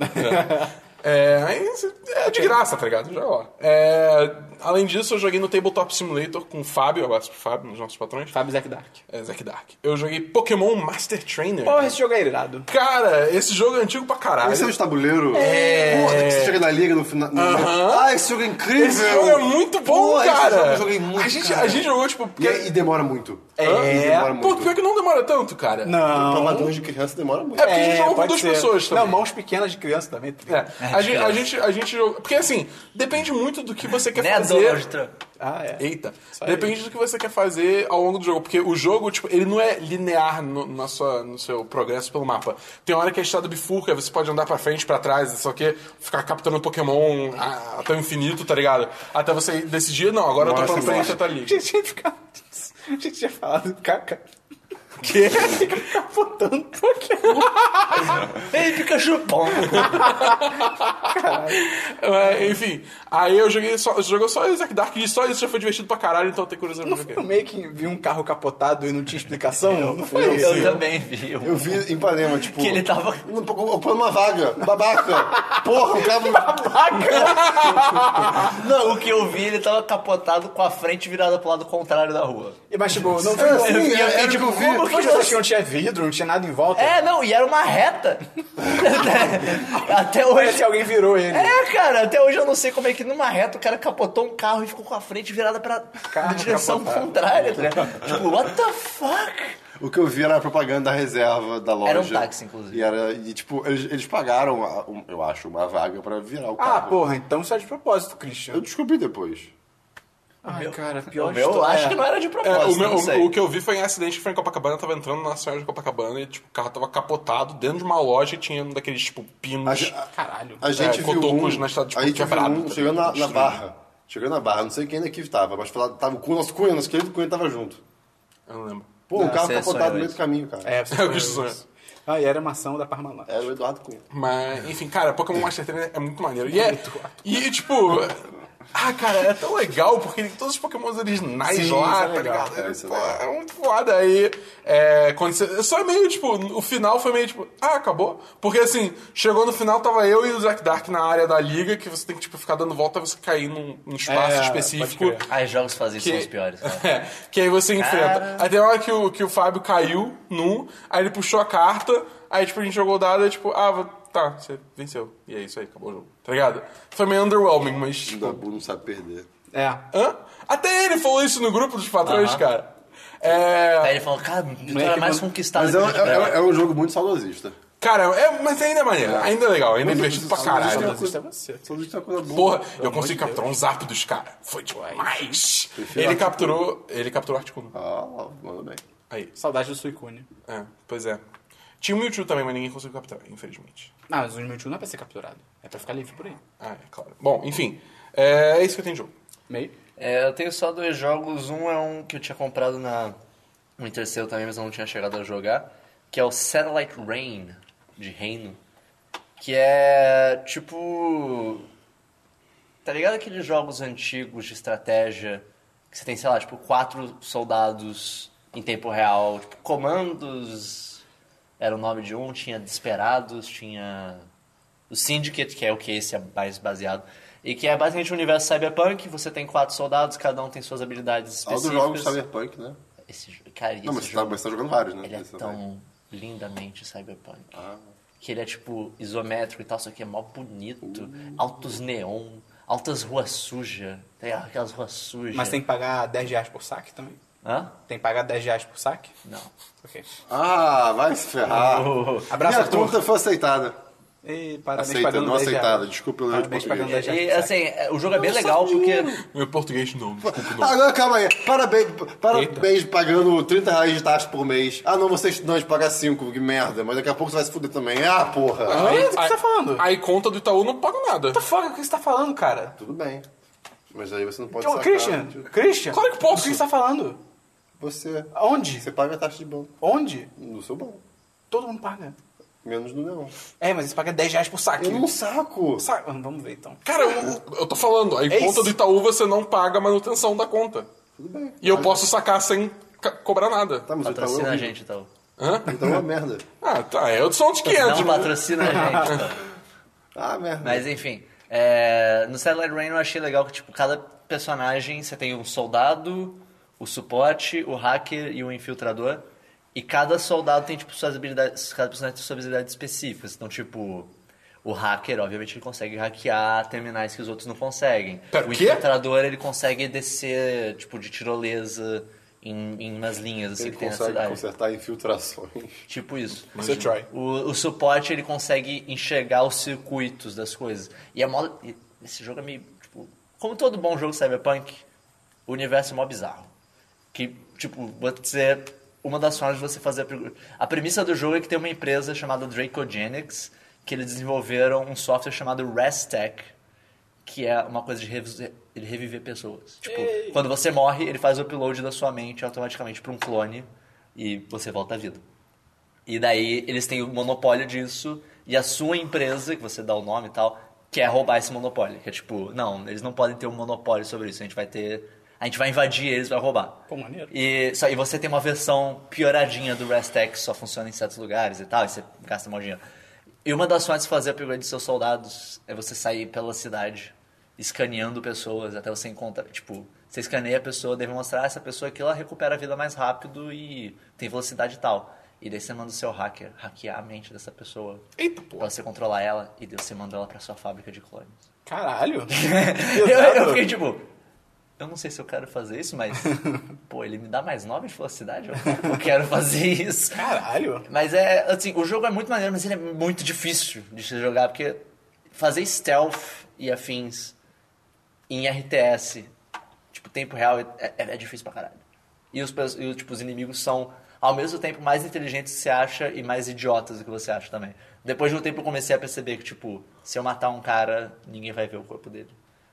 [SPEAKER 3] É, mas é de graça, tá ligado? Já, ó. É, além disso, eu joguei no Tabletop Simulator com o Fábio, abraço pro Fábio, nos nossos patrões.
[SPEAKER 1] Fábio Zack Dark.
[SPEAKER 3] É, Zack Dark. Eu joguei Pokémon Master Trainer.
[SPEAKER 1] Porra, esse jogo é irado.
[SPEAKER 3] Cara, esse jogo é antigo pra caralho.
[SPEAKER 2] Esse é um de tabuleiro? É. Porra, que você chega na liga no final. no- Ah, esse jogo é incrível!
[SPEAKER 3] Esse jogo é muito bom,
[SPEAKER 2] Pô, esse
[SPEAKER 3] cara!
[SPEAKER 2] jogo eu joguei muito,
[SPEAKER 3] a, gente,
[SPEAKER 2] cara.
[SPEAKER 3] a gente jogou, tipo...
[SPEAKER 2] E, é- e demora muito. E demora
[SPEAKER 3] Pô,
[SPEAKER 2] muito.
[SPEAKER 3] pior que não demora tanto, cara.
[SPEAKER 2] Pra
[SPEAKER 1] Não.
[SPEAKER 2] amadores de criança demora muito.
[SPEAKER 3] É porque a gente jogou com
[SPEAKER 1] pode
[SPEAKER 3] duas
[SPEAKER 1] ser.
[SPEAKER 3] pessoas também.
[SPEAKER 1] Não, mãos pequenas de criança também.
[SPEAKER 3] É, a, gente, a, gente, a gente jogou. Porque assim, depende muito do que você quer
[SPEAKER 4] né, Donald
[SPEAKER 3] fazer.
[SPEAKER 4] Trump?
[SPEAKER 1] Ah, é.
[SPEAKER 3] Eita.
[SPEAKER 1] aí.
[SPEAKER 3] Depende do que você quer fazer ao longo do jogo. Porque o jogo, tipo, ele não é linear no, na sua, no seu progresso pelo mapa. Tem hora que a estrada bifurca, você pode andar pra frente, pra trás, só que ficar capturando Pokémon a- até o infinito, tá ligado? Até você decidir, não, agora eu tô
[SPEAKER 2] Nossa,
[SPEAKER 3] pra frente,
[SPEAKER 2] nossa.
[SPEAKER 3] eu tô ali.
[SPEAKER 1] A gente tinha ficado. A gente tinha falado caca.
[SPEAKER 3] Que?
[SPEAKER 1] Capotando Pokémon.
[SPEAKER 4] Ei, Pikachu! Bom,
[SPEAKER 3] É, enfim, aí eu joguei só, jogou só o Zack Dark e só isso já foi divertido pra caralho, então eu tenho curiosidade pra
[SPEAKER 1] No
[SPEAKER 3] jogar.
[SPEAKER 1] meio que vi um carro capotado e não tinha explicação. não foi isso.
[SPEAKER 4] eu também vi.
[SPEAKER 2] Eu vi em Ipanema, tipo.
[SPEAKER 4] Que ele tava-
[SPEAKER 2] Não, Ocupando uma vaga. Babaca. Porra, o cara.
[SPEAKER 4] Não, o que eu vi, ele tava capotado com a frente virada pro lado contrário da rua.
[SPEAKER 1] Mas, tipo, não
[SPEAKER 2] É,
[SPEAKER 1] foi.
[SPEAKER 2] assim,
[SPEAKER 4] eu
[SPEAKER 2] era o
[SPEAKER 4] vi,
[SPEAKER 2] que
[SPEAKER 4] tipo,
[SPEAKER 2] eu vi.
[SPEAKER 1] Por que você acha que não tinha vidro, não tinha nada em volta?
[SPEAKER 4] É, não, e era uma reta. Até
[SPEAKER 1] Parece
[SPEAKER 4] hoje.
[SPEAKER 1] que alguém virou ele.
[SPEAKER 4] É, cara, até hoje eu não sei como é que numa reta o cara capotou um carro e ficou com a frente virada pra
[SPEAKER 1] Carro
[SPEAKER 4] direção
[SPEAKER 1] capotado.
[SPEAKER 4] contrária, tá ligado? Tipo, what the fuck?
[SPEAKER 2] O que eu vi era a propaganda da reserva da loja.
[SPEAKER 4] Era um táxi, inclusive.
[SPEAKER 2] E, era, e tipo, eles, eles pagaram, a- um- eu acho, uma vaga pra virar o carro.
[SPEAKER 1] Ah, porra, então isso é de propósito, Christian.
[SPEAKER 2] Eu descobri depois.
[SPEAKER 1] Ai, cara, pior
[SPEAKER 4] O meu, eu
[SPEAKER 1] história.
[SPEAKER 4] acho que não era de
[SPEAKER 3] É,
[SPEAKER 4] propósito,
[SPEAKER 3] o, meu-
[SPEAKER 4] não sei.
[SPEAKER 3] o- o que eu vi foi em acidente que foi em Copacabana, eu tava entrando na senhora de Copacabana e tipo, o carro tava capotado dentro de uma loja e tinha um daqueles tipo
[SPEAKER 2] A,
[SPEAKER 3] pinos.
[SPEAKER 2] ge- a-
[SPEAKER 1] Caralho.
[SPEAKER 2] a gente viu
[SPEAKER 3] cotocos
[SPEAKER 2] um,
[SPEAKER 3] na estrada de
[SPEAKER 2] a gente viu
[SPEAKER 3] quebrado,
[SPEAKER 2] um
[SPEAKER 3] tá
[SPEAKER 2] chegando na, na
[SPEAKER 3] destruído.
[SPEAKER 2] barra. Chegando na barra, não sei quem daqui estava, mas falava- tava com o nosso cunha, nosso querido cunha tava junto.
[SPEAKER 3] Eu não lembro.
[SPEAKER 2] Pô,
[SPEAKER 4] Não,
[SPEAKER 2] o carro
[SPEAKER 4] Ah, você
[SPEAKER 2] capotado
[SPEAKER 4] sonhou
[SPEAKER 2] no meio
[SPEAKER 4] isso.
[SPEAKER 2] do caminho, cara.
[SPEAKER 1] É, você
[SPEAKER 3] É o que isso é.
[SPEAKER 1] Ah, e era uma ação da Parmalat.
[SPEAKER 2] Era o Eduardo Cunha.
[SPEAKER 3] Tá. Mas, enfim, cara, Pokémon Master Trainer é muito maneiro. E, é, e tipo. Ah, cara, é tão legal, porque tem todos os Pokémon originais
[SPEAKER 1] Sim, isso
[SPEAKER 3] lá,
[SPEAKER 1] é
[SPEAKER 3] tá
[SPEAKER 1] legal,
[SPEAKER 3] ligado?
[SPEAKER 2] é,
[SPEAKER 3] É,
[SPEAKER 2] isso é
[SPEAKER 3] pô,
[SPEAKER 2] legal.
[SPEAKER 3] é muito foda. Aí, é, quando você, só é meio, tipo, o final foi meio, tipo, ah, acabou? Porque, assim, chegou no final, tava eu e o Zack Dark na área da liga, que você tem que, tipo, ficar dando volta, você cair num, num espaço
[SPEAKER 1] É,
[SPEAKER 3] específico.
[SPEAKER 1] pode crer.
[SPEAKER 4] Ai, Ah, jogos fazem isso
[SPEAKER 3] Que-
[SPEAKER 4] são os piores, né? cara.
[SPEAKER 3] É, que aí você enfrenta.
[SPEAKER 4] Cara.
[SPEAKER 3] Aí tem uma hora que o, que o Fábio caiu num, aí ele puxou a carta, aí tipo, a gente jogou o dado e tipo, ah, vou- tá, você venceu. E é isso aí, acabou o jogo. Tá ligado? Foi meio underwhelming, mas.
[SPEAKER 2] O
[SPEAKER 3] Tipo,
[SPEAKER 2] Dabu não sabe perder.
[SPEAKER 1] É.
[SPEAKER 3] hã? Até ele falou isso no grupo dos patrões,
[SPEAKER 4] Aham.
[SPEAKER 3] cara. É.
[SPEAKER 4] Aí ele falou, cara, tu era mais conquistado
[SPEAKER 2] Mas
[SPEAKER 4] que
[SPEAKER 2] é,
[SPEAKER 4] o
[SPEAKER 2] um-
[SPEAKER 4] Red Dead.
[SPEAKER 2] é- é um jogo muito saudosista.
[SPEAKER 3] Cara, é, mas ainda é maneiro, ainda é legal, ainda é divertido pra
[SPEAKER 2] Saudosista é uma
[SPEAKER 3] caralho.
[SPEAKER 2] coisa-
[SPEAKER 1] é você.
[SPEAKER 2] Saudosista é uma coisa boa.
[SPEAKER 3] Porra, eu consegui capturar um zap dos caras. Foi
[SPEAKER 2] é
[SPEAKER 3] demais. Ele capturou. Ele capturou o Articuno.
[SPEAKER 2] Ah, manda bem.
[SPEAKER 3] Aí.
[SPEAKER 1] Saudade do Suicune.
[SPEAKER 3] É, pois é. Tinha o Mewtwo também, mas ninguém conseguiu capturar, infelizmente.
[SPEAKER 1] Ah, mas o Mewtwo não é pra ser capturado. É pra ficar livre por aí.
[SPEAKER 3] Ah, é claro. Bom, enfim. É, é isso que eu tenho de jogo.
[SPEAKER 1] Meio.
[SPEAKER 4] É, eu tenho só dois jogos. Um é um que eu tinha comprado na um terceiro também, mas eu não tinha chegado a jogar, que é o Satellite Rain de Reino, que é tipo Tá ligado aqueles jogos antigos de estratégia que você tem, sei lá, tipo, quatro soldados em tempo real, tipo, comandos era o nome de um, tinha Desperados, tinha o Syndicate, que é o que esse é mais baseado, e que é basicamente o universo cyberpunk, você tem quatro soldados, cada um tem suas habilidades
[SPEAKER 2] Aldo joga de
[SPEAKER 4] específicas.
[SPEAKER 2] Cyberpunk, né?
[SPEAKER 4] Esse, jo- cara, e
[SPEAKER 2] Não, mas
[SPEAKER 4] esse
[SPEAKER 2] você, tá,
[SPEAKER 4] jogo,
[SPEAKER 2] mas você tá jogando vários, né?
[SPEAKER 4] ele é
[SPEAKER 2] Esse também.
[SPEAKER 4] tão lindamente cyberpunk.
[SPEAKER 2] Ah.
[SPEAKER 4] Que ele é tipo isométrico e tal, só que é mó bonito.
[SPEAKER 2] Uh.
[SPEAKER 4] Altos neon, altas ruas sujas. Tem aquelas ruas sujas.
[SPEAKER 1] Mas tem que pagar 10 reais por saque também?
[SPEAKER 4] Hã?
[SPEAKER 1] Tem que pagar 10 reais por saque?
[SPEAKER 4] Não.
[SPEAKER 1] Ok.
[SPEAKER 2] Ah, vai se ferrar.
[SPEAKER 4] Oh.
[SPEAKER 1] Abraço,
[SPEAKER 2] Minha
[SPEAKER 1] Arthur.
[SPEAKER 2] conta foi aceitada.
[SPEAKER 1] E parabéns
[SPEAKER 2] Aceita,
[SPEAKER 1] pagando
[SPEAKER 2] não
[SPEAKER 1] 10 reais.
[SPEAKER 2] aceitada. Tipo, Desculpa eu erro de
[SPEAKER 1] Parabéns
[SPEAKER 2] português.
[SPEAKER 1] pagando
[SPEAKER 4] E,
[SPEAKER 1] 10 reais.
[SPEAKER 4] e,
[SPEAKER 1] por saque.
[SPEAKER 4] assim, é, o jogo é bem legal porque.
[SPEAKER 3] Meu português não, desculpa, não.
[SPEAKER 2] Agora calma aí, parabéns, parabéns pagando 30 reais de taxa por mês. Ah não, você é estudante paga 5, que merda, mas daqui a pouco você vai se fuder também. Ah, porra!
[SPEAKER 1] Hã? O que você tá falando?
[SPEAKER 3] Aí conta do Itaú não paga nada.
[SPEAKER 1] What the fuck? O que você tá falando, cara?
[SPEAKER 2] Tudo bem. Mas aí você não pode
[SPEAKER 1] Ô,
[SPEAKER 2] sacar.
[SPEAKER 1] Christian, Christian.
[SPEAKER 3] Claro que posso.
[SPEAKER 1] O que você tá falando?
[SPEAKER 2] Você,
[SPEAKER 1] Onde?
[SPEAKER 2] você paga a taxa de banco.
[SPEAKER 1] Onde?
[SPEAKER 2] No seu banco.
[SPEAKER 1] Todo mundo paga.
[SPEAKER 2] Menos no não.
[SPEAKER 1] É, mas você paga 10 reais por saque.
[SPEAKER 2] Eu não saco.
[SPEAKER 1] Sa- Vamos ver então.
[SPEAKER 3] Cara, eu, eu tô falando, aí
[SPEAKER 1] É
[SPEAKER 3] conta
[SPEAKER 1] isso.
[SPEAKER 3] do Itaú você não paga a manutenção da conta.
[SPEAKER 2] Tudo bem. Ah,
[SPEAKER 3] E eu posso sacar sem ca- cobrar nada.
[SPEAKER 2] Tá, mas o Itaú é
[SPEAKER 4] Patrocina a
[SPEAKER 2] horrível.
[SPEAKER 4] gente, então.
[SPEAKER 3] Hã?
[SPEAKER 2] Então é uma merda.
[SPEAKER 3] Ah, tá, eu sou um de 500.
[SPEAKER 2] tipo,
[SPEAKER 4] Não
[SPEAKER 3] mas-
[SPEAKER 4] patrocina a gente, então.
[SPEAKER 2] Ah, merda.
[SPEAKER 4] Mas enfim, é, no Satellite Rain eu achei legal que, tipo, cada personagem você tem um soldado, o suporte, o hacker e o infiltrador. E cada soldado tem, tipo, suas habilidades. Cada personagem tem suas habilidades específicas. Então, tipo, o hacker, obviamente, ele consegue hackear terminais que os outros não conseguem.
[SPEAKER 3] Pera,
[SPEAKER 4] o
[SPEAKER 3] quê?
[SPEAKER 4] infiltrador, ele consegue descer, tipo, de tirolesa em, em umas linhas, assim,
[SPEAKER 2] Ele
[SPEAKER 4] que tem na
[SPEAKER 2] consegue
[SPEAKER 4] cidade.
[SPEAKER 2] consertar infiltrações.
[SPEAKER 4] Tipo isso.
[SPEAKER 1] Você try.
[SPEAKER 4] O, o suporte ele consegue enxergar os circuitos das coisas. E é mó, e esse jogo é meio. Tipo, como todo bom jogo cyberpunk, o universo é mó bizarro. Que, tipo, você. Uma das formas de você fazer. A, pre- a premissa do jogo é que tem uma empresa chamada Dracogenics, que eles desenvolveram um software chamado Restec, que é uma coisa de revis- ele reviver pessoas. Tipo, quando você morre, ele faz o upload da sua mente automaticamente para um clone e você volta à vida. E daí eles têm o monopólio disso e a sua empresa, que você dá o nome e tal, quer roubar esse monopólio. Que é tipo, não, eles não podem ter um monopólio sobre isso. A gente vai ter. A gente vai invadir eles, vai roubar.
[SPEAKER 1] Pô, maneiro.
[SPEAKER 4] E, só, e você tem uma versão pioradinha do Restec que só funciona em certos lugares e tal, e você gasta mó dinheiro. E uma das formas de fazer a upgrade dos seus soldados é você sair pela cidade escaneando pessoas até você encontrar. Tipo, você escaneia a pessoa, deve mostrar essa pessoa que ela recupera a vida mais rápido e tem velocidade e tal. E daí você manda o seu hacker hackear a mente dessa pessoa.
[SPEAKER 3] Eita, porra.
[SPEAKER 4] Pra você controlar ela e daí você manda ela pra sua fábrica de clones.
[SPEAKER 1] Caralho.
[SPEAKER 4] Eu, eu
[SPEAKER 1] Pesado.
[SPEAKER 4] fiquei tipo, eu não sei se eu quero fazer isso, mas. pô, ele me dá mais 9 de velocidade? Eu, eu quero fazer isso.
[SPEAKER 1] Caralho.
[SPEAKER 4] Mas é, assim, o jogo é muito maneiro, mas ele é muito difícil de se jogar, porque fazer stealth e afins em RTS, tipo, tempo real, é, é- é difícil pra caralho. E os, pers- e, tipo, os inimigos são, ao mesmo tempo, mais inteligentes que você acha e mais idiotas do que você acha também. Depois de um tempo eu comecei a perceber que, tipo, se eu matar um cara, ninguém vai ver o corpo dele.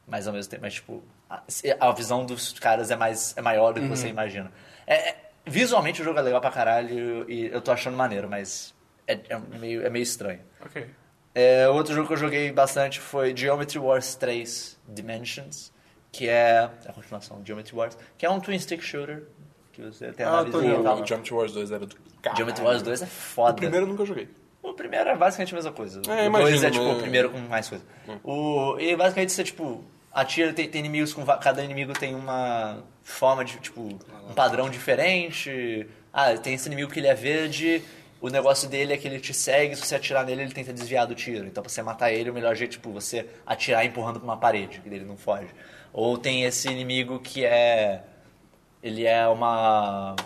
[SPEAKER 4] Mas ao mesmo tempo, mas, tipo, a, se- a visão dos caras é, mais, é maior do que você imagina. É- é- visualmente o jogo é legal pra caralho e eu tô achando maneiro, mas é- é meio, é meio estranho.
[SPEAKER 1] Ok.
[SPEAKER 4] É, outro jogo que eu joguei bastante foi Geometry Wars 3 Dimensions, que é a continuação de Geometry Wars, que é um twin stick shooter que você tem
[SPEAKER 3] Ah, eu
[SPEAKER 4] análise
[SPEAKER 3] tô
[SPEAKER 4] e
[SPEAKER 3] ligado. O
[SPEAKER 4] tal.
[SPEAKER 3] Jump Wars 2 era do caralho.
[SPEAKER 4] Geometry Wars 2 é
[SPEAKER 3] O
[SPEAKER 4] foda.
[SPEAKER 3] primeiro eu nunca joguei.
[SPEAKER 4] O primeiro é basicamente a mesma coisa.
[SPEAKER 3] É,
[SPEAKER 4] o dois
[SPEAKER 3] imagino,
[SPEAKER 4] é tipo
[SPEAKER 3] né? É.
[SPEAKER 4] o primeiro com mais coisa. O, e basicamente você, tipo, atira, tem, tem inimigos com. va- Cada inimigo tem uma forma de, tipo, um padrão diferente. Ah, tem esse inimigo que ele é verde O negócio dele é que ele te segue, se você atirar nele, ele tenta desviar do tiro. Então, pra você matar ele, o melhor jeito é tipo, você atirar empurrando pra uma parede, que ele não foge. Ou tem esse inimigo que é. Ele é uma.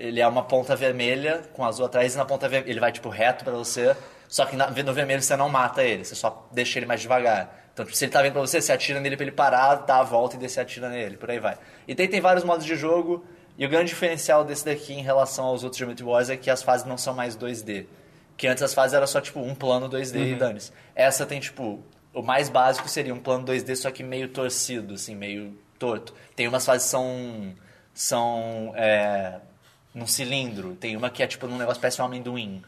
[SPEAKER 4] Ele é uma ponta vermelha com azul atrás e na ponta vermelha. Ele vai tipo reto pra você. Só que na- no vermelho você não mata ele, você só deixa ele mais devagar. Então, tipo, se ele tá vindo pra você, você atira nele pra ele parar, dá a volta e descer atira nele, por aí vai. E tem, tem vários modos de jogo, e o grande diferencial desse daqui em relação aos outros Geometry Wars é que as fases não são mais 2D. Que antes as fases eram só, tipo, um plano 2D e dane-se. Essa tem, tipo, o mais básico seria um plano 2D, só que meio torcido, assim, meio torto. Tem umas fases que são. são. É, num cilindro. Tem uma que é, tipo, num negócio parece um amendoim.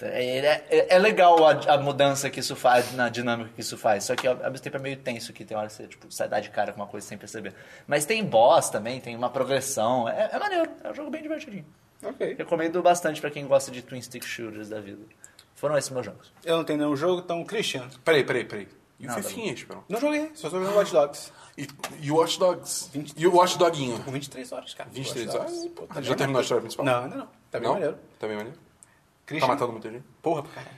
[SPEAKER 4] É, é- é- é legal a, a mudança que isso faz, na dinâmica que isso faz. Só que ao ao mesmo tempo é meio tenso que tem hora que você tipo, sai dar de cara com uma coisa sem perceber. Mas tem boss também, tem uma progressão. É, é maneiro, é um jogo bem divertidinho.
[SPEAKER 1] Ok.
[SPEAKER 4] Recomendo bastante pra quem gosta de Twin Stick Shooters da vida. Foram esses meus jogos.
[SPEAKER 1] Eu não tenho nenhum jogo, então, Christian.
[SPEAKER 3] Peraí, peraí, peraí. E o
[SPEAKER 4] Nada.
[SPEAKER 3] Fifinha, Esperão?
[SPEAKER 1] Não joguei, só tô jogando Watch Dogs.
[SPEAKER 3] E, e o Watch Dogs? E o Watch Doguinho?
[SPEAKER 1] Com 23 horas, cara.
[SPEAKER 3] 23
[SPEAKER 1] Watch Dogs.
[SPEAKER 3] horas?
[SPEAKER 1] Pô, tá
[SPEAKER 3] Ah,
[SPEAKER 2] Ah,
[SPEAKER 3] Já
[SPEAKER 1] bem
[SPEAKER 3] terminou a história principal?
[SPEAKER 1] Não, ainda não. Tá bem
[SPEAKER 3] não?
[SPEAKER 1] maneiro.
[SPEAKER 3] Tá bem maneiro?
[SPEAKER 1] Christian.
[SPEAKER 3] Tá matando muita gente?
[SPEAKER 1] Porra, pra caralho.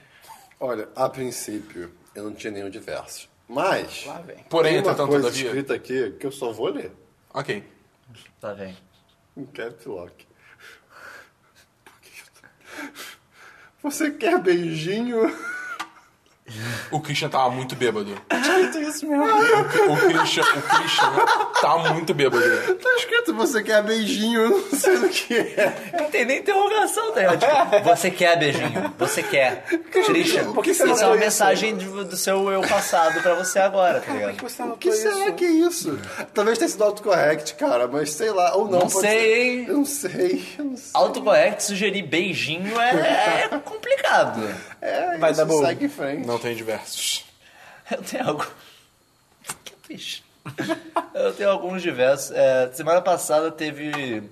[SPEAKER 2] Olha, a princípio, eu não tinha nenhum diverso. Mas,
[SPEAKER 1] Lá vem.
[SPEAKER 3] Porém,
[SPEAKER 2] tem uma
[SPEAKER 3] entretanto,
[SPEAKER 2] coisa
[SPEAKER 3] todavia-
[SPEAKER 2] escrita aqui que eu só vou ler.
[SPEAKER 3] Ok.
[SPEAKER 4] Tá bem.
[SPEAKER 2] Um caps lock. Por que que eu tô- Você quer beijinho?
[SPEAKER 3] O Christian tava muito bêbado.
[SPEAKER 1] Escrito isso mesmo.
[SPEAKER 3] O Christian, o Christian tá muito bêbado.
[SPEAKER 2] Tá escrito você quer beijinho, eu não sei do que é.
[SPEAKER 4] Não tem nem interrogação, tá ligado? Tipo, você quer, beijinho. Você quer. Christian,
[SPEAKER 1] por que você
[SPEAKER 4] isso é
[SPEAKER 1] mandou
[SPEAKER 4] uma
[SPEAKER 1] isso?
[SPEAKER 4] mensagem do, do seu eu passado pra você agora, tá
[SPEAKER 1] Por que
[SPEAKER 4] ligado?
[SPEAKER 1] você não
[SPEAKER 2] O que será que é isso? Talvez tenha sido autocorrect, cara, mas sei lá, ou não.
[SPEAKER 4] Não
[SPEAKER 2] pode
[SPEAKER 4] sei,
[SPEAKER 2] ser.
[SPEAKER 4] hein?
[SPEAKER 2] Eu não sei, eu não sei.
[SPEAKER 4] Autocorrect sugerir beijinho é, é complicado.
[SPEAKER 2] É,
[SPEAKER 1] Vai
[SPEAKER 2] isso
[SPEAKER 1] dar bom.
[SPEAKER 2] segue em frente.
[SPEAKER 3] Não tem diversos.
[SPEAKER 4] Eu tenho algo. Que triste. Eu tenho alguns diversos. É, semana passada teve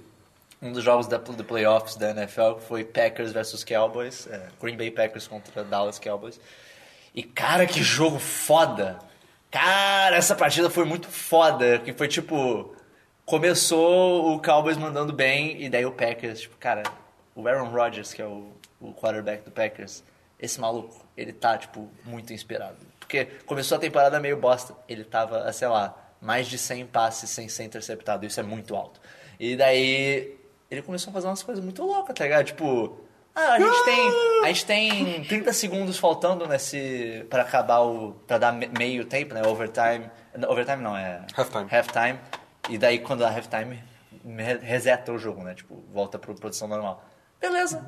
[SPEAKER 4] um dos jogos da, do playoffs da NFL que foi Packers versus Cowboys. é, Green Bay Packers contra Dallas Cowboys. E cara, que jogo foda! Cara, essa partida foi muito foda. Que foi tipo. Começou o Cowboys mandando bem, e daí o Packers, tipo, cara, o Aaron Rodgers, que é o, o quarterback do Packers, esse maluco, ele tá, tipo, muito inspirado. Porque começou a temporada meio bosta. Ele tava, sei lá, mais de 100 passes sem ser interceptado. Isso é muito alto. E daí ele começou a fazer umas coisas muito loucas, tá ligado? Tipo, ah, a gente tem, a gente tem 30 segundos faltando nesse para acabar o para dar me- meio tempo, né? Overtime. Não, Overtime não é
[SPEAKER 3] Halftime.
[SPEAKER 4] halftime. E daí, quando dá halftime, re- reseta o jogo, né? Tipo, volta pra produção normal. Beleza,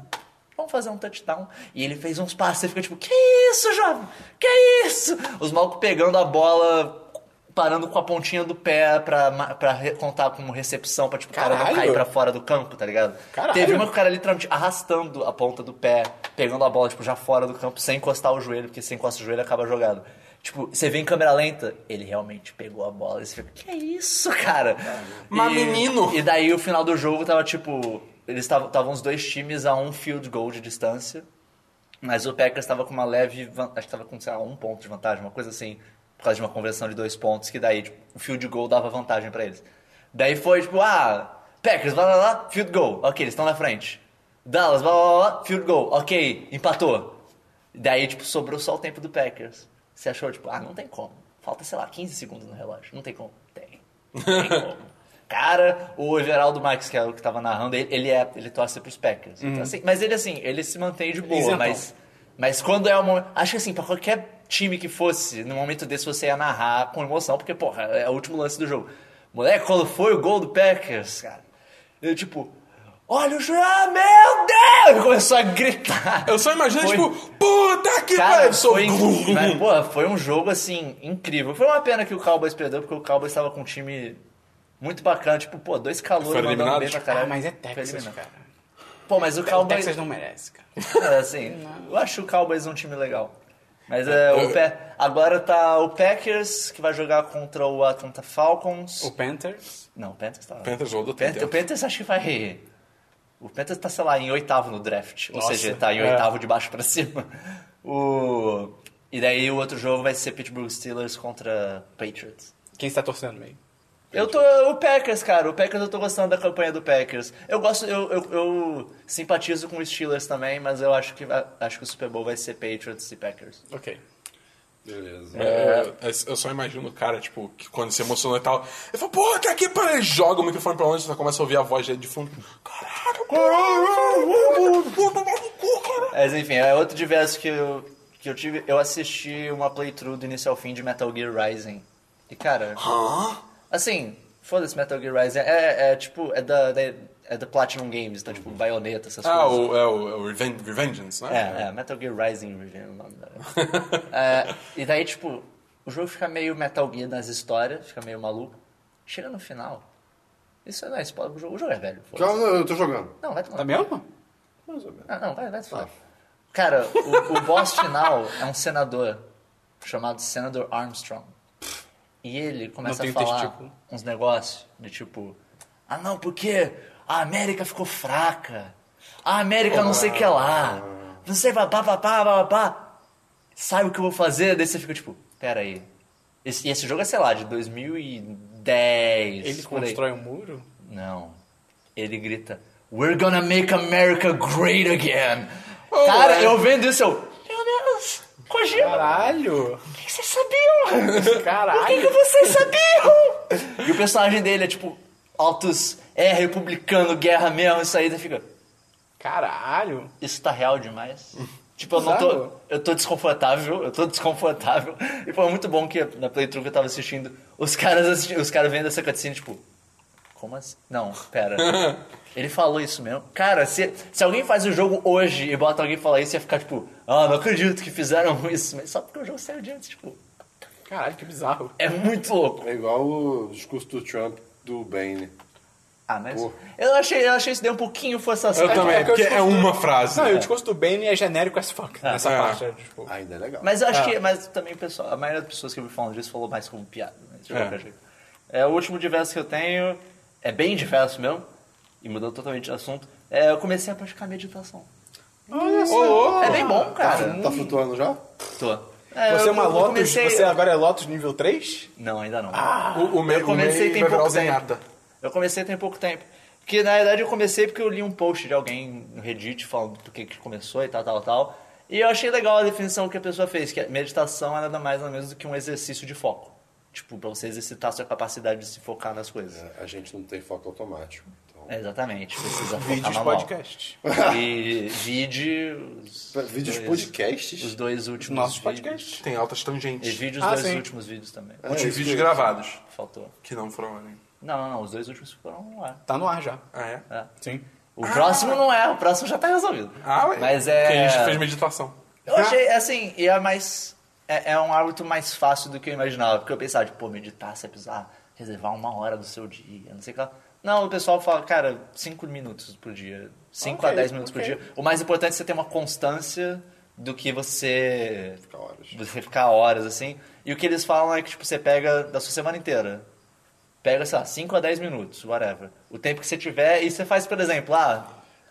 [SPEAKER 4] vamos fazer um touchdown. E ele fez uns passes, você fica tipo, que isso, jovem? Que isso? Os malucos pegando a bola, parando com a pontinha do pé pra, ma- pra re- contar como recepção, pra tipo, o cara não
[SPEAKER 1] Caralho.
[SPEAKER 4] cair pra fora do campo, tá ligado?
[SPEAKER 1] Caralho.
[SPEAKER 4] Teve uma que o cara literalmente arrastando a ponta do pé, pegando a bola, tipo, já fora do campo, sem encostar o joelho, porque se encosta o joelho acaba jogado. Tipo, você vê em câmera lenta, ele realmente pegou a bola. E você fica, que isso, cara?
[SPEAKER 3] Mas,
[SPEAKER 4] E-
[SPEAKER 3] menino!
[SPEAKER 4] E daí o final do jogo tava tipo. Eles tavam- tavam os dois times a um field goal de distância. Mas o Packers estava com uma leve. van- Acho que estava com, sei lá, um ponto de vantagem, uma coisa assim. Por causa de uma conversão de dois pontos, que daí tipo, o field goal dava vantagem pra eles. Daí foi tipo, ah, Packers, blá blá blá, field goal. Ok, eles estão na frente. Dallas, blá blá blá, field goal. Ok, empatou. Daí, tipo, sobrou só o tempo do Packers. Você achou, tipo, ah, não tem como. Falta, sei lá, 15 segundos no relógio. Não tem como. Tem. Não tem como. Cara, o Everaldo Max, que é o que tava narrando, ele, ele é, ele torce pros Packers.
[SPEAKER 3] Uhum.
[SPEAKER 4] Então, assim, mas ele, assim, ele se mantém de boa,
[SPEAKER 1] Isentão.
[SPEAKER 4] mas, mas quando é o momento... Acho que, assim, pra qualquer time que fosse, no momento desse, você ia narrar com emoção, porque, porra, é o último lance do jogo. Moleque, quando foi o gol do Packers, cara, eu, tipo... Olha o juiz, ah, meu Deus! Ele começou a gritar.
[SPEAKER 3] Eu só imagino,
[SPEAKER 4] Foi-
[SPEAKER 3] tipo, puta que
[SPEAKER 4] Cara,
[SPEAKER 3] pariu! Sou
[SPEAKER 4] foi,
[SPEAKER 3] glum.
[SPEAKER 4] mas, porra, foi um jogo, assim, incrível. Foi uma pena que o Cowboys perdeu, porque o Cowboys estava com um time muito bacana. Tipo, pô, dois calores
[SPEAKER 3] Foram
[SPEAKER 4] mandando bem
[SPEAKER 3] eliminados?
[SPEAKER 4] pra caralho.
[SPEAKER 1] Ah, mas é
[SPEAKER 4] Foi
[SPEAKER 1] Texas,
[SPEAKER 4] eliminado.
[SPEAKER 1] cara.
[SPEAKER 4] Pô, mas o
[SPEAKER 1] O
[SPEAKER 4] Cowboys...
[SPEAKER 1] Texas não merece, cara.
[SPEAKER 4] É, assim, eu acho o Cowboys um time legal. Mas é, o pé agora tá o Packers, que vai jogar contra o Atlanta Falcons.
[SPEAKER 1] O Panthers.
[SPEAKER 4] Não, o Panthers tá... O
[SPEAKER 3] Panthers ou do
[SPEAKER 4] Panthers, o
[SPEAKER 3] Tenteu.
[SPEAKER 4] Panthers acho que vai... O Panthers tá, sei lá, em oitavo no draft. Ou
[SPEAKER 1] Nossa,
[SPEAKER 4] seja, tá em
[SPEAKER 1] é.
[SPEAKER 4] oitavo de baixo pra cima. O... E daí o outro jogo vai ser Pittsburgh Steelers contra Patriots.
[SPEAKER 1] Quem está torcendo meio?
[SPEAKER 4] Eu tô. O Packers, cara. O Packers eu tô gostando da campanha do Packers. Eu gosto. Eu, eu, eu simpatizo com os Steelers também, mas eu acho que, vai- acho que o Super Bowl vai ser Patriots e Packers.
[SPEAKER 1] Ok.
[SPEAKER 2] Beleza.
[SPEAKER 3] É, eu só imagino o cara, tipo, que quando se emocionou e tal, ele fala, pô, tá aqui para ele joga o microfone pra longe, você começa a ouvir a voz dele de fundo. Caralho, caralho, pô, tomar no cu, caralho.
[SPEAKER 4] Mas enfim, é outro diverso que eu, que eu tive. Eu assisti uma playthrough do início ao fim de Metal Gear Rising. E cara.
[SPEAKER 3] Hã?
[SPEAKER 4] Assim, foda-se Metal Gear Rising. É, é tipo. É da, da- é da Platinum Games, então tipo, baioneta, essas
[SPEAKER 3] Ah,
[SPEAKER 4] coisas.
[SPEAKER 3] o, é o, é o Reven- Revengeance, né?
[SPEAKER 4] É, é, Metal Gear Rising Revenge, o nome da. É, e daí, tipo, o jogo fica meio Metal Gear nas histórias, fica meio maluco. Chega no final. Isso não é spoiler, o jogo, o jogo é velho. foda-se.
[SPEAKER 2] Calma, eu tô jogando.
[SPEAKER 4] Não, vai tomar.
[SPEAKER 1] Tá mesmo?
[SPEAKER 2] Mais
[SPEAKER 1] né?
[SPEAKER 2] ou menos.
[SPEAKER 4] Ah, não, vai, vai se falar. Cara, o, o boss final é um senador chamado Senador Armstrong. E ele começa a
[SPEAKER 1] tem
[SPEAKER 4] falar
[SPEAKER 1] testículo.
[SPEAKER 4] uns negócios de tipo: Ah, não, porque a América ficou fraca. A América não sei o que lá. Não sei, babá, babá, babá. Sabe o que eu vou fazer? Daí você fica tipo: Pera aí. Esse, e esse jogo é, sei lá, de 2010.
[SPEAKER 1] Ele
[SPEAKER 4] por aí.
[SPEAKER 1] constrói um muro?
[SPEAKER 4] Não. Ele grita: We're gonna make America great again.
[SPEAKER 3] Oh,
[SPEAKER 4] Cara,
[SPEAKER 3] é.
[SPEAKER 4] eu vendo isso, eu. Meu Deus! Kojima,
[SPEAKER 1] Caralho!
[SPEAKER 4] o que que vocês sabiam? O que, que
[SPEAKER 1] Caralho!
[SPEAKER 4] vocês sabiam? e o personagem dele é tipo: Altos, é republicano, guerra mesmo, isso aí. Daí fica:
[SPEAKER 1] Caralho!
[SPEAKER 4] Isso tá real demais. Tipo, eu não tô.
[SPEAKER 1] Bizarro.
[SPEAKER 4] Eu tô desconfortável, eu tô desconfortável. E foi muito bom que na Playthrough que eu tava assistindo, os caras assisti- os caras vendo essa cutscene, tipo. Como assim? Não, pera. Ele falou isso mesmo. Cara, se, se alguém faz o jogo hoje e bota alguém falar isso, ia ficar tipo, ah, não acredito que fizeram isso, mas só porque o jogo saiu de antes, tipo,
[SPEAKER 1] Caralho, que bizarro.
[SPEAKER 4] é muito louco.
[SPEAKER 2] É igual o discurso do Trump do Bane.
[SPEAKER 4] Ah, mas.
[SPEAKER 2] Pô.
[SPEAKER 4] Eu achei, eu achei isso daí um pouquinho forçação.
[SPEAKER 3] Eu também,
[SPEAKER 1] É que eu
[SPEAKER 3] porque é
[SPEAKER 1] discuto-
[SPEAKER 3] uma frase.
[SPEAKER 1] Não, e
[SPEAKER 3] né?
[SPEAKER 1] o discurso do Bane é genérico as fuck nessa
[SPEAKER 3] É.
[SPEAKER 1] parte. é, tipo,
[SPEAKER 2] Ainda é legal.
[SPEAKER 4] Mas eu acho
[SPEAKER 1] Ah.
[SPEAKER 4] que. Mas também, o pessoal, a maioria das pessoas que me falam disso falou mais como piada. né? Mas de
[SPEAKER 3] É.
[SPEAKER 4] qualquer jeito. É, o último diverso que eu tenho. É bem diverso mesmo. E mudou totalmente de assunto. É, eu comecei a praticar meditação.
[SPEAKER 1] Olha
[SPEAKER 3] Ô,
[SPEAKER 1] só!
[SPEAKER 3] louco.
[SPEAKER 4] é bem bom, cara.
[SPEAKER 2] Tá flutuando já?
[SPEAKER 4] Tô.
[SPEAKER 3] Ah,
[SPEAKER 4] É,
[SPEAKER 1] Você
[SPEAKER 4] eu-
[SPEAKER 1] é uma
[SPEAKER 4] eu
[SPEAKER 1] Lotus,
[SPEAKER 4] comecei-
[SPEAKER 1] você agora é Ah, Lotus nível 3?
[SPEAKER 4] Não, ainda não.
[SPEAKER 3] O, o
[SPEAKER 1] um
[SPEAKER 3] meu,
[SPEAKER 4] eu
[SPEAKER 3] o meu
[SPEAKER 4] comecei tem
[SPEAKER 3] vai virar o
[SPEAKER 4] pouco tempo.
[SPEAKER 3] Zenyatta.
[SPEAKER 4] Eu comecei tem pouco tempo. Porque na verdade eu comecei porque eu li um post de alguém no Reddit falando do que, que começou e tal, tal, tal. E eu achei legal a definição que a pessoa fez, que a meditação é nada mais nada menos do que um exercício de foco. Tipo, pra você exercitar a sua capacidade de se focar nas coisas.
[SPEAKER 2] É, A gente não tem foco automático. Então...
[SPEAKER 4] É, Exatamente, precisa
[SPEAKER 3] tá
[SPEAKER 4] focar
[SPEAKER 1] Vídeos
[SPEAKER 4] na
[SPEAKER 1] podcast.
[SPEAKER 4] mão. E vídeos...
[SPEAKER 2] Vídeos
[SPEAKER 4] dois-
[SPEAKER 2] podcasts?
[SPEAKER 4] Os dois últimos
[SPEAKER 1] Nossos
[SPEAKER 4] vídeos.
[SPEAKER 1] podcasts.
[SPEAKER 3] Tem altas
[SPEAKER 4] E
[SPEAKER 3] tangentes.
[SPEAKER 4] vídeos,
[SPEAKER 1] Ah,
[SPEAKER 4] dois
[SPEAKER 1] sim.
[SPEAKER 4] últimos vídeos também.
[SPEAKER 2] É, isso
[SPEAKER 3] Muitos vídeos
[SPEAKER 2] mesmo.
[SPEAKER 3] gravados
[SPEAKER 4] Faltou.
[SPEAKER 3] que não foram ali.
[SPEAKER 4] Não, não, não, os dois últimos foram lá.
[SPEAKER 1] Tá no ar já.
[SPEAKER 3] Ah, é?
[SPEAKER 4] É.
[SPEAKER 1] Sim.
[SPEAKER 4] O próximo não é, o próximo já tá resolvido.
[SPEAKER 3] Ah, ué.
[SPEAKER 4] Mas é.
[SPEAKER 3] Porque a gente fez meditação.
[SPEAKER 4] Eu achei, assim, e é mais. É, é um hábito mais fácil do que eu imaginava. Porque eu pensava, tipo, pô, meditar, você precisa reservar uma hora do seu dia, não sei o que lá. Não, o pessoal fala, cara, cinco minutos por dia. cinco
[SPEAKER 1] Ok,
[SPEAKER 4] a dez minutos
[SPEAKER 1] ok.
[SPEAKER 4] por dia. O mais importante é você ter uma constância do que você.
[SPEAKER 2] Fica horas.
[SPEAKER 4] Você ficar horas, assim. E o que eles falam é que, tipo, você pega da sua semana inteira. Pega, sei lá, 5 a 10 minutos, whatever. O tempo que você tiver, e você faz, por exemplo, ah,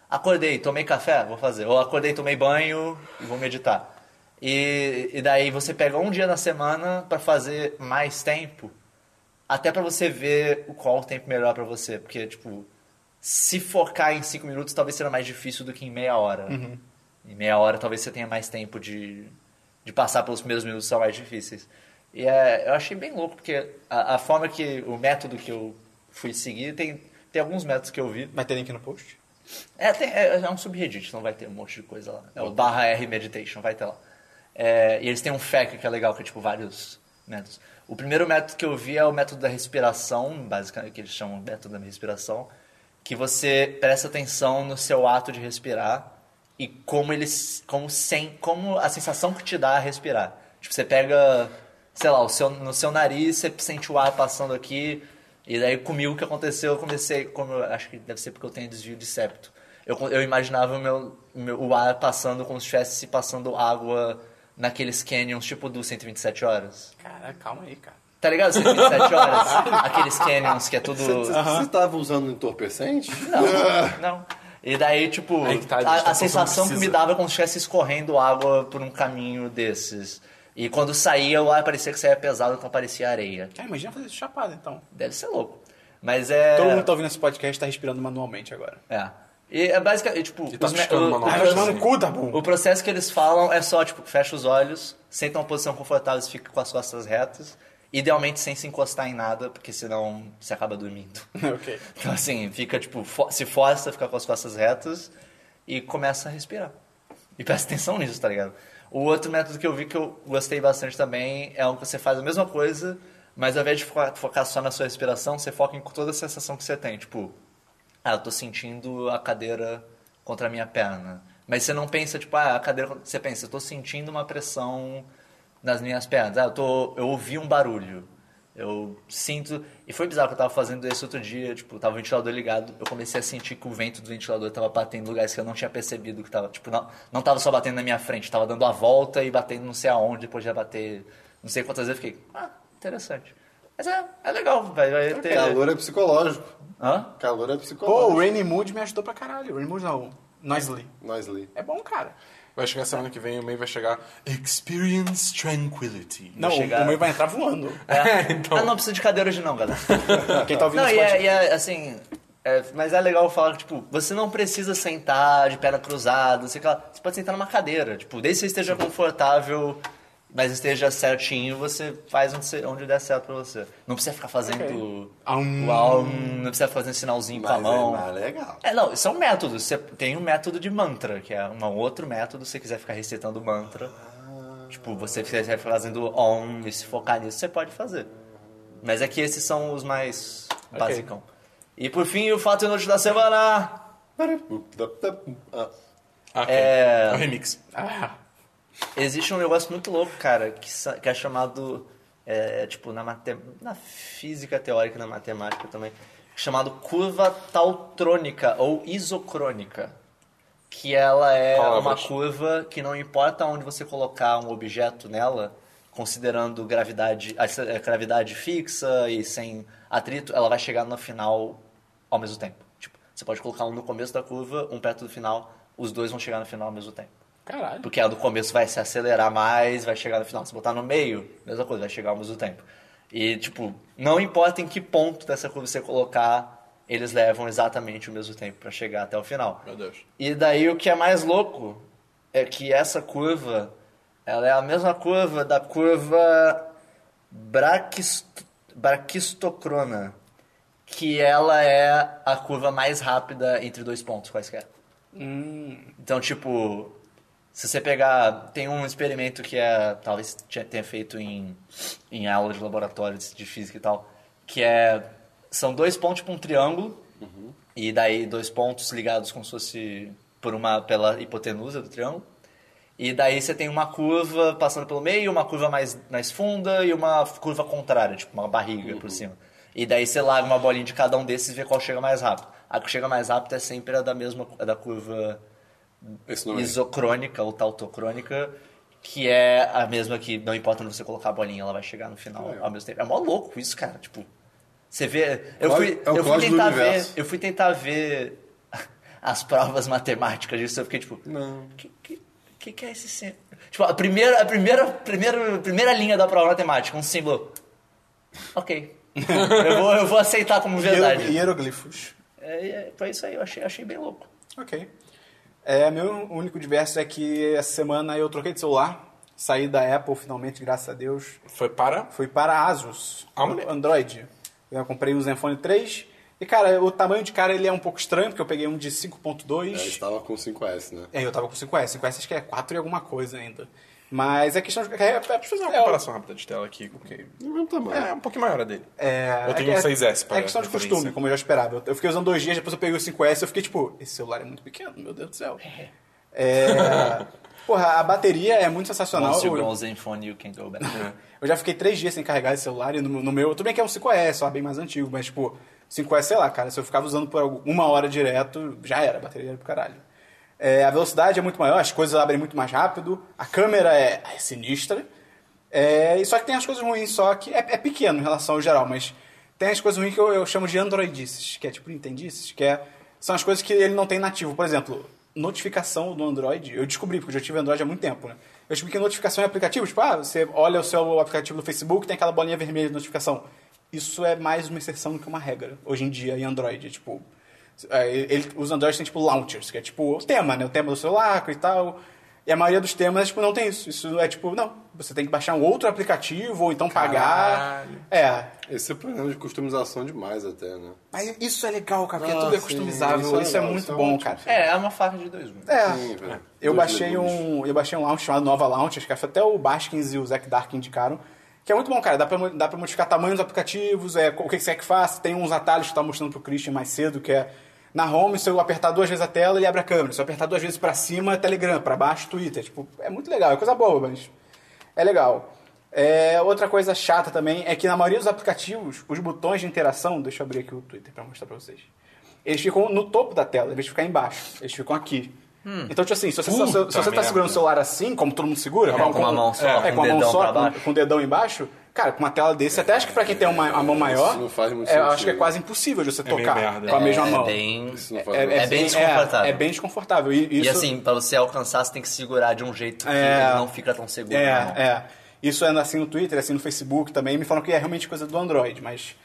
[SPEAKER 4] acordei, tomei café, vou fazer. Ou acordei, tomei banho e vou meditar. E, e daí você pega um dia na semana pra fazer mais tempo, até pra você ver o qual o tempo melhor pra você. Porque, tipo, se focar em 5 minutos talvez seja mais difícil do que em meia hora. Em meia hora talvez você tenha mais tempo de, de passar pelos primeiros minutos que são mais difíceis. E é, eu achei bem louco, porque a, a forma que. O método que eu fui seguir tem, tem alguns métodos que eu vi.
[SPEAKER 1] Vai ter link no post?
[SPEAKER 4] É, tem- é, é um subreddit, então vai ter um monte de coisa lá. É o barra R Meditation, vai ter lá. É, e eles têm um FAQ que é legal, que é tipo vários métodos. O primeiro método que eu vi é o método da respiração, basicamente, que eles chamam de método da respiração, que você presta atenção no seu ato de respirar e como ele, s- como, sem, como a sensação que te dá a respirar. Tipo, você pega, sei lá, o seu, no seu nariz, você sente o ar passando aqui, e daí comigo o que aconteceu, eu comecei, como eu- acho que deve ser porque eu tenho desvio de septo. Eu, co- eu imaginava o, meu, o meu- o ar passando como se estivesse passando água naqueles canyons, tipo do 127 horas.
[SPEAKER 1] Cara, calma aí, cara.
[SPEAKER 4] Tá ligado? 127 horas? Aqueles canyons que é tudo...
[SPEAKER 2] Você tava usando entorpecente?
[SPEAKER 4] Não, não. E daí, tipo,
[SPEAKER 3] Aí que tá, a
[SPEAKER 4] a,
[SPEAKER 3] gente tá
[SPEAKER 4] a sensação
[SPEAKER 3] pensando
[SPEAKER 4] que me
[SPEAKER 3] que precisa.
[SPEAKER 4] dava é como se estivesse escorrendo água por um caminho desses. E quando saía, o ar parecia que saía pesado, então parecia areia.
[SPEAKER 1] Cara, imagina fazer isso chapado, então.
[SPEAKER 4] Deve ser louco. Mas é.
[SPEAKER 1] Todo mundo que tá ouvindo esse podcast tá respirando manualmente agora.
[SPEAKER 4] É. E é basicamente, tipo,
[SPEAKER 3] tá
[SPEAKER 4] os me-
[SPEAKER 3] piscando
[SPEAKER 4] o-
[SPEAKER 3] manual.
[SPEAKER 1] Ah,
[SPEAKER 3] Ah,
[SPEAKER 1] vai
[SPEAKER 3] mas
[SPEAKER 1] tomar
[SPEAKER 3] sim.
[SPEAKER 1] no cu, tá bom?
[SPEAKER 4] o processo que eles falam é só, tipo, fecha os olhos, senta uma posição confortável, você fica com as costas retas, idealmente sem se encostar em nada, porque senão você acaba dormindo.
[SPEAKER 1] ok.
[SPEAKER 4] Então, assim, fica, tipo, fo- se força a ficar com as costas retas e começa a respirar. E presta atenção nisso, tá ligado? O outro método que eu vi que eu gostei bastante também é o que você faz a mesma coisa, mas ao invés de focar, focar só na sua respiração, você foca em toda a sensação que você tem. Tipo, ah, eu tô sentindo a cadeira contra a minha perna. Mas você não pensa, tipo, ah, a cadeira... contra- Você pensa, eu tô sentindo uma pressão nas minhas pernas. Ah, eu, tô... eu ouvi um barulho. Eu sinto... E foi bizarro que eu tava fazendo isso outro dia, tipo, tava o ventilador ligado, eu comecei a sentir que o vento do ventilador tava batendo em lugares que eu não tinha percebido que tava, tipo, não, não tava só batendo na minha frente, tava dando a volta e batendo não sei aonde, depois já bater não sei quantas vezes, eu fiquei, ah, interessante. Mas é, é legal, vai, vai ter...
[SPEAKER 2] Calor é psicológico.
[SPEAKER 4] Hã?
[SPEAKER 2] Calor é
[SPEAKER 1] Pô, o
[SPEAKER 2] psicológico.
[SPEAKER 1] Rainy Mood me ajudou pra caralho. Rainy Mood não, Noisley.
[SPEAKER 2] Nós li.
[SPEAKER 1] É bom, cara.
[SPEAKER 3] Vai chegar semana que vem, o meio vai chegar Experience Tranquility.
[SPEAKER 1] Não,
[SPEAKER 4] chegar-
[SPEAKER 1] o meu vai entrar voando.
[SPEAKER 4] É.
[SPEAKER 3] Então-
[SPEAKER 4] Ah, não precisa de cadeira hoje não, galera.
[SPEAKER 1] Quem tá ouvindo
[SPEAKER 4] Não,
[SPEAKER 1] esse
[SPEAKER 4] e é,
[SPEAKER 1] podcast.
[SPEAKER 4] e é, assim. é, mas é legal falar que, tipo, você não precisa sentar de perna cruzada, sei lá. Você pode sentar numa cadeira, tipo, desde que você esteja confortável, mas esteja certinho, você faz onde, você- onde der certo pra você. Não precisa ficar fazendo.
[SPEAKER 1] Aum.
[SPEAKER 4] o aum, não precisa fazer um sinalzinho
[SPEAKER 1] Tá
[SPEAKER 4] com a
[SPEAKER 2] Mas é
[SPEAKER 4] mão.
[SPEAKER 2] mais legal.
[SPEAKER 4] É, não, são métodos. Você tem um método de mantra, que é um outro método se você quiser ficar recitando mantra. Tipo, você quiser ficar fazendo om e se focar nisso, você pode fazer. Mas é que esses são os mais basicão. E por fim, o fato inútil da semana.
[SPEAKER 2] Ah,
[SPEAKER 3] Ah, ok.
[SPEAKER 4] É-
[SPEAKER 3] é o remix.
[SPEAKER 1] Ah,
[SPEAKER 4] Existe um negócio muito louco, cara, que, sa- que é chamado, é, tipo, na, mate, na física teórica e na matemática também, chamado curva tautrônica ou isocrônica. Que ela é uma
[SPEAKER 3] Palavras.
[SPEAKER 4] curva que não importa onde você colocar um objeto nela, considerando gravidade, a a gravidade fixa e sem atrito, ela vai chegar no final ao mesmo tempo. Tipo, você pode colocar um no começo da curva, um perto do final, os dois vão chegar no final ao mesmo tempo.
[SPEAKER 1] caralho.
[SPEAKER 4] Porque a do começo vai se acelerar mais, vai chegar no final. Se botar no meio, mesma coisa, vai chegar ao mesmo tempo. E, tipo, não importa em que ponto dessa curva você colocar, eles levam exatamente o mesmo tempo pra chegar até o final.
[SPEAKER 3] Meu Deus.
[SPEAKER 4] E daí o que é mais louco é que essa curva, ela é a mesma curva da curva braquist- braquistocrona, que ela é a curva mais rápida entre dois pontos quaisquer. Então, tipo, se você pegar. Tem um experimento que é. Talvez tinha- tenha feito em, em aula de laboratório de, de física e tal. Que é. São dois pontos para um triângulo. E daí dois pontos ligados como se fosse por uma, pela hipotenusa do triângulo. E daí você tem uma curva passando pelo meio, uma curva mais, mais funda e uma curva contrária, tipo uma barriga por cima. E daí você larga uma bolinha de cada um desses e vê qual chega mais rápido. A que chega mais rápido é sempre a da mesma a da curva
[SPEAKER 2] Esse nome
[SPEAKER 4] isocrônica ou tautocrônica, que é a mesma que não importa onde você colocar a bolinha, ela vai chegar no final ao mesmo tempo. É mó louco isso, cara. Tipo, você vê. Eu
[SPEAKER 2] Código-
[SPEAKER 4] fui,
[SPEAKER 2] é o
[SPEAKER 4] eu fui
[SPEAKER 2] código do
[SPEAKER 4] tentar ver.
[SPEAKER 2] universo.
[SPEAKER 4] Eu fui tentar ver as provas matemáticas disso, eu fiquei tipo. Não. Que, que, que, que é esse símbolo? Tipo, a primeira, a primeira, primeira, primeira linha da prova matemática, um símbolo. Ok. eu, vou, eu vou aceitar como verdade.
[SPEAKER 1] Hiero- Hieroglifos.
[SPEAKER 4] É, é, foi isso aí, eu achei, achei bem louco.
[SPEAKER 1] Ok. É, meu único diverso é que essa semana eu troquei de celular, saí da Apple finalmente, graças a Deus.
[SPEAKER 3] Foi para.
[SPEAKER 1] Fui para a Asus,
[SPEAKER 3] Ah, moleque.
[SPEAKER 1] Android. Eu comprei o Zenfone 3. E, cara, o tamanho de cara ele é um pouco estranho, porque eu peguei um de 5.2.
[SPEAKER 3] É,
[SPEAKER 2] Ele estava com 5S, né?
[SPEAKER 1] É, eu tava com 5S. 5S acho que é 4 e alguma coisa ainda. Mas é questão de. É, é,
[SPEAKER 3] Deixa eu fazer uma
[SPEAKER 1] é,
[SPEAKER 3] comparação rápida de tela aqui. porque
[SPEAKER 2] Do mesmo tamanho.
[SPEAKER 3] É, um pouquinho maior a dele.
[SPEAKER 1] É,
[SPEAKER 3] Eu tenho
[SPEAKER 1] é,
[SPEAKER 3] um 6S para
[SPEAKER 1] É questão de
[SPEAKER 3] referência.
[SPEAKER 1] costume, como eu já esperava. Eu, eu fiquei usando dois dias, depois eu peguei o 5S e eu fiquei tipo, esse celular é muito pequeno, meu Deus do céu. É, porra, a bateria é muito sensacional.
[SPEAKER 4] Once you go
[SPEAKER 1] Eu,
[SPEAKER 4] Zenfone, you can go back.
[SPEAKER 2] É.
[SPEAKER 1] eu já fiquei três dias sem carregar esse celular e no, meu- no meu. Tudo bem que é um 5S, só bem mais antigo, mas tipo, 5S, sei lá, cara, se eu ficava usando por algum- uma hora direto, já era, a bateria era pro caralho. É, a velocidade é muito maior, as coisas abrem muito mais rápido, a câmera é, é sinistra. É, e só que tem as coisas ruins, só que é, é pequeno em relação ao geral, mas tem as coisas ruins que eu, eu chamo de androidices, que é tipo Nintendices, que é, são as coisas que ele não tem nativo. Por exemplo, notificação no Android. Eu descobri, porque eu já tive Android há muito tempo, né? Eu descobri que notificação é aplicativo. Tipo, ah, você olha o seu aplicativo do Facebook, tem aquela bolinha vermelha de notificação. Isso é mais uma exceção do que uma regra, hoje em dia, em Android. Tipo, é, ele, os Androids têm, tipo, launchers, que é, tipo, o tema, né? O tema do celular e tal. E a maioria dos temas, tipo, não tem isso. Isso é, tipo, não. Você tem que baixar um outro aplicativo, ou então pagar.
[SPEAKER 3] Caralho.
[SPEAKER 1] É.
[SPEAKER 2] Esse é problema de customização demais até, né?
[SPEAKER 1] Mas isso é legal, cara, porque
[SPEAKER 2] Ah,
[SPEAKER 1] tudo é
[SPEAKER 2] sim,
[SPEAKER 1] customizável.
[SPEAKER 2] isso
[SPEAKER 1] Isso,
[SPEAKER 2] é
[SPEAKER 1] é
[SPEAKER 2] legal,
[SPEAKER 1] muito
[SPEAKER 2] isso é
[SPEAKER 1] bom,
[SPEAKER 2] ótimo.
[SPEAKER 1] cara.
[SPEAKER 4] É, é uma faca de dois mundos.
[SPEAKER 1] É.
[SPEAKER 2] Sim, velho.
[SPEAKER 1] Eu
[SPEAKER 2] Dois
[SPEAKER 1] baixei,
[SPEAKER 2] legumes.
[SPEAKER 1] um, eu baixei um launch chamado Nova Launch, acho que até o Baskins e o Zack Dark indicaram. Que é muito bom, cara. Dá pra, mo- dá pra modificar tamanho dos aplicativos, é, o que que você quer que faça. Tem uns atalhos que eu tava mostrando pro Christian mais cedo, que é na home, se eu apertar duas vezes a tela, ele abre a câmera. Se eu apertar duas vezes pra cima, é Telegram. pra baixo, Twitter. Tipo, é muito legal. É coisa boa, mas é legal. É, outra coisa chata também é que na maioria dos aplicativos, os botões de interação... Deixa eu abrir aqui o Twitter pra mostrar pra vocês. Eles ficam no topo da tela, em vez de ficar embaixo. Eles ficam aqui. Então, tipo assim, se você, se, você-
[SPEAKER 3] Puta
[SPEAKER 1] se você tá
[SPEAKER 3] merda.
[SPEAKER 1] segurando o celular assim, como todo mundo segura,
[SPEAKER 4] É, com uma mão só,
[SPEAKER 1] é,
[SPEAKER 4] com
[SPEAKER 1] com
[SPEAKER 4] o
[SPEAKER 1] a mão
[SPEAKER 4] dedão
[SPEAKER 1] só,
[SPEAKER 4] pra
[SPEAKER 1] com,
[SPEAKER 4] baixo.
[SPEAKER 1] com o dedão embaixo, cara, com uma tela desse, até acho que pra quem tem uma, a mão maior,
[SPEAKER 2] isso não faz muito
[SPEAKER 1] é, eu acho
[SPEAKER 2] sentido.
[SPEAKER 1] que é quase impossível de você
[SPEAKER 3] meio
[SPEAKER 1] tocar
[SPEAKER 3] merda.
[SPEAKER 1] com a mesma
[SPEAKER 4] é
[SPEAKER 1] mão.
[SPEAKER 4] Bem...
[SPEAKER 2] Isso não faz nada.
[SPEAKER 4] é bem desconfortável.
[SPEAKER 1] É, bem desconfortável. E,
[SPEAKER 4] E
[SPEAKER 1] isso-
[SPEAKER 4] assim, pra você alcançar, você tem que segurar de um jeito que
[SPEAKER 1] É.
[SPEAKER 4] ele não fica tão seguro
[SPEAKER 1] É,
[SPEAKER 4] na mão.
[SPEAKER 1] é. Isso é assim no Twitter, assim no Facebook também. Me falam que é realmente coisa do Android, mas.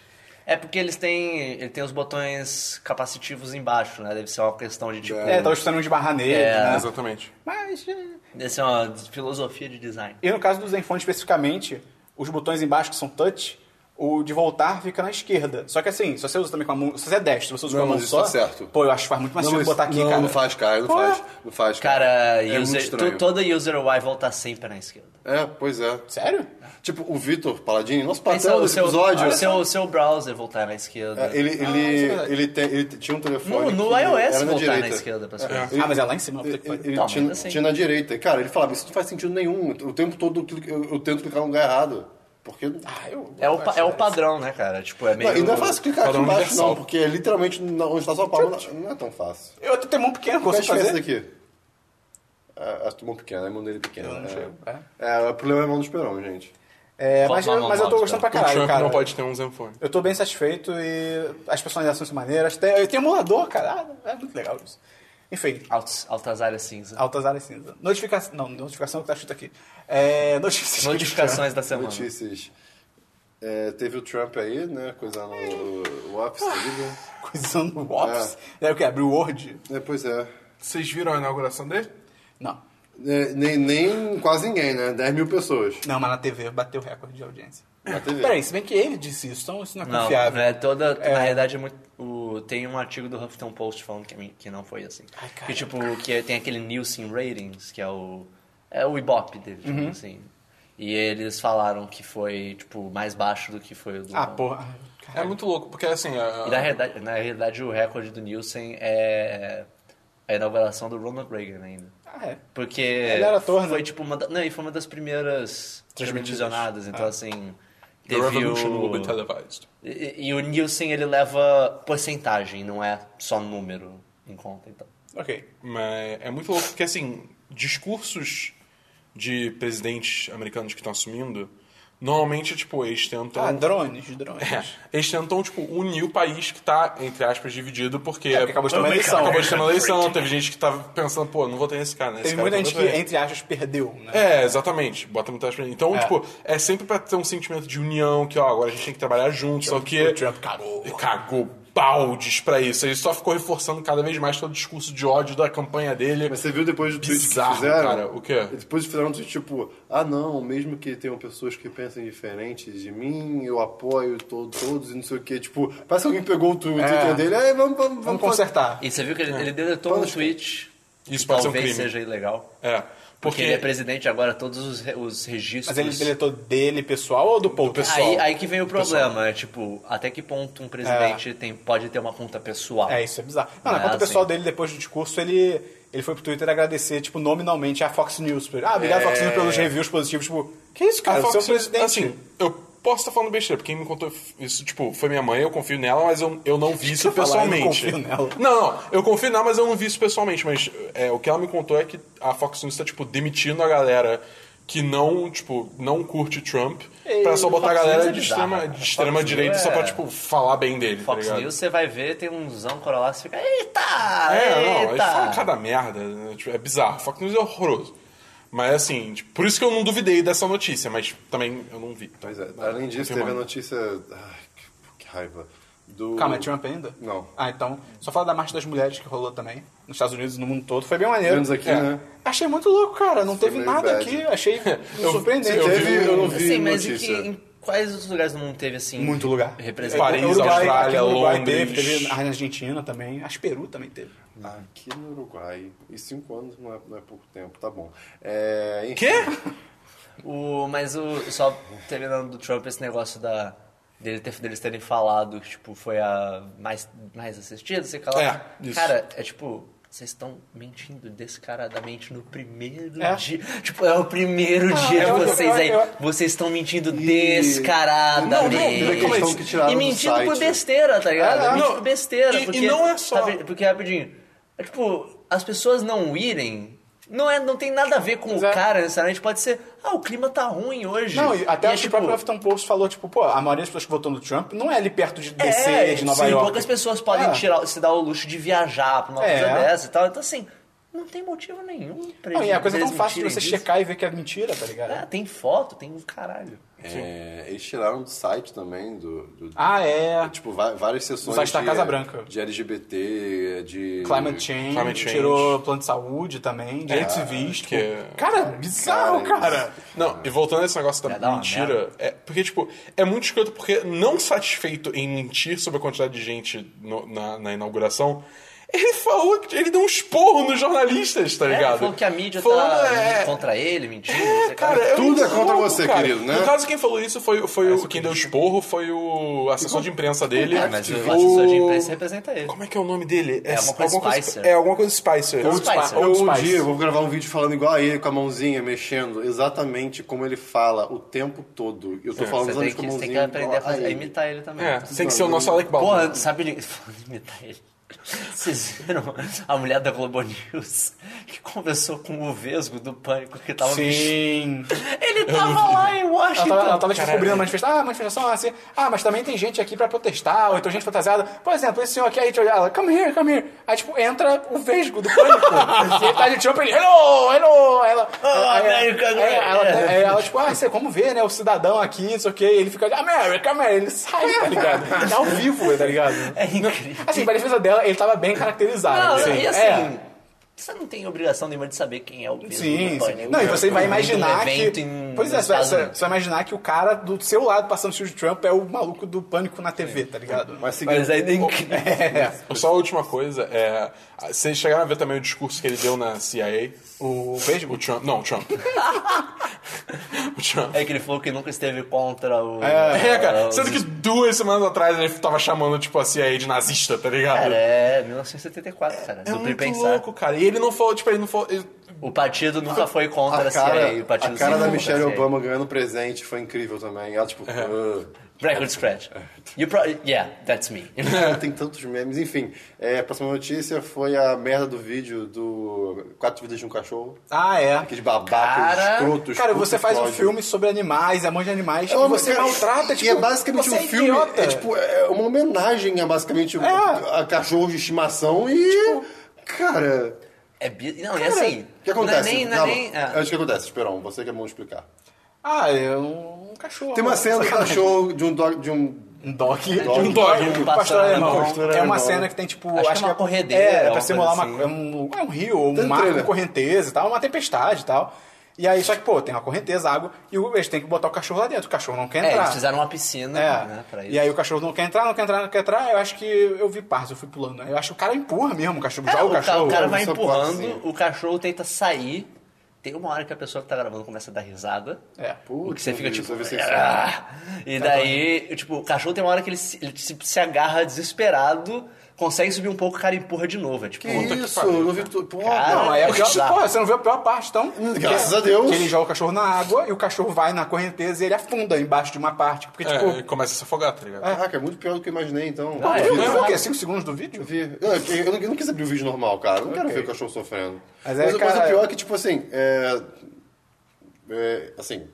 [SPEAKER 4] É porque eles têm. Ele tem os botões capacitivos embaixo, né? Deve ser uma questão de tipo.
[SPEAKER 1] É, tava estudando de barra nele,
[SPEAKER 4] É.
[SPEAKER 1] né?
[SPEAKER 3] É, Exatamente.
[SPEAKER 1] Mas. é,
[SPEAKER 4] Deve ser uma filosofia de design.
[SPEAKER 1] E no caso do Zenfone especificamente, os botões embaixo que são touch, o de voltar fica na esquerda. Só que assim, se você usa também com a mão. Se você é destro, você usa com
[SPEAKER 2] Não,
[SPEAKER 1] a mão
[SPEAKER 2] mas isso
[SPEAKER 1] só.
[SPEAKER 2] tá certo.
[SPEAKER 1] Pô, eu acho que faz muito mais sentido
[SPEAKER 2] mas-
[SPEAKER 1] botar aqui,
[SPEAKER 2] não,
[SPEAKER 1] cara.
[SPEAKER 2] Não faz, cara, não
[SPEAKER 1] Pô.
[SPEAKER 2] faz. Não faz,
[SPEAKER 4] Cara,
[SPEAKER 2] É muito
[SPEAKER 4] user,
[SPEAKER 2] estranho.
[SPEAKER 4] to- toda user UI volta sempre na esquerda.
[SPEAKER 2] É, pois é.
[SPEAKER 1] Sério? é
[SPEAKER 2] Tipo, o Vitor Paladini, nosso
[SPEAKER 4] Pensa
[SPEAKER 2] patrão
[SPEAKER 4] o
[SPEAKER 2] desse
[SPEAKER 4] seu,
[SPEAKER 2] episódio,
[SPEAKER 4] o seu, o seu browser voltar na esquerda.
[SPEAKER 2] ele, ele,
[SPEAKER 1] isso é verdade.
[SPEAKER 2] ele, tem- ele tinha um telefone.
[SPEAKER 4] No, no
[SPEAKER 2] que
[SPEAKER 4] iOS
[SPEAKER 2] era na
[SPEAKER 4] voltar na
[SPEAKER 2] direita.
[SPEAKER 4] esquerda pra esquerda.
[SPEAKER 1] Ah, mas né, é lá em cima. puta que
[SPEAKER 2] Ele,
[SPEAKER 1] pariu.
[SPEAKER 2] ele
[SPEAKER 4] Tá, mas
[SPEAKER 2] tinha,
[SPEAKER 4] assim.
[SPEAKER 2] tinha na direita. E, Cara, ele falava, isso não faz sentido nenhum. O tempo todo eu, clico- eu- eu tento clicar no lugar errado. Porque. Ah, eu,
[SPEAKER 4] É, o, pa- é o padrão, né, cara? Tipo, é meio.
[SPEAKER 2] Não, e não é fácil clicar aqui
[SPEAKER 3] Padrão
[SPEAKER 2] embaixo,
[SPEAKER 3] universal.
[SPEAKER 2] não, porque é literalmente na- onde está sua palma não- não é tão fácil.
[SPEAKER 1] Eu um até tenho mão pequena,
[SPEAKER 2] Qual é a
[SPEAKER 1] consigo
[SPEAKER 2] diferença
[SPEAKER 1] fazer.
[SPEAKER 2] daqui? É, a tua mão pequena, a mão dele pequena.
[SPEAKER 1] Eu não chego,
[SPEAKER 2] é.
[SPEAKER 1] é.
[SPEAKER 2] É, o problema é a mão do Esperão, gente.
[SPEAKER 1] É, mas,
[SPEAKER 4] Falta uma mão
[SPEAKER 1] mas eu tô
[SPEAKER 4] alta.
[SPEAKER 1] gostando pra
[SPEAKER 3] o
[SPEAKER 1] caralho,
[SPEAKER 3] Trump
[SPEAKER 1] cara.
[SPEAKER 3] não pode ter um Zenfone.
[SPEAKER 1] Eu tô bem satisfeito e as personalizações são maneiras. Tem, eu tenho emulador, cara. Ah, É muito legal isso. Enfim,
[SPEAKER 4] Altas, altas áreas cinza.
[SPEAKER 1] altas áreas cinza. Notificação. Não, notificação que tá escrito aqui. É, notificações.
[SPEAKER 4] Notificações da semana.
[SPEAKER 2] Notícias. É, teve o Trump aí, né? Coisa no o office ali, né?
[SPEAKER 1] Coisando o Office. É. o que? Abrir o Word?
[SPEAKER 2] É, pois é.
[SPEAKER 3] Vocês viram a inauguração dele?
[SPEAKER 1] Não.
[SPEAKER 2] É, nem, nem quase ninguém, né? 10 mil pessoas
[SPEAKER 1] Não, mas na TV bateu recorde de audiência.
[SPEAKER 2] na TV.
[SPEAKER 1] Peraí, se bem que ele disse isso, então isso não é
[SPEAKER 4] Não,
[SPEAKER 1] confiável.
[SPEAKER 4] é toda. Na realidade, é muito. o- tem um artigo do Huffington Post falando que, que não foi assim.
[SPEAKER 1] cara.
[SPEAKER 4] que tipo, que tem aquele Nielsen Ratings, que é o. É o Ibope dele, tipo
[SPEAKER 1] Uhum.
[SPEAKER 4] assim. E eles falaram que foi, tipo, mais baixo do que foi o do.
[SPEAKER 1] Ah, porra.
[SPEAKER 3] É muito louco, porque assim. a-
[SPEAKER 4] E na realidade, na realidade, o recorde do Nielsen é a inauguração do Ronald Reagan ainda.
[SPEAKER 1] Ah, é.
[SPEAKER 4] Porque
[SPEAKER 1] era ator, né?
[SPEAKER 4] foi tipo uma da- não, e foi uma das primeiras
[SPEAKER 1] Transmitidas. Ah.
[SPEAKER 4] televisionadas, então assim,
[SPEAKER 3] The
[SPEAKER 4] teve
[SPEAKER 3] Revolution
[SPEAKER 4] o-
[SPEAKER 3] will be televised.
[SPEAKER 4] e, e o Nielsen ele leva porcentagem, não é só número em conta, então.
[SPEAKER 1] Ok.
[SPEAKER 3] Mas é muito louco, porque assim, discursos de presidentes americanos que estão assumindo, normalmente, tipo, eles tentam.
[SPEAKER 1] Ah, drones, drones.
[SPEAKER 3] É, eles tentam, tipo, unir o país que tá, entre aspas, dividido, porque.
[SPEAKER 1] É, porque acabou de ter uma eleição. né?
[SPEAKER 3] Acabou de ter uma eleição, teve gente que tava pensando, pô, não vou ter esse cara, né? Esse
[SPEAKER 1] Teve
[SPEAKER 3] cara
[SPEAKER 1] muita
[SPEAKER 3] tá
[SPEAKER 1] gente que,
[SPEAKER 3] muito bem.
[SPEAKER 1] entre aspas, perdeu, né?
[SPEAKER 3] É, exatamente. Bota muita aspas. Então,
[SPEAKER 1] É.
[SPEAKER 3] tipo, é sempre pra ter um sentimento de união, que, ó, agora a gente tem que trabalhar junto, só que.
[SPEAKER 1] O Trump cagou.
[SPEAKER 3] Cagou baldes pra isso. Ele só ficou reforçando cada vez mais todo o discurso de ódio da campanha dele.
[SPEAKER 2] Mas você viu depois do tweet
[SPEAKER 3] Bizarro,
[SPEAKER 2] que fizeram?
[SPEAKER 3] cara. O quê?
[SPEAKER 2] Depois fizeram um tweet tipo, ah não, mesmo que tenham pessoas que pensem diferentes de mim, eu apoio to- todos e não sei o quê. Tipo, parece que alguém pegou o Twitter
[SPEAKER 1] É.
[SPEAKER 2] dele, é, vamos, vamos,
[SPEAKER 1] Vamos
[SPEAKER 2] fazer-
[SPEAKER 1] consertar.
[SPEAKER 4] E você viu que ele, ele deletou um
[SPEAKER 2] Vamos-
[SPEAKER 4] tweet
[SPEAKER 3] Isso
[SPEAKER 4] que
[SPEAKER 3] pode ser um
[SPEAKER 4] talvez
[SPEAKER 3] crime.
[SPEAKER 4] seja ilegal.
[SPEAKER 3] É.
[SPEAKER 4] Porque
[SPEAKER 3] Porque.
[SPEAKER 4] ele é presidente agora, todos os, re- os registros.
[SPEAKER 1] Mas ele deletou dele, pessoal, ou do Paul?
[SPEAKER 3] pessoal.
[SPEAKER 4] Aí, aí que vem o problema, é tipo, até que ponto um presidente tem, pode ter uma conta pessoal?
[SPEAKER 1] É, isso é bizarro. Não, na
[SPEAKER 4] Ah,
[SPEAKER 1] conta pessoal
[SPEAKER 4] sim.
[SPEAKER 1] dele, depois do discurso, ele, ele foi pro Twitter agradecer, tipo, nominalmente a Fox News. Ah, obrigado, Fox News, pelos reviews positivos. Tipo, que isso,
[SPEAKER 4] Ah,
[SPEAKER 1] cara?
[SPEAKER 3] A
[SPEAKER 1] Você é o
[SPEAKER 3] Fox News,
[SPEAKER 1] presidente.
[SPEAKER 3] Assim, eu posso estar falando besteira, porque quem me contou isso, tipo, foi minha mãe, eu confio nela, mas eu, eu não vi isso
[SPEAKER 1] eu ia falar, eu não
[SPEAKER 3] pessoalmente.
[SPEAKER 1] confio nela.
[SPEAKER 3] Não, não, eu confio nela, mas eu não vi isso pessoalmente. Mas é, o que ela me contou é que a Fox News tá, tipo, demitindo a galera que não, tipo, não curte Trump
[SPEAKER 1] Ei,
[SPEAKER 3] pra só botar a
[SPEAKER 4] Fox
[SPEAKER 3] galera
[SPEAKER 4] News é
[SPEAKER 3] de
[SPEAKER 4] bizarro,
[SPEAKER 3] extrema,
[SPEAKER 4] cara.
[SPEAKER 3] de
[SPEAKER 4] Fox
[SPEAKER 3] extrema direita
[SPEAKER 4] News
[SPEAKER 3] só pra,
[SPEAKER 4] é-
[SPEAKER 3] tipo, falar bem dele, tá
[SPEAKER 4] Fox
[SPEAKER 3] ligado?
[SPEAKER 4] News, você vai ver, tem um zão corolar, você fica, eita!
[SPEAKER 3] É, não,
[SPEAKER 4] eita.
[SPEAKER 3] eles falam cada merda, né? Tipo, é bizarro. Fox News é horroroso. Mas assim, tipo, por isso que eu não duvidei dessa notícia, mas também eu não vi.
[SPEAKER 2] Pois é. Além disso, teve a
[SPEAKER 3] Confirmando.
[SPEAKER 2] notícia. Ai, que, que raiva. Do.
[SPEAKER 1] Calma, é Trump ainda?
[SPEAKER 2] Não.
[SPEAKER 1] Ah, então. Só falar da Marcha das Mulheres que rolou também. Nos Estados Unidos e no mundo todo. Foi bem maneiro.
[SPEAKER 2] Menos aqui,
[SPEAKER 1] É.
[SPEAKER 2] né?
[SPEAKER 1] Achei muito louco, cara. Não
[SPEAKER 2] Foi
[SPEAKER 1] teve
[SPEAKER 2] meio
[SPEAKER 1] nada
[SPEAKER 2] bad.
[SPEAKER 1] aqui. Achei
[SPEAKER 3] Eu-
[SPEAKER 1] surpreendente.
[SPEAKER 3] eu vi
[SPEAKER 1] Teve-
[SPEAKER 2] eu não vi
[SPEAKER 4] Sim, mas em,
[SPEAKER 2] notícia.
[SPEAKER 4] que, em quais outros lugares do mundo teve, assim...
[SPEAKER 1] Muito lugar.
[SPEAKER 4] Representante.
[SPEAKER 3] Paris,
[SPEAKER 1] Uruguai,
[SPEAKER 3] Austrália,
[SPEAKER 1] aqui no Uruguai
[SPEAKER 3] Londres.
[SPEAKER 1] Teve, teve na Argentina também. Acho que Peru também teve.
[SPEAKER 2] Aqui no Uruguai. E cinco anos não é, não é pouco tempo, tá bom. É, enfim.
[SPEAKER 3] Quê?
[SPEAKER 4] O, mas o, só terminando do Trump, esse negócio da, dele ter, deles terem falado que tipo, foi a mais, mais assistida, sei lá.
[SPEAKER 3] É, isso.
[SPEAKER 4] Cara, é tipo, vocês estão mentindo descaradamente no primeiro
[SPEAKER 1] É.
[SPEAKER 4] dia. Tipo, é o primeiro dia de
[SPEAKER 1] eu-
[SPEAKER 4] vocês
[SPEAKER 1] eu-
[SPEAKER 4] aí.
[SPEAKER 1] eu-
[SPEAKER 4] vocês estão mentindo
[SPEAKER 2] Não, não,
[SPEAKER 4] descaradamente.
[SPEAKER 2] teve a questão que tiraram
[SPEAKER 4] e
[SPEAKER 2] do
[SPEAKER 4] mentindo por
[SPEAKER 2] site.
[SPEAKER 4] besteira, tá ligado?
[SPEAKER 1] É,
[SPEAKER 4] mentindo
[SPEAKER 3] não.
[SPEAKER 4] por besteira.
[SPEAKER 3] E- e
[SPEAKER 4] porque,
[SPEAKER 3] não é só-
[SPEAKER 4] sabe, porque rapidinho. É, tipo, as pessoas não irem. Não, é, não tem nada a ver com o
[SPEAKER 1] é.
[SPEAKER 4] cara, necessariamente. Pode ser, ah, o clima tá ruim hoje.
[SPEAKER 1] Não, e até
[SPEAKER 4] é,
[SPEAKER 1] acho que o próprio Huffington Post falou, tipo, pô, a maioria das pessoas que votou no Trump não é ali perto de
[SPEAKER 4] é,
[SPEAKER 1] DC, de Nova
[SPEAKER 4] sim,
[SPEAKER 1] York.
[SPEAKER 4] poucas pessoas podem
[SPEAKER 1] É.
[SPEAKER 4] tirar, se dar o luxo de viajar pra uma
[SPEAKER 1] É.
[SPEAKER 4] coisa dessa e tal. Então, assim, não tem motivo nenhum pra
[SPEAKER 1] Não,
[SPEAKER 4] eles-
[SPEAKER 1] e a coisa é
[SPEAKER 4] pra
[SPEAKER 1] tão
[SPEAKER 4] eles
[SPEAKER 1] fácil de você
[SPEAKER 4] mentirem disso.
[SPEAKER 1] checar e ver que é mentira, tá ligado?
[SPEAKER 4] Ah, tem foto, tem um caralho.
[SPEAKER 2] É, eles tiraram do site também, do. do-
[SPEAKER 1] Ah, é.
[SPEAKER 2] Tipo, va- várias
[SPEAKER 1] Do
[SPEAKER 2] sessões.
[SPEAKER 1] site da
[SPEAKER 2] de-
[SPEAKER 1] Casa Branca.
[SPEAKER 2] De LGBT, de.
[SPEAKER 1] Climate change,
[SPEAKER 3] Climate change.
[SPEAKER 1] tirou plano de saúde também,
[SPEAKER 4] É.
[SPEAKER 1] direitos civis.
[SPEAKER 2] é
[SPEAKER 1] Tipo,
[SPEAKER 3] que- é-
[SPEAKER 1] Cara, bizarro,
[SPEAKER 2] Cara,
[SPEAKER 1] cara.
[SPEAKER 3] Não, e voltando a esse negócio da
[SPEAKER 4] É, dá uma
[SPEAKER 3] mentira,
[SPEAKER 4] merda.
[SPEAKER 3] é, porque, tipo, é muito escroto porque não satisfeito em mentir sobre a quantidade de gente no- na, na inauguração, ele falou que ele deu um esporro nos jornalistas, tá
[SPEAKER 4] É,
[SPEAKER 3] ligado?
[SPEAKER 4] falou que a mídia
[SPEAKER 3] Falando,
[SPEAKER 4] tá
[SPEAKER 3] é,
[SPEAKER 4] contra ele, mentindo.
[SPEAKER 3] É, cara, é
[SPEAKER 2] Tudo
[SPEAKER 3] um
[SPEAKER 2] é contra
[SPEAKER 3] louco,
[SPEAKER 2] você,
[SPEAKER 3] cara.
[SPEAKER 2] querido, né?
[SPEAKER 3] No caso, quem falou isso foi, foi o, quem deu esporro foi o assessor de imprensa dele.
[SPEAKER 4] É, mas o assessor de imprensa representa ele.
[SPEAKER 3] Como é que é o nome dele?
[SPEAKER 4] É alguma coisa Spicer.
[SPEAKER 3] É alguma coisa Spicer.
[SPEAKER 4] Old Spicer.
[SPEAKER 2] Eu,
[SPEAKER 1] Old
[SPEAKER 2] um
[SPEAKER 1] Spice.
[SPEAKER 2] dia eu vou gravar um vídeo falando igual a ele, com a mãozinha mexendo, exatamente como ele fala o tempo todo. Eu tô falando
[SPEAKER 4] É, Você tem
[SPEAKER 2] exatamente com a
[SPEAKER 4] que, você tem que
[SPEAKER 2] mãozinha.
[SPEAKER 4] aprender a,
[SPEAKER 2] igual
[SPEAKER 4] fazer, a
[SPEAKER 2] ele.
[SPEAKER 4] imitar ele também.
[SPEAKER 3] É, tem que ser o nosso Alec Baldwin.
[SPEAKER 4] Porra, sabe ele- imitar ele? Vocês viram a mulher da Globo News que conversou com o Vesgo do Pânico que tava
[SPEAKER 1] Sim.
[SPEAKER 4] vestido? Ele tava lá em
[SPEAKER 1] Ela
[SPEAKER 4] Washington.
[SPEAKER 1] tava, ela tava tipo,
[SPEAKER 3] Caralho.
[SPEAKER 1] cobrindo a manifestação. Ah, manifestação, ah, assim. Ah, mas também tem gente aqui pra protestar, ou então gente fantasiada. Por exemplo, esse senhor aqui, aí, tipo, ela, come here, come here. Aí, tipo, entra o vesgo do pânico. e ele tá de Trump, ele, hello, hello. Aí Ela,
[SPEAKER 4] Oh,
[SPEAKER 1] aí-
[SPEAKER 4] America,
[SPEAKER 1] aí-
[SPEAKER 4] great.
[SPEAKER 1] aí ela, aí ela, tipo, ah, você como vê, né, o cidadão aqui, não sei o quê. E ele fica, America, America. Ele sai, tá ligado? Tá ao vivo, tá ligado?
[SPEAKER 4] É incrível.
[SPEAKER 1] Assim, pra defesa dela, ele tava bem caracterizado.
[SPEAKER 4] Não,
[SPEAKER 1] assim,
[SPEAKER 4] e assim,
[SPEAKER 1] é.
[SPEAKER 4] você não tem obrigação nenhuma de saber quem é o Vesgo
[SPEAKER 1] Sim,
[SPEAKER 4] do
[SPEAKER 1] sim.
[SPEAKER 4] Pânico.
[SPEAKER 1] Não, e você vai imaginar
[SPEAKER 4] Um
[SPEAKER 1] que.
[SPEAKER 4] evento em-
[SPEAKER 1] Pois é,
[SPEAKER 4] nos
[SPEAKER 1] você vai,
[SPEAKER 4] Estados
[SPEAKER 1] você
[SPEAKER 4] Unidos.
[SPEAKER 1] você vai imaginar que o cara do seu lado passando o estilo de Trump é o maluco do pânico na TV, tá ligado?
[SPEAKER 2] Mas seguindo,
[SPEAKER 4] Mas ainda é incrível.
[SPEAKER 1] É.
[SPEAKER 3] Só a última coisa, é, vocês chegaram a ver também o discurso que ele deu na CIA?
[SPEAKER 1] O
[SPEAKER 3] O Trump. Não, o Trump. o Trump.
[SPEAKER 4] É que ele falou que nunca esteve contra o...
[SPEAKER 3] É, cara.
[SPEAKER 4] os
[SPEAKER 3] Sendo que duas semanas atrás ele tava chamando, tipo, a CIA de nazista, tá ligado?
[SPEAKER 4] Cara, é 1974, cara.
[SPEAKER 3] é
[SPEAKER 4] do
[SPEAKER 3] muito
[SPEAKER 4] Prepensar.
[SPEAKER 3] louco, cara. E ele não falou, tipo, ele não falou. ele-
[SPEAKER 4] O partido nunca foi contra a,
[SPEAKER 2] a cara,
[SPEAKER 4] CIA. O partido
[SPEAKER 2] a cara
[SPEAKER 4] sempre
[SPEAKER 2] da
[SPEAKER 4] foi
[SPEAKER 2] Michelle
[SPEAKER 4] contra a CIA.
[SPEAKER 2] Obama ganhando presente foi incrível também. Ela, tipo,
[SPEAKER 4] É.
[SPEAKER 2] "Ah".
[SPEAKER 4] Record scratch. You pro... Yeah, that's me.
[SPEAKER 2] tem tantos memes. Enfim, é, a próxima notícia foi a merda do vídeo do Quatro Vidas de um Cachorro.
[SPEAKER 1] Ah, é.
[SPEAKER 2] Aqueles babacas,
[SPEAKER 4] Cara-
[SPEAKER 2] escrotos.
[SPEAKER 1] Cara, você
[SPEAKER 2] putos
[SPEAKER 1] faz um
[SPEAKER 2] códigos.
[SPEAKER 1] filme sobre animais, a mãe de animais, e você
[SPEAKER 2] cara,
[SPEAKER 1] maltrata,
[SPEAKER 2] e
[SPEAKER 1] tipo.
[SPEAKER 2] é basicamente
[SPEAKER 1] você
[SPEAKER 2] um
[SPEAKER 1] é
[SPEAKER 2] filme.
[SPEAKER 1] idiota.
[SPEAKER 2] É tipo, é uma homenagem a basicamente
[SPEAKER 4] É.
[SPEAKER 2] a, a cachorros de estimação e. cara.
[SPEAKER 4] É bi... Não, é assim.
[SPEAKER 2] O que acontece?
[SPEAKER 4] Tipo, Não é nem... Não é
[SPEAKER 2] Calma.
[SPEAKER 4] nem... ah.
[SPEAKER 2] Antes que acontece, Esperão, você que é bom explicar.
[SPEAKER 1] Ah, é um um cachorro.
[SPEAKER 2] Tem uma cena do cachorro de um dog. De um...
[SPEAKER 1] Um dog.
[SPEAKER 2] Um
[SPEAKER 3] dog.
[SPEAKER 1] Um
[SPEAKER 4] Pastor
[SPEAKER 1] pastor alemão.
[SPEAKER 4] alemão.
[SPEAKER 1] É uma cena que tem, tipo.
[SPEAKER 4] Acho que é uma corredeira,
[SPEAKER 1] É, é pra
[SPEAKER 4] alguma
[SPEAKER 1] simular
[SPEAKER 4] coisa
[SPEAKER 1] uma,
[SPEAKER 4] assim.
[SPEAKER 1] é um, é um rio, ou
[SPEAKER 2] Tem
[SPEAKER 1] um
[SPEAKER 2] um
[SPEAKER 1] mar com
[SPEAKER 2] trailer.
[SPEAKER 1] correnteza e tal, uma tempestade e tal. E aí, só que, pô, tem uma correnteza, água, e o- eles têm que botar o cachorro lá dentro. O cachorro não quer
[SPEAKER 4] É,
[SPEAKER 1] entrar.
[SPEAKER 4] eles fizeram uma piscina,
[SPEAKER 1] É.
[SPEAKER 4] né, pra isso.
[SPEAKER 1] e aí o cachorro não quer entrar, não quer entrar, não quer entrar. Eu acho que eu vi partes, eu fui pulando. né? Eu acho que o cara empurra mesmo, o cachorro
[SPEAKER 4] É,
[SPEAKER 1] joga
[SPEAKER 4] o,
[SPEAKER 1] o
[SPEAKER 4] ca-
[SPEAKER 1] cachorro.
[SPEAKER 4] o cara vai
[SPEAKER 2] só
[SPEAKER 4] empurrando,
[SPEAKER 2] quatro,
[SPEAKER 4] o cachorro tenta sair. Tem uma hora que a pessoa que tá gravando começa a dar risada.
[SPEAKER 1] É.
[SPEAKER 4] o que você fica
[SPEAKER 2] Putz,
[SPEAKER 4] tipo.
[SPEAKER 2] deve ser
[SPEAKER 4] "Ah!" E daí, tipo, o cachorro tem uma hora que ele se, ele se, se agarra desesperado, consegue subir um pouco, o cara empurra de novo. É tipo,
[SPEAKER 2] Que
[SPEAKER 4] puta que
[SPEAKER 2] isso?
[SPEAKER 4] pariu,
[SPEAKER 2] eu não
[SPEAKER 4] cara.
[SPEAKER 2] vi tudo. Pô,
[SPEAKER 4] Cara,
[SPEAKER 1] Não, aí é
[SPEAKER 4] É
[SPEAKER 1] pior,
[SPEAKER 4] bizarro.
[SPEAKER 1] pô, você não viu a pior parte, então.
[SPEAKER 2] Graças
[SPEAKER 1] Que-
[SPEAKER 2] a Deus.
[SPEAKER 1] Que ele joga o cachorro na água e o cachorro vai na correnteza e ele afunda embaixo de uma parte. Porque,
[SPEAKER 3] É,
[SPEAKER 1] tipo.
[SPEAKER 3] ele começa a se afogar, tá ligado?
[SPEAKER 2] Caraca, é muito pior do que eu imaginei, então.
[SPEAKER 4] Ah,
[SPEAKER 2] eu,
[SPEAKER 1] Viu,
[SPEAKER 2] vi,
[SPEAKER 4] é?
[SPEAKER 1] viu o
[SPEAKER 2] eu
[SPEAKER 1] quê? 5 segundos do vídeo?
[SPEAKER 2] vi. Eu- eu- eu não- eu não quis abrir o vídeo normal, cara. Eu não quero ver o cachorro sofrendo.
[SPEAKER 1] Mas é,
[SPEAKER 2] mas, o
[SPEAKER 1] cara-
[SPEAKER 2] pior é que, tipo assim, é, é, assim,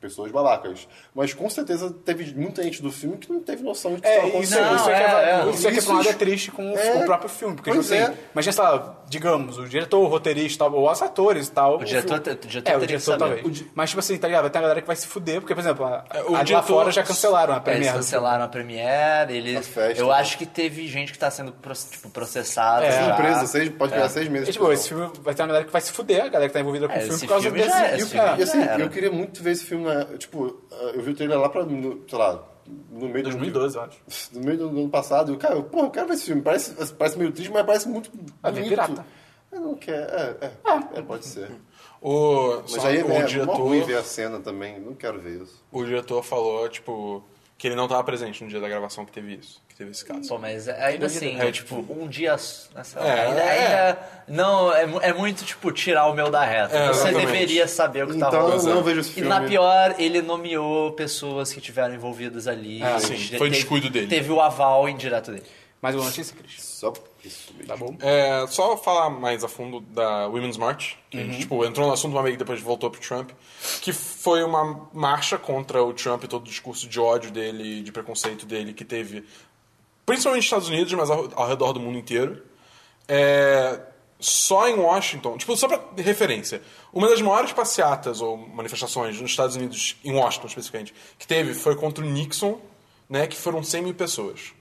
[SPEAKER 2] pessoas babacas. Mas com certeza teve muita gente do filme que não teve noção de que
[SPEAKER 1] É,
[SPEAKER 2] estava
[SPEAKER 1] isso,
[SPEAKER 2] acontecendo.
[SPEAKER 1] é- isso é, que é,
[SPEAKER 4] Não, é, é.
[SPEAKER 1] isso é que
[SPEAKER 2] Isso
[SPEAKER 1] por um lado é
[SPEAKER 2] es-
[SPEAKER 1] triste com o-
[SPEAKER 2] É.
[SPEAKER 1] com o próprio filme. Porque, tipo
[SPEAKER 2] Pois
[SPEAKER 1] assim,
[SPEAKER 2] é.
[SPEAKER 1] imagina, sei lá, digamos, o diretor, o roteirista, ou os atores e tal. O,
[SPEAKER 4] diretor
[SPEAKER 1] filme-
[SPEAKER 4] te- o diretor
[SPEAKER 1] é, o
[SPEAKER 4] teria que
[SPEAKER 1] diretor
[SPEAKER 4] saber.
[SPEAKER 1] talvez.
[SPEAKER 4] O
[SPEAKER 1] Mas, tipo assim, tá ligado? Tem a galera que vai se fuder, porque, por exemplo, a,
[SPEAKER 3] É, o
[SPEAKER 1] ali lá
[SPEAKER 3] diretor-
[SPEAKER 1] fora já cancelaram a
[SPEAKER 4] Eles
[SPEAKER 1] premiere. do filme.
[SPEAKER 4] cancelaram a Premiere, eles.
[SPEAKER 2] A festa,
[SPEAKER 4] eu
[SPEAKER 2] né?
[SPEAKER 4] acho que teve gente que tá sendo pro- tipo, processada.
[SPEAKER 1] É.
[SPEAKER 4] já.
[SPEAKER 2] Essa empresa seis, pode pegar seis meses.
[SPEAKER 1] E,
[SPEAKER 2] de
[SPEAKER 1] tipo,
[SPEAKER 2] prisão.
[SPEAKER 1] esse filme vai ter uma galera que vai se fuder, a galera que tá envolvida com
[SPEAKER 4] É,
[SPEAKER 1] o filme,
[SPEAKER 4] esse
[SPEAKER 1] por causa
[SPEAKER 4] filme
[SPEAKER 1] desse.
[SPEAKER 4] já é,
[SPEAKER 1] e o-
[SPEAKER 4] esse filme
[SPEAKER 2] E
[SPEAKER 1] é.
[SPEAKER 2] assim,
[SPEAKER 4] Já era.
[SPEAKER 2] eu queria muito ver esse filme. na- Tipo, eu vi o trailer lá pra, no- sei lá, no meio do-
[SPEAKER 1] 2012, eu acho.
[SPEAKER 2] No meio do do ano passado, eu, cara, eu, pô, eu quero ver esse filme. Parece, parece meio triste, mas parece muito.
[SPEAKER 1] Ah, tem
[SPEAKER 2] bonito.
[SPEAKER 1] pirata. Ah.
[SPEAKER 2] Eu não quero. É, é, é, pode ser.
[SPEAKER 3] O,
[SPEAKER 2] Mas
[SPEAKER 3] só
[SPEAKER 2] aí é,
[SPEAKER 3] o
[SPEAKER 2] é mó ruim ver
[SPEAKER 3] diretor,
[SPEAKER 2] a cena também. Não quero ver isso.
[SPEAKER 3] o diretor falou, tipo, que ele não tava presente no dia da gravação que teve isso, que teve esse caso.
[SPEAKER 4] Pô, mas ainda assim,
[SPEAKER 3] É,
[SPEAKER 4] tipo, um dia. Nossa,
[SPEAKER 3] É,
[SPEAKER 4] ainda,
[SPEAKER 3] é.
[SPEAKER 4] ainda- Não, é, mu- é muito, tipo, tirar o meu da reta.
[SPEAKER 3] É,
[SPEAKER 4] Você
[SPEAKER 3] exatamente.
[SPEAKER 4] deveria saber o que tá
[SPEAKER 2] Então eu
[SPEAKER 4] rolando.
[SPEAKER 2] não vejo esse
[SPEAKER 4] E
[SPEAKER 2] filme.
[SPEAKER 4] na pior, ele nomeou pessoas que tiveram envolvidas ali.
[SPEAKER 3] Ah, sim,
[SPEAKER 4] Te-
[SPEAKER 3] foi
[SPEAKER 4] teve-
[SPEAKER 3] descuido dele.
[SPEAKER 4] Teve o aval indireto dele.
[SPEAKER 1] Mais uma notícia, Cris.
[SPEAKER 2] Só isso mesmo.
[SPEAKER 1] Tá bom?
[SPEAKER 3] É, só falar mais a fundo da Women's March, que a gente, tipo, entrou no assunto uma vez e depois voltou pro Trump, que foi uma marcha contra o Trump e todo o discurso de ódio dele, de preconceito dele que teve, principalmente nos Estados Unidos, mas ao, ao redor do mundo inteiro. É, só em Washington, tipo, só pra referência, uma das maiores passeatas ou manifestações nos Estados Unidos, em Washington especificamente, que teve foi contra o Nixon, né, que foram 100 mil pessoas.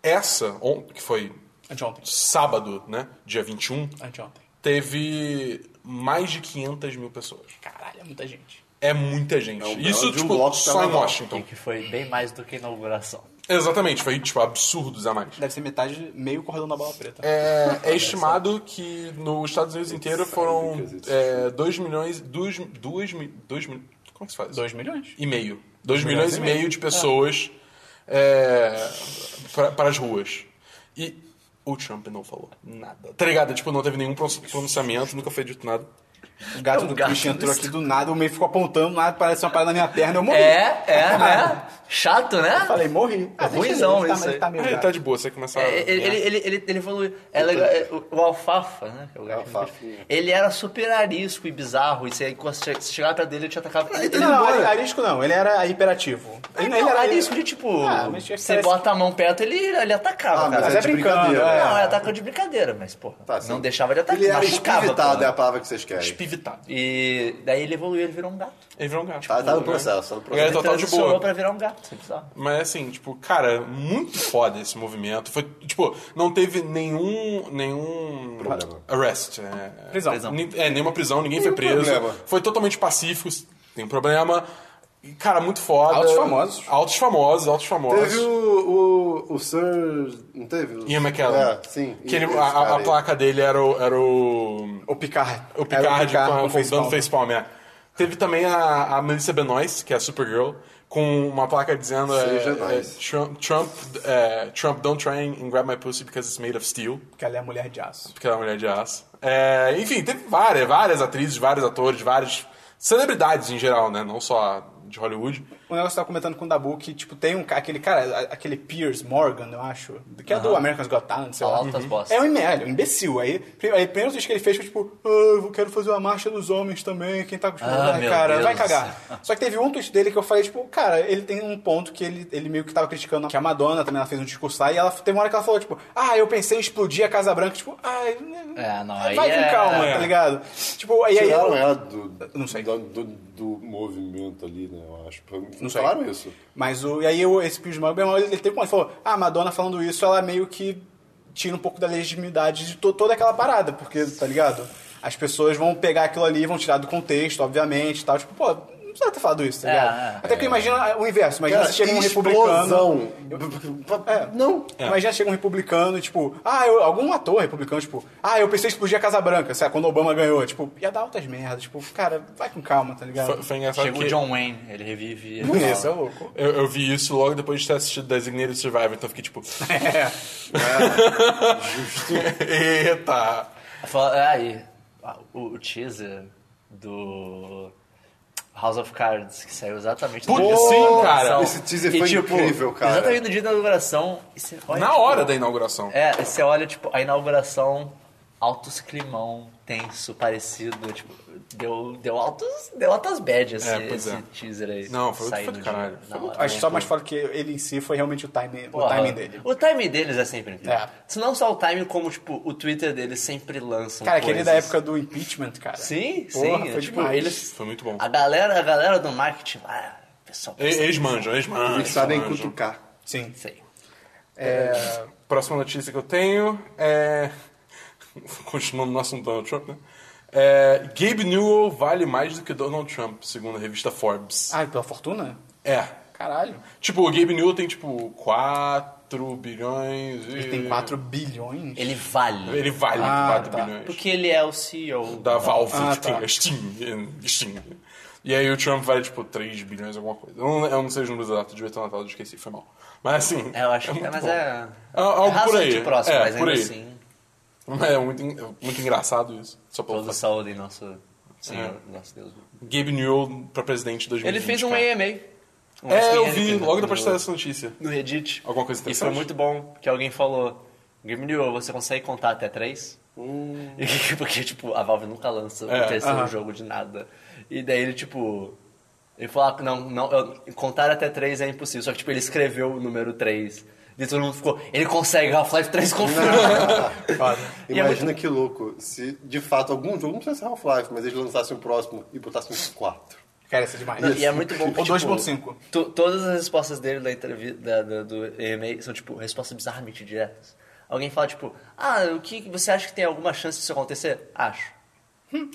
[SPEAKER 3] Essa, on- que foi
[SPEAKER 1] Anteontem.
[SPEAKER 3] sábado, né? Dia 21,
[SPEAKER 1] Anteontem.
[SPEAKER 3] teve mais de 500 mil pessoas.
[SPEAKER 1] Caralho, é muita gente.
[SPEAKER 3] É muita gente.
[SPEAKER 2] É um belo
[SPEAKER 3] Isso,
[SPEAKER 2] de um
[SPEAKER 3] tipo,
[SPEAKER 2] bloco de
[SPEAKER 3] só em
[SPEAKER 2] carnaval.
[SPEAKER 4] E
[SPEAKER 3] Washington.
[SPEAKER 4] que foi bem mais do que a inauguração.
[SPEAKER 3] Exatamente, foi, tipo, absurdos a mais.
[SPEAKER 1] Deve ser metade, meio corredor na bola preta.
[SPEAKER 3] É, é estimado que nos Estados Unidos inteiro foram 2 milhões... 2 dois, mi- dois mi- como é que se faz?
[SPEAKER 1] 2 milhões.
[SPEAKER 3] e meio.
[SPEAKER 1] milhões
[SPEAKER 3] 2 milhões
[SPEAKER 1] e
[SPEAKER 3] e
[SPEAKER 1] meio.
[SPEAKER 3] meio de pessoas é, pra- para as ruas. E o Trump não falou nada. Tá ligado? Tipo, não teve nenhum pronunciamento, nunca foi dito nada.
[SPEAKER 1] O gato
[SPEAKER 4] É um
[SPEAKER 1] do
[SPEAKER 4] gato
[SPEAKER 1] Christian entrou
[SPEAKER 4] desse-
[SPEAKER 1] aqui do nada, o meio ficou apontando, nada, parece uma parada na minha perna, eu morri.
[SPEAKER 4] É, é, né? Chato, né?
[SPEAKER 1] Falei, morri. Ah, deixa ele,
[SPEAKER 4] ruimzão
[SPEAKER 1] ele tá-
[SPEAKER 4] isso aí.
[SPEAKER 1] ele tá meio
[SPEAKER 3] Ah, ele
[SPEAKER 1] gato.
[SPEAKER 3] tá de boa, você começa
[SPEAKER 4] É,
[SPEAKER 3] a.
[SPEAKER 4] ele, ele, ele, ele, ele evoluiu. É legal, é, o, o alfafa, né? Que é o gato
[SPEAKER 2] Alfafa.
[SPEAKER 4] Ele era super arisco e bizarro. E você, quando você chegava pra dele, ele te atacava.
[SPEAKER 3] Ah,
[SPEAKER 4] Ele,
[SPEAKER 3] então é
[SPEAKER 1] Não,
[SPEAKER 3] um
[SPEAKER 1] não,
[SPEAKER 4] embora.
[SPEAKER 1] ari- arisco não, ele era hiperativo. Ele,
[SPEAKER 4] É, não,
[SPEAKER 1] ele era
[SPEAKER 4] arisco de tipo.
[SPEAKER 1] Ah, mas
[SPEAKER 4] você
[SPEAKER 1] parece-
[SPEAKER 4] bota a mão perto, ele, ele atacava,
[SPEAKER 2] Ah,
[SPEAKER 4] cara.
[SPEAKER 1] Mas
[SPEAKER 2] Mas
[SPEAKER 1] é,
[SPEAKER 2] é de
[SPEAKER 1] brincando,
[SPEAKER 2] brincadeira,
[SPEAKER 1] é.
[SPEAKER 4] Não, ele atacou de brincadeira, mas, porra,
[SPEAKER 2] Tá, sim.
[SPEAKER 4] não deixava de atacar.
[SPEAKER 2] Ele era
[SPEAKER 4] machucava,
[SPEAKER 2] espivitado,
[SPEAKER 4] porra.
[SPEAKER 2] é a palavra que vocês querem.
[SPEAKER 3] espivitado.
[SPEAKER 4] E daí ele evoluiu, ele virou um gato.
[SPEAKER 3] Ele virou um gato.
[SPEAKER 2] Tá, tá no processo, tá no
[SPEAKER 3] Ele
[SPEAKER 2] processo.
[SPEAKER 3] É, total de
[SPEAKER 4] transicionou
[SPEAKER 3] boa.
[SPEAKER 4] pra virar um gato, isso é bizarro.
[SPEAKER 3] Mas assim, tipo, cara, muito foda esse movimento. Foi, tipo, não teve nenhum. nenhum.
[SPEAKER 2] Problema.
[SPEAKER 3] Arrest. é,
[SPEAKER 1] Prisão.
[SPEAKER 4] Prisão.
[SPEAKER 3] Ni- É, nenhuma prisão, ninguém foi preso.
[SPEAKER 2] problema.
[SPEAKER 3] Foi totalmente pacífico, tem um problema. E, cara, muito foda.
[SPEAKER 1] Altos famosos.
[SPEAKER 3] Altos famosos, altos famosos.
[SPEAKER 2] Teve o, o, o Sir. Não teve? O-
[SPEAKER 3] Ian McKellen.
[SPEAKER 2] É, sim.
[SPEAKER 3] Que ele-
[SPEAKER 2] Esse
[SPEAKER 3] a-
[SPEAKER 2] cara
[SPEAKER 3] a, a
[SPEAKER 2] aí.
[SPEAKER 3] placa dele era o. Era o
[SPEAKER 1] O Picard.
[SPEAKER 3] O Picard
[SPEAKER 1] Era
[SPEAKER 3] com, a- com,
[SPEAKER 1] face
[SPEAKER 3] dando
[SPEAKER 1] palm.
[SPEAKER 3] facepalm, é. Teve também a, a Melissa Benoist, que é a Supergirl, com uma placa dizendo é,
[SPEAKER 2] Seja
[SPEAKER 3] é,
[SPEAKER 2] nice.
[SPEAKER 3] Trump, Trump, é, Trump, don't try and grab my pussy because it's made of steel,
[SPEAKER 1] Porque ela é mulher de aço.
[SPEAKER 3] porque ela é uma mulher de aço. É, enfim, teve várias, várias atrizes, vários atores, várias celebridades em geral, né? Não só de Hollywood.
[SPEAKER 1] O um negócio que eu tava comentando com o Dabu que, tipo, tem um cara, aquele cara, a- aquele Piers Morgan, eu acho, que é do American's Got Talent, sei lá.
[SPEAKER 4] Altas bosta.
[SPEAKER 1] É um imbecil, um imbecil. Aí, pri- aí primeiro tweet que ele fez foi tipo, "Ah, eu quero fazer uma marcha dos homens também, quem tá acostumado.
[SPEAKER 4] Ah,
[SPEAKER 1] Ai,
[SPEAKER 4] meu
[SPEAKER 1] cara,
[SPEAKER 4] Deus
[SPEAKER 1] vai
[SPEAKER 4] do
[SPEAKER 1] cagar. Só que teve um tweet dele que eu falei, tipo, cara, ele tem um ponto que ele, ele meio que tava criticando que a Madonna também ela fez um discurso lá, e ela teve uma hora que ela falou, tipo, ah, eu pensei em explodir a Casa Branca, tipo, ai,
[SPEAKER 4] É, não, aí
[SPEAKER 1] vai com
[SPEAKER 4] é-
[SPEAKER 1] calma,
[SPEAKER 3] é.
[SPEAKER 1] tá ligado? Tipo, aí, aí
[SPEAKER 2] Tiraram ela um é do,
[SPEAKER 1] não sei.
[SPEAKER 2] do, do, do movimento ali, né? Eu acho. Não
[SPEAKER 1] sei.
[SPEAKER 2] falaram isso.
[SPEAKER 1] Mas o, e aí o, esse Pius Morgan, ele, ele teve como ele falou, ah, a Madonna falando isso, ela meio que tira um pouco da legitimidade de to- toda aquela parada, porque, tá ligado? As pessoas vão pegar aquilo ali, vão tirar do contexto, obviamente, e tal. Tipo, pô, não precisa ter falado isso, tá
[SPEAKER 4] É,
[SPEAKER 1] ligado?
[SPEAKER 4] é.
[SPEAKER 1] Até porque imagina o inverso, imagina
[SPEAKER 2] Cara,
[SPEAKER 1] se chega um republicano...
[SPEAKER 2] explosão.
[SPEAKER 1] É.
[SPEAKER 2] Não.
[SPEAKER 1] Imagina chega um republicano, tipo, ah, eu- algum ator republicano, tipo, ah, eu pensei em explodir a Casa Branca, sabe, quando Obama ganhou, tipo, ia dar altas merdas, tipo, cara, vai com calma, tá ligado?
[SPEAKER 3] Foi, foi engraçado
[SPEAKER 4] É. Chegou o
[SPEAKER 3] É que
[SPEAKER 4] John Wayne, ele revive. Ele
[SPEAKER 1] Isso é
[SPEAKER 4] fala.
[SPEAKER 1] louco.
[SPEAKER 3] eu, eu vi isso logo depois de ter assistido Designated Survivor, então eu fiquei tipo...
[SPEAKER 1] É.
[SPEAKER 3] É. Eita!
[SPEAKER 4] Fala- é, aí, ah, o, o teaser do House of Cards, que saiu exatamente no
[SPEAKER 3] Putz,
[SPEAKER 4] dia da
[SPEAKER 3] sim,
[SPEAKER 4] inauguração.
[SPEAKER 3] cara.
[SPEAKER 2] Esse teaser foi incrível, cara.
[SPEAKER 4] tipo, Exatamente no dia da inauguração. e você olha,
[SPEAKER 3] Na
[SPEAKER 4] tipo,
[SPEAKER 3] hora da inauguração.
[SPEAKER 4] É, você olha, tipo, a inauguração altos climão tenso, parecido. Tipo, deu, deu, altos, deu altas bad esse,
[SPEAKER 3] É, pois
[SPEAKER 4] esse
[SPEAKER 3] é.
[SPEAKER 4] teaser aí.
[SPEAKER 3] Não, foi- foi
[SPEAKER 4] saindo
[SPEAKER 3] do
[SPEAKER 4] de-
[SPEAKER 3] caralho.
[SPEAKER 4] na
[SPEAKER 3] Foi muito
[SPEAKER 4] hora.
[SPEAKER 1] Acho que só mais foda que ele em si foi realmente o timing, o
[SPEAKER 4] Porra,
[SPEAKER 1] timing dele.
[SPEAKER 4] O timing deles é sempre incrível.
[SPEAKER 1] É.
[SPEAKER 4] Se não só o timing, como, tipo, o Twitter deles sempre lança um
[SPEAKER 1] Cara, aquele da época do impeachment, cara.
[SPEAKER 4] Sim,
[SPEAKER 1] Porra,
[SPEAKER 4] sim.
[SPEAKER 1] foi
[SPEAKER 4] é, tipo,
[SPEAKER 1] demais.
[SPEAKER 4] eles...
[SPEAKER 3] Foi muito bom.
[SPEAKER 4] A galera, a galera do marketing, ah, pessoal,
[SPEAKER 3] E- Eles manjam, eles manjam.
[SPEAKER 2] Eles sabem
[SPEAKER 3] manjam.
[SPEAKER 2] cutucar.
[SPEAKER 1] Sim.
[SPEAKER 4] sei.
[SPEAKER 3] Próxima notícia que eu tenho é. Continuando no assunto Donald Trump, né? É, Gabe Newell vale mais do que Donald Trump, segundo a revista Forbes.
[SPEAKER 1] Ah, e pela fortuna?
[SPEAKER 3] É.
[SPEAKER 1] Caralho.
[SPEAKER 3] Tipo, o Gabe Newell tem, tipo, 4 bilhões. E...
[SPEAKER 1] Ele tem 4 bilhões.
[SPEAKER 4] Ele vale.
[SPEAKER 3] Ele vale
[SPEAKER 1] Ah,
[SPEAKER 3] 4
[SPEAKER 1] tá.
[SPEAKER 3] bilhões.
[SPEAKER 4] Porque ele é o CEO
[SPEAKER 3] Da Valve,
[SPEAKER 1] Ah,
[SPEAKER 3] que
[SPEAKER 1] tá.
[SPEAKER 3] tem a Steam, e- Steam. E aí o Trump vale, tipo, 3 bilhões, alguma coisa. Eu não, eu não sei os números exatos, devia ter anotado, eu esqueci, foi mal. Mas assim.
[SPEAKER 4] É, eu acho que
[SPEAKER 3] muito
[SPEAKER 4] é, mas
[SPEAKER 3] bom.
[SPEAKER 4] é.
[SPEAKER 3] algo por
[SPEAKER 4] razoavelmente
[SPEAKER 3] aí.
[SPEAKER 4] próximo,
[SPEAKER 3] É,
[SPEAKER 4] mas
[SPEAKER 3] por
[SPEAKER 4] ainda
[SPEAKER 3] aí.
[SPEAKER 4] assim.
[SPEAKER 3] É muito, en- muito engraçado isso. Só pelo
[SPEAKER 4] Toda
[SPEAKER 3] fato.
[SPEAKER 4] saúde em nosso Senhor,
[SPEAKER 3] É.
[SPEAKER 4] nosso Deus.
[SPEAKER 3] Gabe Newell pra presidente de 2020.
[SPEAKER 4] Ele fez um
[SPEAKER 3] cara.
[SPEAKER 4] AMA. um
[SPEAKER 3] É, eu
[SPEAKER 4] SPN
[SPEAKER 3] vi,
[SPEAKER 4] no-
[SPEAKER 3] logo depois de dessa notícia.
[SPEAKER 4] No Reddit.
[SPEAKER 3] Alguma coisa
[SPEAKER 4] E
[SPEAKER 3] interessante?
[SPEAKER 4] foi muito bom que alguém falou: Game New, você consegue contar até três? E- Porque, tipo, a Valve nunca lança
[SPEAKER 3] Hum. É,
[SPEAKER 4] o terceiro
[SPEAKER 1] aham.
[SPEAKER 4] jogo de nada. E daí ele, tipo. Ele falou: ah, não, não, eu- contar até três é impossível. Só que, tipo, ele escreveu o número três. E todo mundo ficou: ele consegue, Half-Life 3 confirma. E é
[SPEAKER 2] Imagina que louco se de fato algum jogo, não precisa ser Half-Life, mas eles lançassem o próximo e botassem os quatro.
[SPEAKER 1] Cara, isso é demais.
[SPEAKER 4] Não, e é muito bom.
[SPEAKER 1] Ou
[SPEAKER 4] porque, tipo,
[SPEAKER 1] 2.5.
[SPEAKER 4] to- todas as respostas dele da entrevista da- da- do EMA são, tipo, respostas bizarramente diretas. Alguém fala, tipo, ah, o que você acha que tem alguma chance disso acontecer? Acho.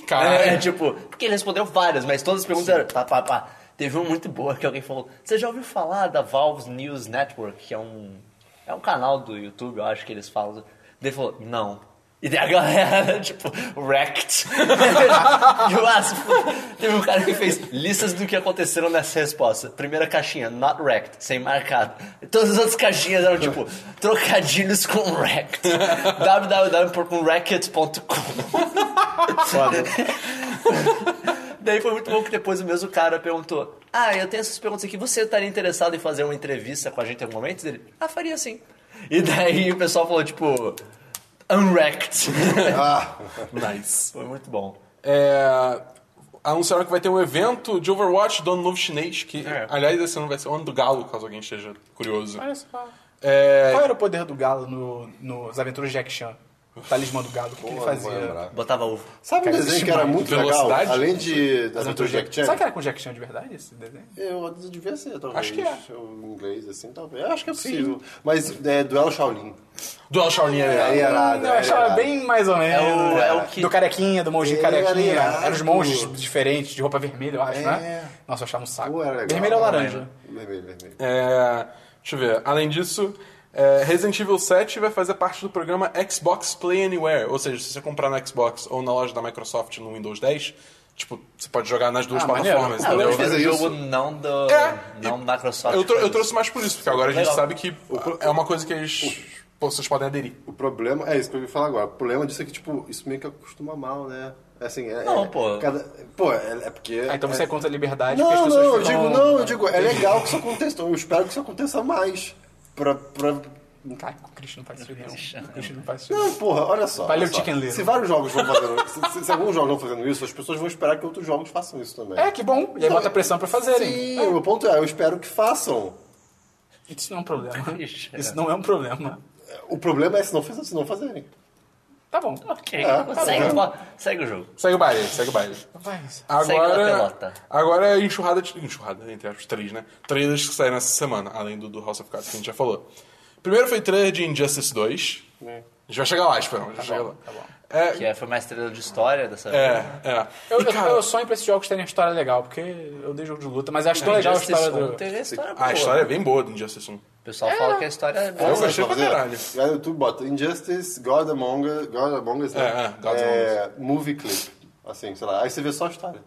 [SPEAKER 3] Caralho.
[SPEAKER 4] É, tipo, porque ele respondeu várias, mas todas as perguntas eram pá, pá, pá. Teve uma muito boa que alguém falou, você já ouviu falar da Valve's News Network, que é um, é um canal do YouTube, eu acho que eles falam. Daí Ele falou, não. E daí a galera, tipo, wrecked. eu acho, teve um cara que fez listas do que aconteceram nessa resposta. Primeira caixinha, not wrecked, sem marcado. Todas as outras caixinhas eram, tipo, trocadilhos com wrecked. www.wrecked.com
[SPEAKER 2] Foda.
[SPEAKER 4] Daí foi muito bom que depois o mesmo cara perguntou: Ah, eu tenho essas perguntas aqui, você estaria interessado em fazer uma entrevista com a gente em algum momento? Ele, ah, faria sim. E daí o pessoal falou, tipo, unwrecked.
[SPEAKER 2] Ah,
[SPEAKER 3] Nice.
[SPEAKER 4] foi muito bom.
[SPEAKER 3] É, anunciaram que vai ter um evento de Overwatch do ano novo chinês, que,
[SPEAKER 4] É.
[SPEAKER 3] aliás, esse ano vai ser o ano do galo, caso alguém esteja curioso.
[SPEAKER 1] Olha só.
[SPEAKER 3] É,
[SPEAKER 1] Qual era o poder do galo no, nos Aventuras de Jack Chan? O talismã do galo, o que, que ele
[SPEAKER 2] porra, não vou
[SPEAKER 1] fazia?
[SPEAKER 2] lembrar.
[SPEAKER 4] Botava ovo.
[SPEAKER 2] Sabe um
[SPEAKER 1] Cara,
[SPEAKER 2] desenho
[SPEAKER 1] existe
[SPEAKER 2] que era
[SPEAKER 1] mais.
[SPEAKER 2] muito
[SPEAKER 3] Velocidade?
[SPEAKER 2] legal? Além de
[SPEAKER 1] As
[SPEAKER 2] das aventuras de Jack Chan?
[SPEAKER 1] Será que era com Jack Chan de verdade esse desenho?
[SPEAKER 2] Eu devia ser, talvez.
[SPEAKER 1] Acho que é.
[SPEAKER 2] Em inglês, assim, talvez. Eu acho que é possível. Mas é duelo Shaolin.
[SPEAKER 3] Duelo Shaolin é
[SPEAKER 2] Aí
[SPEAKER 3] legal.
[SPEAKER 2] era
[SPEAKER 1] Hum, eu achava bem mais ou menos.
[SPEAKER 4] o- é o que-
[SPEAKER 1] Do carequinha, do monge
[SPEAKER 2] Era
[SPEAKER 1] carequinha.
[SPEAKER 2] irado.
[SPEAKER 1] Eram os monges diferentes, de roupa vermelha, eu acho,
[SPEAKER 2] É.
[SPEAKER 1] né? Nossa, eu achava um saco.
[SPEAKER 2] Pô, era legal.
[SPEAKER 1] Vermelho ou laranja?
[SPEAKER 2] Vermelho, vermelho.
[SPEAKER 3] É, deixa eu ver. Além disso, é, Resident Evil 7 vai fazer parte do programa Xbox Play Anywhere. Ou seja, se você comprar na Xbox ou na loja da Microsoft no Windows 10, tipo, você pode jogar nas duas
[SPEAKER 1] Ah, maneiro.
[SPEAKER 3] plataformas,
[SPEAKER 1] Ah,
[SPEAKER 3] entendeu?
[SPEAKER 4] eu fiz o
[SPEAKER 2] isso.
[SPEAKER 4] jogo não do.
[SPEAKER 3] É,
[SPEAKER 4] Não
[SPEAKER 3] e-
[SPEAKER 4] Microsoft.
[SPEAKER 3] Eu, tro- eu
[SPEAKER 4] mas-
[SPEAKER 3] trouxe mais por isso, porque agora a gente
[SPEAKER 4] Legal.
[SPEAKER 3] sabe que é uma coisa que eles, pô, vocês podem aderir.
[SPEAKER 2] O problema... É isso que eu ia falar agora. O problema disso é que, tipo, isso meio que acostuma mal, né? Assim, é...
[SPEAKER 4] Não,
[SPEAKER 2] é-
[SPEAKER 4] pô.
[SPEAKER 2] cada- Pô, é, é porque...
[SPEAKER 1] Ah, então
[SPEAKER 2] é-
[SPEAKER 1] você é contra a liberdade, porque as
[SPEAKER 2] Não,
[SPEAKER 1] pessoas
[SPEAKER 2] não, eu
[SPEAKER 1] ficam...
[SPEAKER 2] digo, não, eu digo, é legal que isso aconteça. Eu espero que isso aconteça mais. Pra, pra...
[SPEAKER 1] Cara, o Cristo não faz sentido nenhum. O Cristo não faz sentido
[SPEAKER 2] Não, porra, olha só.
[SPEAKER 1] Valeu,
[SPEAKER 2] olha só.
[SPEAKER 1] Chicken Little.
[SPEAKER 2] Se vários jogos vão fazendo... se, se- se alguns jogos vão fazendo isso, as pessoas vão esperar que outros jogos façam isso também.
[SPEAKER 1] É, que bom. E aí bota pressão pra fazerem.
[SPEAKER 2] Sim, o meu ponto é, eu espero que façam.
[SPEAKER 1] Isso não é um problema.
[SPEAKER 4] Ixi, é.
[SPEAKER 1] Isso não é um problema.
[SPEAKER 2] O problema é se não, fiz- se não fazerem.
[SPEAKER 1] Tá bom.
[SPEAKER 4] Ok,
[SPEAKER 2] Ah, tá
[SPEAKER 4] segue,
[SPEAKER 2] bom.
[SPEAKER 4] bo- segue o jogo.
[SPEAKER 3] Segue o baile, segue o baile.
[SPEAKER 1] Vai. isso.
[SPEAKER 4] Segue a
[SPEAKER 3] Agora,
[SPEAKER 4] pelota.
[SPEAKER 3] agora é enxurrada, de- enxurrada, entre aspas, três, né? Trailers que saíram essa semana, além do, do House of Cards que a gente já falou. Primeiro foi trailer de Injustice 2. A gente vai chegar lá, esperamos. a gente vai
[SPEAKER 1] bom,
[SPEAKER 3] chegar
[SPEAKER 1] tá
[SPEAKER 3] lá.
[SPEAKER 1] bom.
[SPEAKER 3] É,
[SPEAKER 4] Que é, foi mais estrela de história dessa Então
[SPEAKER 3] é, é.
[SPEAKER 1] Eu,
[SPEAKER 3] E,
[SPEAKER 1] eu,
[SPEAKER 3] cara,
[SPEAKER 1] eu sonho pra esses jogos terem uma história legal, porque eu dei jogo de luta, mas acho tão legal Então é a
[SPEAKER 4] Injustice
[SPEAKER 1] história
[SPEAKER 4] 1
[SPEAKER 1] do...
[SPEAKER 4] teve a história boa.
[SPEAKER 3] a história é bem boa do Injustice 1.
[SPEAKER 4] O pessoal fala que a história é boa.
[SPEAKER 3] Eu gostei pra
[SPEAKER 2] Fazer-
[SPEAKER 3] caralho.
[SPEAKER 2] Vai no YouTube, bota Injustice, God Among Us, God Among Us, né?
[SPEAKER 3] É, é, God
[SPEAKER 2] É, Movie Clip. Assim, sei lá. Aí você vê só a história.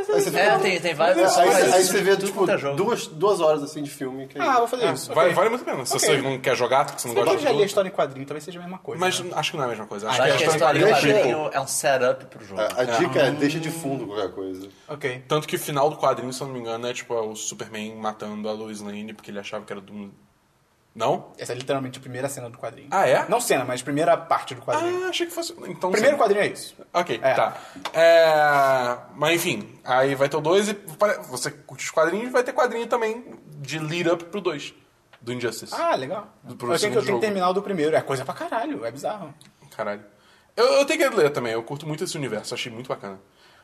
[SPEAKER 2] Aí você vê-
[SPEAKER 4] É, tem, tem vários.
[SPEAKER 2] Aí,
[SPEAKER 4] vários-
[SPEAKER 2] aí você vê,
[SPEAKER 4] tudo
[SPEAKER 2] tipo,
[SPEAKER 4] quanto é jogo.
[SPEAKER 2] duas, duas horas assim de filme. Que...
[SPEAKER 1] Ah, vou fazer isso.
[SPEAKER 3] Vale,
[SPEAKER 1] ok.
[SPEAKER 3] vale muito a pena. Se
[SPEAKER 1] Ok.
[SPEAKER 3] você não quer jogar, porque você não
[SPEAKER 1] Se bem que
[SPEAKER 3] gosta
[SPEAKER 1] eu
[SPEAKER 3] de
[SPEAKER 1] já li a
[SPEAKER 3] jogo.
[SPEAKER 1] história em quadrinho, talvez seja a mesma coisa.
[SPEAKER 3] Mas
[SPEAKER 1] né?
[SPEAKER 3] acho que não é a mesma coisa. Acho,
[SPEAKER 4] Acho
[SPEAKER 3] que
[SPEAKER 4] que
[SPEAKER 3] é
[SPEAKER 4] a história do
[SPEAKER 2] quadrinho é
[SPEAKER 4] quadrinho é um setup pro jogo.
[SPEAKER 2] a, a dica é, deixa de fundo qualquer coisa.
[SPEAKER 1] Ok.
[SPEAKER 3] Tanto que o final do quadrinho, se eu não me engano, é tipo o Superman matando a Lois Lane porque ele achava que era do Não?
[SPEAKER 1] Essa é literalmente a primeira cena do quadrinho.
[SPEAKER 3] Ah, é?
[SPEAKER 1] Não cena, mas primeira parte do quadrinho.
[SPEAKER 3] Ah, achei que fosse. Então,
[SPEAKER 1] o primeiro
[SPEAKER 3] sim.
[SPEAKER 1] quadrinho é isso.
[SPEAKER 3] Ok,
[SPEAKER 1] É.
[SPEAKER 3] tá. É, mas enfim, aí vai ter o 2 e pare- você curte os quadrinhos, vai ter quadrinho também de lead up pro 2 do Injustice.
[SPEAKER 1] Ah, legal.
[SPEAKER 3] Do
[SPEAKER 1] eu achei
[SPEAKER 3] próximo
[SPEAKER 1] que eu tenho
[SPEAKER 3] jogo.
[SPEAKER 1] que terminar o do primeiro. É coisa pra caralho, é bizarro.
[SPEAKER 3] Caralho. Eu, eu tenho que ler também, eu curto muito esse universo, achei muito bacana.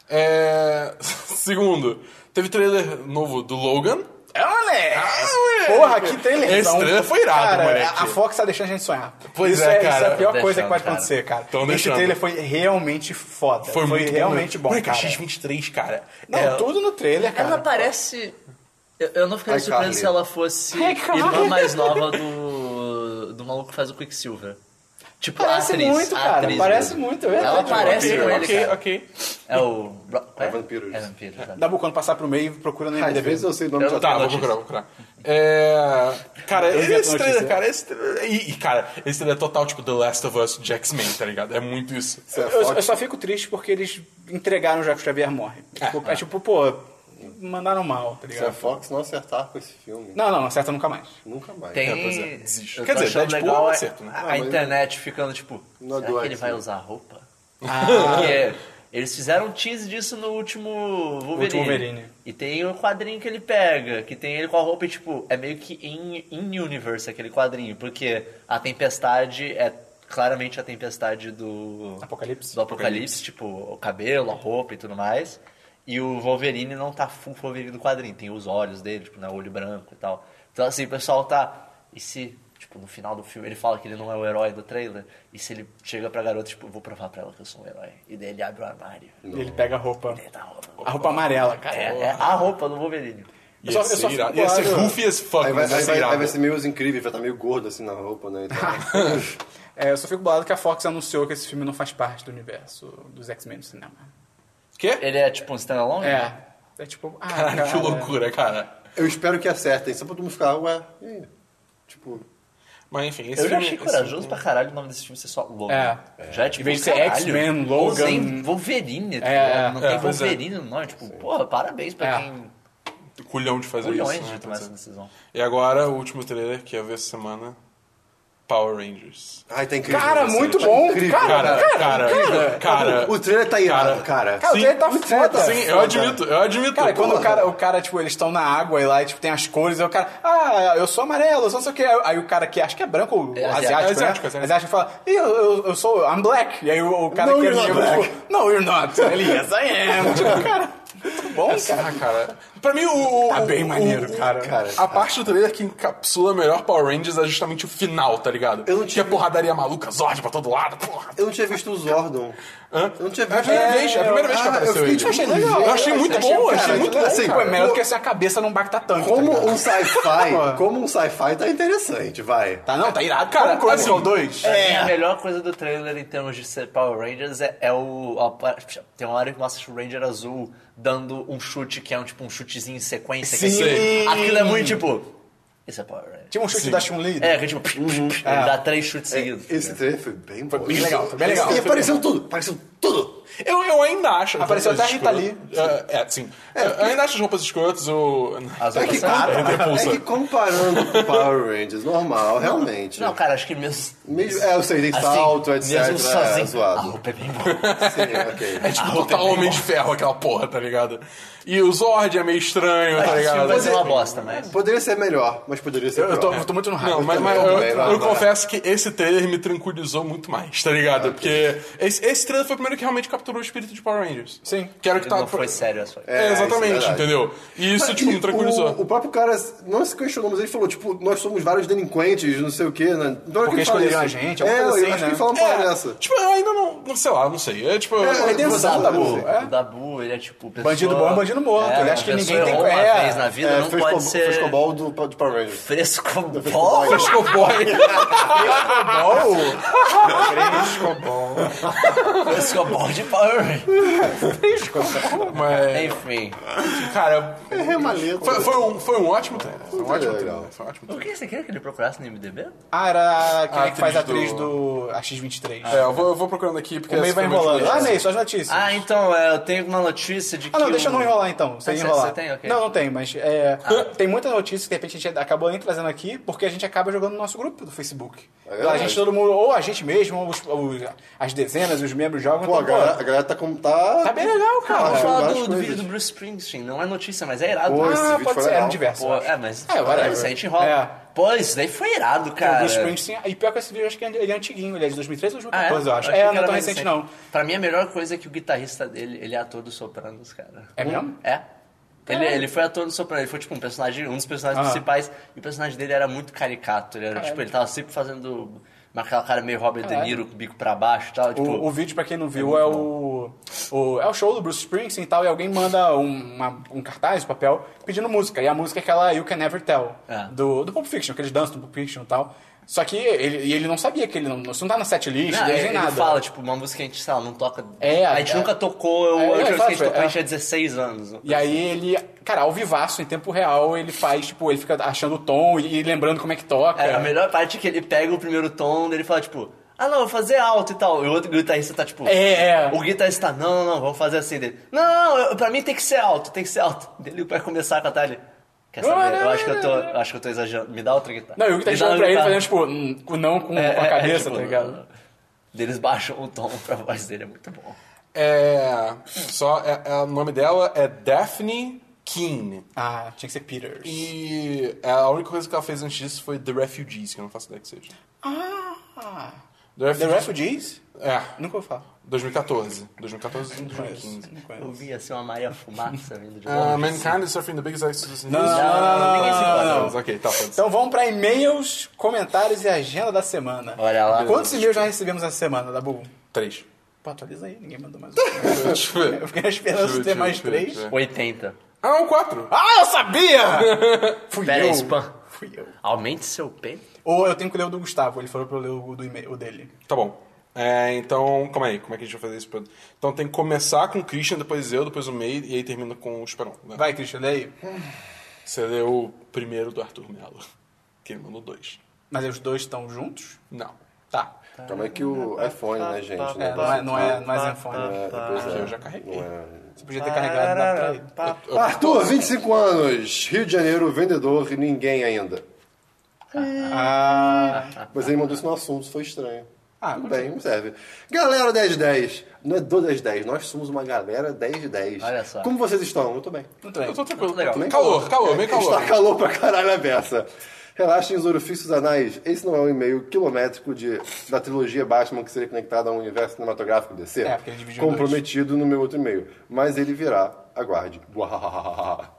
[SPEAKER 3] É, Segundo, teve trailer novo do Logan.
[SPEAKER 1] É, moleque!
[SPEAKER 3] moleque!
[SPEAKER 1] Porra, que trailerzão.
[SPEAKER 3] Esse trailer foi irado,
[SPEAKER 1] cara,
[SPEAKER 3] moleque.
[SPEAKER 1] A Fox tá deixando a gente sonhar.
[SPEAKER 3] Pois
[SPEAKER 1] isso
[SPEAKER 3] é,
[SPEAKER 1] Isso é
[SPEAKER 3] cara.
[SPEAKER 1] a pior coisa
[SPEAKER 4] Tão
[SPEAKER 1] que
[SPEAKER 4] deixando,
[SPEAKER 1] pode
[SPEAKER 4] cara.
[SPEAKER 1] acontecer, cara.
[SPEAKER 3] Tão
[SPEAKER 1] Esse
[SPEAKER 3] deixando.
[SPEAKER 1] trailer foi realmente foda. Foi,
[SPEAKER 3] muito bom,
[SPEAKER 1] realmente bom,
[SPEAKER 3] né? Moleque,
[SPEAKER 1] cara.
[SPEAKER 3] X23, cara.
[SPEAKER 1] Não,
[SPEAKER 3] é,
[SPEAKER 1] tudo no trailer, cara.
[SPEAKER 4] Ela parece. Eu, eu não ficaria
[SPEAKER 2] Ai,
[SPEAKER 4] surpreso
[SPEAKER 2] Carly.
[SPEAKER 4] se ela fosse
[SPEAKER 1] Ai,
[SPEAKER 4] irmã
[SPEAKER 1] Carly.
[SPEAKER 4] mais nova do. do maluco que faz o Quicksilver. Tipo,
[SPEAKER 1] Parece
[SPEAKER 4] a atriz.
[SPEAKER 1] muito,
[SPEAKER 4] a
[SPEAKER 1] cara.
[SPEAKER 4] atriz
[SPEAKER 1] Parece
[SPEAKER 4] mesmo.
[SPEAKER 1] muito, é
[SPEAKER 4] Ela
[SPEAKER 1] verdade.
[SPEAKER 4] parece
[SPEAKER 3] ok,
[SPEAKER 4] com ele,
[SPEAKER 3] ok,
[SPEAKER 4] cara.
[SPEAKER 3] ok.
[SPEAKER 4] É o. Ro-
[SPEAKER 2] É Vampiros.
[SPEAKER 4] É Vampiro, tá.
[SPEAKER 1] Dabu, quando passar pro meio, procura no
[SPEAKER 2] Às
[SPEAKER 1] IMDB.
[SPEAKER 2] vezes eu sei o nome
[SPEAKER 4] Eu
[SPEAKER 2] de
[SPEAKER 3] Tá,
[SPEAKER 2] ator.
[SPEAKER 3] vou procurar, vou procurar. É... Cara,
[SPEAKER 1] Eu vi a
[SPEAKER 3] esse trailer,
[SPEAKER 1] notícia.
[SPEAKER 3] cara, esse trailer... E, e, cara, esse trailer é total, tipo, The Last of Us de X-Men, tá ligado? É muito isso.
[SPEAKER 2] Isso é
[SPEAKER 1] Eu,
[SPEAKER 2] Fox.
[SPEAKER 1] eu só fico triste porque eles entregaram o Jacques Xavier morre. Tipo, é, tipo, pô, mandaram mal, tá
[SPEAKER 2] Se a
[SPEAKER 1] ligado?
[SPEAKER 2] Fox não acertar com esse filme,
[SPEAKER 1] Não, não, acerta nunca mais.
[SPEAKER 2] nunca mais.
[SPEAKER 3] É, pois é,
[SPEAKER 4] Tem.
[SPEAKER 3] desiste.
[SPEAKER 4] Eu
[SPEAKER 3] Quer
[SPEAKER 4] tô
[SPEAKER 3] dizer,
[SPEAKER 4] achando
[SPEAKER 3] Deadpool é um
[SPEAKER 4] legal a-
[SPEAKER 3] acerto, né?
[SPEAKER 4] a,
[SPEAKER 2] Ah, mas-
[SPEAKER 4] internet ficando tipo.
[SPEAKER 2] Não
[SPEAKER 4] será
[SPEAKER 2] do
[SPEAKER 4] que ele
[SPEAKER 2] X,
[SPEAKER 4] vai
[SPEAKER 2] né?
[SPEAKER 4] usar roupa?
[SPEAKER 1] Ah,
[SPEAKER 4] Porque eles fizeram um tease disso no último Wolverine.
[SPEAKER 1] último Wolverine.
[SPEAKER 4] E tem o quadrinho que ele pega, que tem ele com a roupa e, tipo, é meio que in- in-universe aquele quadrinho, porque a tempestade é claramente a tempestade do...
[SPEAKER 1] Apocalipse.
[SPEAKER 4] Do Apocalipse, tipo, o cabelo, a roupa e tudo mais. E o Wolverine não tá full Wolverine do quadrinho, tem os olhos dele, tipo, né, olho branco e tal. Então, assim, o pessoal tá... E se, tipo, no final do filme ele fala que ele não é o herói do trailer? E se ele chega pra garota, tipo, vou provar pra ela que eu sou um herói? E daí ele abre o armário.
[SPEAKER 1] E ele pega a roupa.
[SPEAKER 4] E daí tá a roupa.
[SPEAKER 1] A roupa amarela, cara.
[SPEAKER 4] É, é a roupa do Wolverine.
[SPEAKER 3] Ia
[SPEAKER 1] Eu só- eu
[SPEAKER 3] ser
[SPEAKER 1] só fico
[SPEAKER 3] é irado. Ia ser
[SPEAKER 1] bolado.
[SPEAKER 3] goofy as fuck,
[SPEAKER 2] Aí vai,
[SPEAKER 3] mas ia
[SPEAKER 2] aí,
[SPEAKER 3] ser
[SPEAKER 2] vai, aí
[SPEAKER 3] irado.
[SPEAKER 2] vai ser meio incrível, vai estar meio gordo assim na roupa, né? e tal.
[SPEAKER 1] É, eu só fico bolado que a Fox anunciou que esse filme não faz parte do universo dos X-Men no cinema.
[SPEAKER 3] Quê?
[SPEAKER 4] Ele é tipo um standalone?
[SPEAKER 1] É. É tipo, ah,
[SPEAKER 3] Caralho, que
[SPEAKER 1] cara.
[SPEAKER 3] loucura, cara.
[SPEAKER 2] Eu espero que acertem, só pra todo mundo ficar, ué, e aí? Tipo,
[SPEAKER 3] Mas enfim, esse
[SPEAKER 4] Eu já
[SPEAKER 3] filme... é, assim,
[SPEAKER 4] achei
[SPEAKER 3] esse
[SPEAKER 4] corajoso
[SPEAKER 3] filme-
[SPEAKER 4] pra caralho o nome desse filme ser só Logan.
[SPEAKER 1] É.
[SPEAKER 4] Já é tipo.
[SPEAKER 1] Em vez de ser
[SPEAKER 4] caralho,
[SPEAKER 1] X-Men, Logan.
[SPEAKER 4] usem Wolverine. tipo,
[SPEAKER 1] É,
[SPEAKER 4] não
[SPEAKER 3] é,
[SPEAKER 4] tem
[SPEAKER 3] pois é.
[SPEAKER 4] Wolverine no nome. Tipo, porra, parabéns pra
[SPEAKER 1] É.
[SPEAKER 4] quem.
[SPEAKER 3] um Culhão de fazer
[SPEAKER 4] Milhões
[SPEAKER 3] isso, né?
[SPEAKER 4] de tomar essa decisão.
[SPEAKER 3] E agora, o último trailer que eu vi essa semana. Power Rangers.
[SPEAKER 2] ai, tá incrível.
[SPEAKER 1] Cara,
[SPEAKER 2] vai ser,
[SPEAKER 1] muito
[SPEAKER 2] tá
[SPEAKER 1] bom.
[SPEAKER 2] incrível.
[SPEAKER 1] Cara,
[SPEAKER 3] Cara, cara, cara...
[SPEAKER 2] O trailer tá irado, cara.
[SPEAKER 1] Cara, o
[SPEAKER 3] Sim.
[SPEAKER 1] trailer tá foda.
[SPEAKER 3] Sim, eu admito, eu admito.
[SPEAKER 1] Cara, quando o cara, o cara, tipo, eles estão na água e lá, e, tipo, tem as cores, aí o cara, ah, eu sou amarelo, eu sou não sei o que. Aí o cara que acho que é branco, ou
[SPEAKER 4] É asiático.
[SPEAKER 1] asiático, né?
[SPEAKER 3] Asiático, asiático.
[SPEAKER 1] asiático fala, "Ih, eu, eu, eu sou, I'm black. E aí o, o cara
[SPEAKER 2] No,
[SPEAKER 1] que é
[SPEAKER 2] you're not
[SPEAKER 1] negro,
[SPEAKER 2] black.
[SPEAKER 1] tipo, no, you're not. Ele, yes, I am. Tipo, cara, muito bom, cara.
[SPEAKER 3] Ah, cara. Pra mim, o. o-
[SPEAKER 1] Tá bem
[SPEAKER 3] o-
[SPEAKER 1] maneiro,
[SPEAKER 3] o-
[SPEAKER 1] cara.
[SPEAKER 2] Cara,
[SPEAKER 3] A parte do trailer que encapsula melhor Power Rangers é justamente o final, tá ligado?
[SPEAKER 2] Eu não
[SPEAKER 3] Que
[SPEAKER 2] tive-
[SPEAKER 3] é porradaria maluca, Zord pra todo lado, porra.
[SPEAKER 2] Eu não tinha visto o Zordon. tá
[SPEAKER 3] Hã?
[SPEAKER 2] Eu não tinha
[SPEAKER 3] É a
[SPEAKER 2] visto.
[SPEAKER 3] primeira vez, é a primeira
[SPEAKER 2] eu-
[SPEAKER 3] vez que
[SPEAKER 2] ah,
[SPEAKER 3] apareceu
[SPEAKER 2] eu fiquei,
[SPEAKER 3] ele.
[SPEAKER 2] tipo, achei
[SPEAKER 3] legal. Eu achei muito bom, eu achei
[SPEAKER 2] cara,
[SPEAKER 3] muito
[SPEAKER 2] tipo,
[SPEAKER 3] bom,
[SPEAKER 2] assim,
[SPEAKER 1] Pô, é
[SPEAKER 3] cara.
[SPEAKER 1] melhor do que se a cabeça não bacta tanto.
[SPEAKER 2] Como
[SPEAKER 1] tá, ligado?
[SPEAKER 2] um sci-fi, como um sci-fi tá interessante, vai.
[SPEAKER 1] Tá, não, tá irado. Cara,
[SPEAKER 3] Cara,
[SPEAKER 1] é, Chronicle
[SPEAKER 3] assim,
[SPEAKER 1] 2.
[SPEAKER 4] Pra mim, É. A melhor coisa do trailer em termos de ser Power Rangers é, é o. a parte- tem uma hora que mostra o Ranger azul dando um chute que é um tipo um chutezinho em sequência. que é
[SPEAKER 1] Sim.
[SPEAKER 4] assim, aquilo é muito tipo. Isso é Power Ranger.
[SPEAKER 1] Tinha um chute da Chun-Li.
[SPEAKER 4] É, que é tipo.
[SPEAKER 1] Uhum.
[SPEAKER 4] É, Dá três tá chutes seguidos.
[SPEAKER 2] Esse trailer Né? foi bem bom.
[SPEAKER 1] bem legal, foi bem legal.
[SPEAKER 2] E apareceu tudo, apareceu tudo.
[SPEAKER 3] Eu, eu ainda acho.
[SPEAKER 1] Apareceu até
[SPEAKER 3] roupas
[SPEAKER 1] a Rita
[SPEAKER 3] escrotas. É, é, sim. Eu- eu ainda acho as roupas escrotas o. tipo
[SPEAKER 4] As
[SPEAKER 2] É
[SPEAKER 4] outras
[SPEAKER 2] que,
[SPEAKER 4] são-
[SPEAKER 2] é que comparando com Power Rangers, normal, realmente.
[SPEAKER 4] Não, cara, acho que mesmo.
[SPEAKER 2] Mesmo- é, eu sei, tem
[SPEAKER 4] assim,
[SPEAKER 2] salto, etc.
[SPEAKER 4] Mesmo sozinho.
[SPEAKER 2] É,
[SPEAKER 4] a
[SPEAKER 2] zoado.
[SPEAKER 4] roupa é bem boa.
[SPEAKER 2] Sim, ok.
[SPEAKER 3] É tipo total homem de ferro aquela porra, tá ligado? E o Zord é meio estranho, tá ligado?
[SPEAKER 4] Vai ser uma bosta, mas.
[SPEAKER 2] Poderia ser melhor, mas poderia ser
[SPEAKER 1] Eu, eu, tô,
[SPEAKER 2] pior.
[SPEAKER 1] eu tô muito no hype. né?
[SPEAKER 3] Não, mas,
[SPEAKER 2] também,
[SPEAKER 3] mas
[SPEAKER 2] eu
[SPEAKER 3] eu,
[SPEAKER 2] também,
[SPEAKER 3] eu
[SPEAKER 2] vai, vai.
[SPEAKER 3] confesso que esse trailer me tranquilizou muito mais, tá ligado? Porque esse, esse trailer foi o primeiro que realmente capturou o espírito de Power Rangers.
[SPEAKER 1] Sim.
[SPEAKER 3] Que era o que
[SPEAKER 4] Ele
[SPEAKER 3] tava.
[SPEAKER 4] não foi sério essa foi.
[SPEAKER 3] É,
[SPEAKER 2] É,
[SPEAKER 3] exatamente,
[SPEAKER 2] isso é verdade.
[SPEAKER 3] entendeu? E isso, tipo,
[SPEAKER 2] E
[SPEAKER 3] me tranquilizou.
[SPEAKER 2] O, o próprio cara não se questionou, mas ele falou, tipo, nós somos vários delinquentes, não sei o quê, né? Então,
[SPEAKER 1] Porque escolheram a gente,
[SPEAKER 2] É,
[SPEAKER 1] alguma
[SPEAKER 2] eu
[SPEAKER 1] coisa assim,
[SPEAKER 2] acho que
[SPEAKER 1] né?
[SPEAKER 2] ele falou uma
[SPEAKER 3] É,
[SPEAKER 2] parada dessa.
[SPEAKER 3] Tipo, eu ainda não. não Sei lá, não sei. É tipo.
[SPEAKER 2] É,
[SPEAKER 3] eu-
[SPEAKER 2] tem-
[SPEAKER 1] Redenção,
[SPEAKER 2] Você-
[SPEAKER 1] Dabu.
[SPEAKER 4] O
[SPEAKER 1] É.
[SPEAKER 4] Dabu, ele é tipo. Pessoa, É,
[SPEAKER 1] Bandido bom, bandido morto. Ele acha
[SPEAKER 4] uma
[SPEAKER 1] que ninguém
[SPEAKER 4] pessoa
[SPEAKER 1] tem-
[SPEAKER 4] errou uma
[SPEAKER 1] é.
[SPEAKER 4] vez na vida,
[SPEAKER 2] É,
[SPEAKER 4] não
[SPEAKER 2] fresco-
[SPEAKER 4] pode ser.
[SPEAKER 2] frescobol do, de Power Rangers.
[SPEAKER 4] Frescobol?
[SPEAKER 3] Fresco boy.
[SPEAKER 1] Frescobol? Frescobol.
[SPEAKER 4] Frescobol de Power
[SPEAKER 3] Mas,
[SPEAKER 4] Enfim.
[SPEAKER 3] cara,
[SPEAKER 2] É remaleta.
[SPEAKER 3] foi, foi um, foi um ótimo trailer. Foi um
[SPEAKER 2] Muito
[SPEAKER 3] ótimo
[SPEAKER 2] legal.
[SPEAKER 1] Tá
[SPEAKER 3] trailer. Foi um ótimo
[SPEAKER 4] O
[SPEAKER 3] trailer.
[SPEAKER 4] que você queria que ele procurasse no MDB?
[SPEAKER 1] Ah, era quem
[SPEAKER 3] A
[SPEAKER 1] é que faz a
[SPEAKER 3] atriz
[SPEAKER 1] atriz
[SPEAKER 3] do-
[SPEAKER 1] do... A X-23.
[SPEAKER 3] É, eu vou, eu vou procurando aqui porque
[SPEAKER 1] O meio
[SPEAKER 3] essa
[SPEAKER 1] vai
[SPEAKER 3] foi a minha
[SPEAKER 1] enrolando. Ah,
[SPEAKER 3] escolha.
[SPEAKER 1] Ney, suas notícias.
[SPEAKER 4] Ah, então, é, eu tenho uma notícia de que.
[SPEAKER 1] Ah, não, deixa
[SPEAKER 4] o-
[SPEAKER 1] eu não enrolar então. Sem
[SPEAKER 4] Ah, você-
[SPEAKER 1] enrolar.
[SPEAKER 4] você tem? Ok. Ah.
[SPEAKER 1] Não, não tem, mas é, tem muita notícia que de repente a gente acabou nem trazendo aqui porque a gente acaba jogando no nosso grupo do Facebook.
[SPEAKER 2] verdade.
[SPEAKER 1] Lá a gente, todo mundo, ou a gente mesmo, ou os- ou os- as dezenas, os membros jogam.
[SPEAKER 2] Pô, a
[SPEAKER 1] então,
[SPEAKER 2] galera, a galera tá como. Tá,
[SPEAKER 1] tá bem legal,
[SPEAKER 4] Vamos
[SPEAKER 1] cara.
[SPEAKER 2] Ah,
[SPEAKER 4] falar
[SPEAKER 2] várias
[SPEAKER 4] do, do vídeo
[SPEAKER 2] coisas.
[SPEAKER 4] do Bruce Springsteen. Não é notícia, mas é irado.
[SPEAKER 2] Pô, esse
[SPEAKER 1] Ah,
[SPEAKER 2] vídeo
[SPEAKER 1] pode
[SPEAKER 2] foi
[SPEAKER 1] ser, era
[SPEAKER 2] legal.
[SPEAKER 1] um diverso.
[SPEAKER 4] Pô, é, mas.
[SPEAKER 1] É, whatever.
[SPEAKER 4] Isso aí a gente enrola.
[SPEAKER 1] É.
[SPEAKER 4] Pô, isso daí foi irado, cara.
[SPEAKER 1] O Bruce Springsteen, e pior que esse vídeo, eu acho que ele é antiguinho, ele é de 2013 ou
[SPEAKER 4] Ah, é?
[SPEAKER 1] 2014, eu acho.
[SPEAKER 4] achei
[SPEAKER 1] É,
[SPEAKER 4] que
[SPEAKER 1] não é
[SPEAKER 4] era
[SPEAKER 1] tão
[SPEAKER 4] mais
[SPEAKER 1] recente, não.
[SPEAKER 4] Pra mim, a melhor coisa é que o guitarrista dele, ele é ator do Sopranos, cara.
[SPEAKER 1] É mesmo?
[SPEAKER 4] É. Ele, ele foi ator do Sopranos, ele foi tipo um personagem, um dos personagens
[SPEAKER 1] Aham.
[SPEAKER 4] principais, e o personagem dele era muito caricato. Ele era, tipo, ele tava sempre fazendo uma- aquela cara meio Robert De
[SPEAKER 1] Caralho.
[SPEAKER 4] Niro, com o bico pra baixo e tal. Tipo,
[SPEAKER 1] O, o vídeo, pra quem não viu, é, o, o- É o show do Bruce Springsteen e tal, e alguém manda um, uma- um cartaz, um papel, pedindo música. E a música é aquela You Can Never Tell,
[SPEAKER 4] É.
[SPEAKER 1] do, do Pulp Fiction, que eles dançam do Pulp Fiction e tal. Só que ele, e ele não sabia que ele não. Isso não tá na setlist,
[SPEAKER 4] Não,
[SPEAKER 1] deles,
[SPEAKER 4] ele,
[SPEAKER 1] nem
[SPEAKER 4] ele
[SPEAKER 1] nada.
[SPEAKER 4] fala, tipo, uma música que a gente, sei lá, não toca.
[SPEAKER 1] É,
[SPEAKER 4] a gente
[SPEAKER 1] é.
[SPEAKER 4] nunca tocou, eu,
[SPEAKER 1] É, é,
[SPEAKER 4] eu, que a gente
[SPEAKER 1] exato,
[SPEAKER 4] tocou, a
[SPEAKER 1] é.
[SPEAKER 4] gente tinha 16 anos.
[SPEAKER 1] E aí ele, cara, ao vivaço, em tempo real, ele faz, tipo, ele fica achando o tom e, e lembrando como é que toca.
[SPEAKER 4] É, a melhor parte é que ele pega o primeiro tom, ele fala, tipo, ah não, vou fazer alto e tal. E o outro guitarrista tá tipo.
[SPEAKER 1] É, é.
[SPEAKER 4] O guitarrista, tá, não, não, não, vamos fazer assim dele. Não, não, não, eu- pra mim tem que ser alto, tem que ser alto. Ele vai começar a cantar ele. Quer saber? Eu acho que eu tô, eu acho que eu tô exagerando. Me dá outra guitarra.
[SPEAKER 1] Não, e o que tá
[SPEAKER 4] Me dá
[SPEAKER 1] chegando pra
[SPEAKER 4] outra
[SPEAKER 1] ele
[SPEAKER 4] guitarra.
[SPEAKER 1] fazendo, tipo, hum, com- não com,
[SPEAKER 4] É,
[SPEAKER 1] com a
[SPEAKER 4] é, é,
[SPEAKER 1] cabeça,
[SPEAKER 4] tipo,
[SPEAKER 1] tá ligado?
[SPEAKER 4] Eles baixam o tom pra voz dele, é muito bom.
[SPEAKER 3] É. Só. é- é- o nome dela é Daphne Keane.
[SPEAKER 1] Ah, tinha que ser Peters.
[SPEAKER 3] E é, a única coisa que ela fez antes disso foi The Refugees, que eu não faço ideia que seja.
[SPEAKER 1] Ah!
[SPEAKER 3] The
[SPEAKER 1] The Refugees?
[SPEAKER 3] É,
[SPEAKER 1] Nunca vou falar.
[SPEAKER 3] 2014. 2014 e 2015.
[SPEAKER 1] Não conheço.
[SPEAKER 4] Eu vi assim uma Maria Fumaça vindo de
[SPEAKER 3] Ah,
[SPEAKER 4] longe. assim.
[SPEAKER 3] Mankind is surfing the biggest ice in
[SPEAKER 1] Não,
[SPEAKER 3] history.
[SPEAKER 1] não, não, não,
[SPEAKER 4] ninguém se
[SPEAKER 1] não,
[SPEAKER 4] importa.
[SPEAKER 1] não.
[SPEAKER 3] Mas, Ok, tá, foda-se.
[SPEAKER 1] Então vamos para e-mails, comentários e agenda da semana.
[SPEAKER 4] Olha lá.
[SPEAKER 1] Quantos e-mails já recebemos essa semana, Dabu?
[SPEAKER 3] Três.
[SPEAKER 1] Pô, atualiza aí, ninguém mandou mais um.
[SPEAKER 3] Deixa eu ver.
[SPEAKER 1] Eu fiquei na esperança de ter mais três.
[SPEAKER 4] 80.
[SPEAKER 3] Ah, não, quatro.
[SPEAKER 1] Ah, eu sabia! Fui
[SPEAKER 4] Pera
[SPEAKER 1] eu.
[SPEAKER 4] aí, spam.
[SPEAKER 1] Fui eu.
[SPEAKER 4] Aumente seu pay.
[SPEAKER 1] Ou eu tenho que ler o do Gustavo, ele falou pra eu ler o do e-mail o dele.
[SPEAKER 3] Tá bom. É, então, calma aí, como é que a gente vai fazer isso? pra- Então tem que começar com o Christian, depois eu, depois o May, e aí termina com o Esperão. Né?
[SPEAKER 1] Vai, Christian, lê aí.
[SPEAKER 3] Você leu o primeiro do Arthur Melo, que ele mandou dois.
[SPEAKER 1] Mas os dois estão juntos?
[SPEAKER 3] Não.
[SPEAKER 1] Tá.
[SPEAKER 2] Calma aí é que o iPhone, né, gente?
[SPEAKER 1] É, não é, não é, não é Zenfone.
[SPEAKER 2] É, depois
[SPEAKER 3] Eu
[SPEAKER 2] é.
[SPEAKER 3] já carreguei.
[SPEAKER 1] Você podia ter carregado lá pra ele.
[SPEAKER 2] Arthur, 25 anos, Rio de Janeiro, vendedor e ninguém ainda.
[SPEAKER 1] Ah,
[SPEAKER 2] Mas ele mandou isso no assunto, foi estranho.
[SPEAKER 1] Ah,
[SPEAKER 2] Tudo bem, não serve. Galera 10 de 10. Não é do 10 de 10, nós somos uma galera 10 de 10.
[SPEAKER 4] Olha só.
[SPEAKER 2] Como vocês estão? Eu tô bem.
[SPEAKER 1] não tem.
[SPEAKER 3] Eu tô tranquilo.
[SPEAKER 4] Tá legal.
[SPEAKER 3] Calor, calor, meio calor.
[SPEAKER 2] Está calor pra caralho a beça. Relaxem os orifícios anais. Esse não é um e-mail quilométrico de, da trilogia Batman que seria conectada ao universo cinematográfico DC.
[SPEAKER 1] É, porque ele dividiu em
[SPEAKER 2] Comprometido no meu outro e-mail. Mas ele virá. Aguarde. Uahahaha.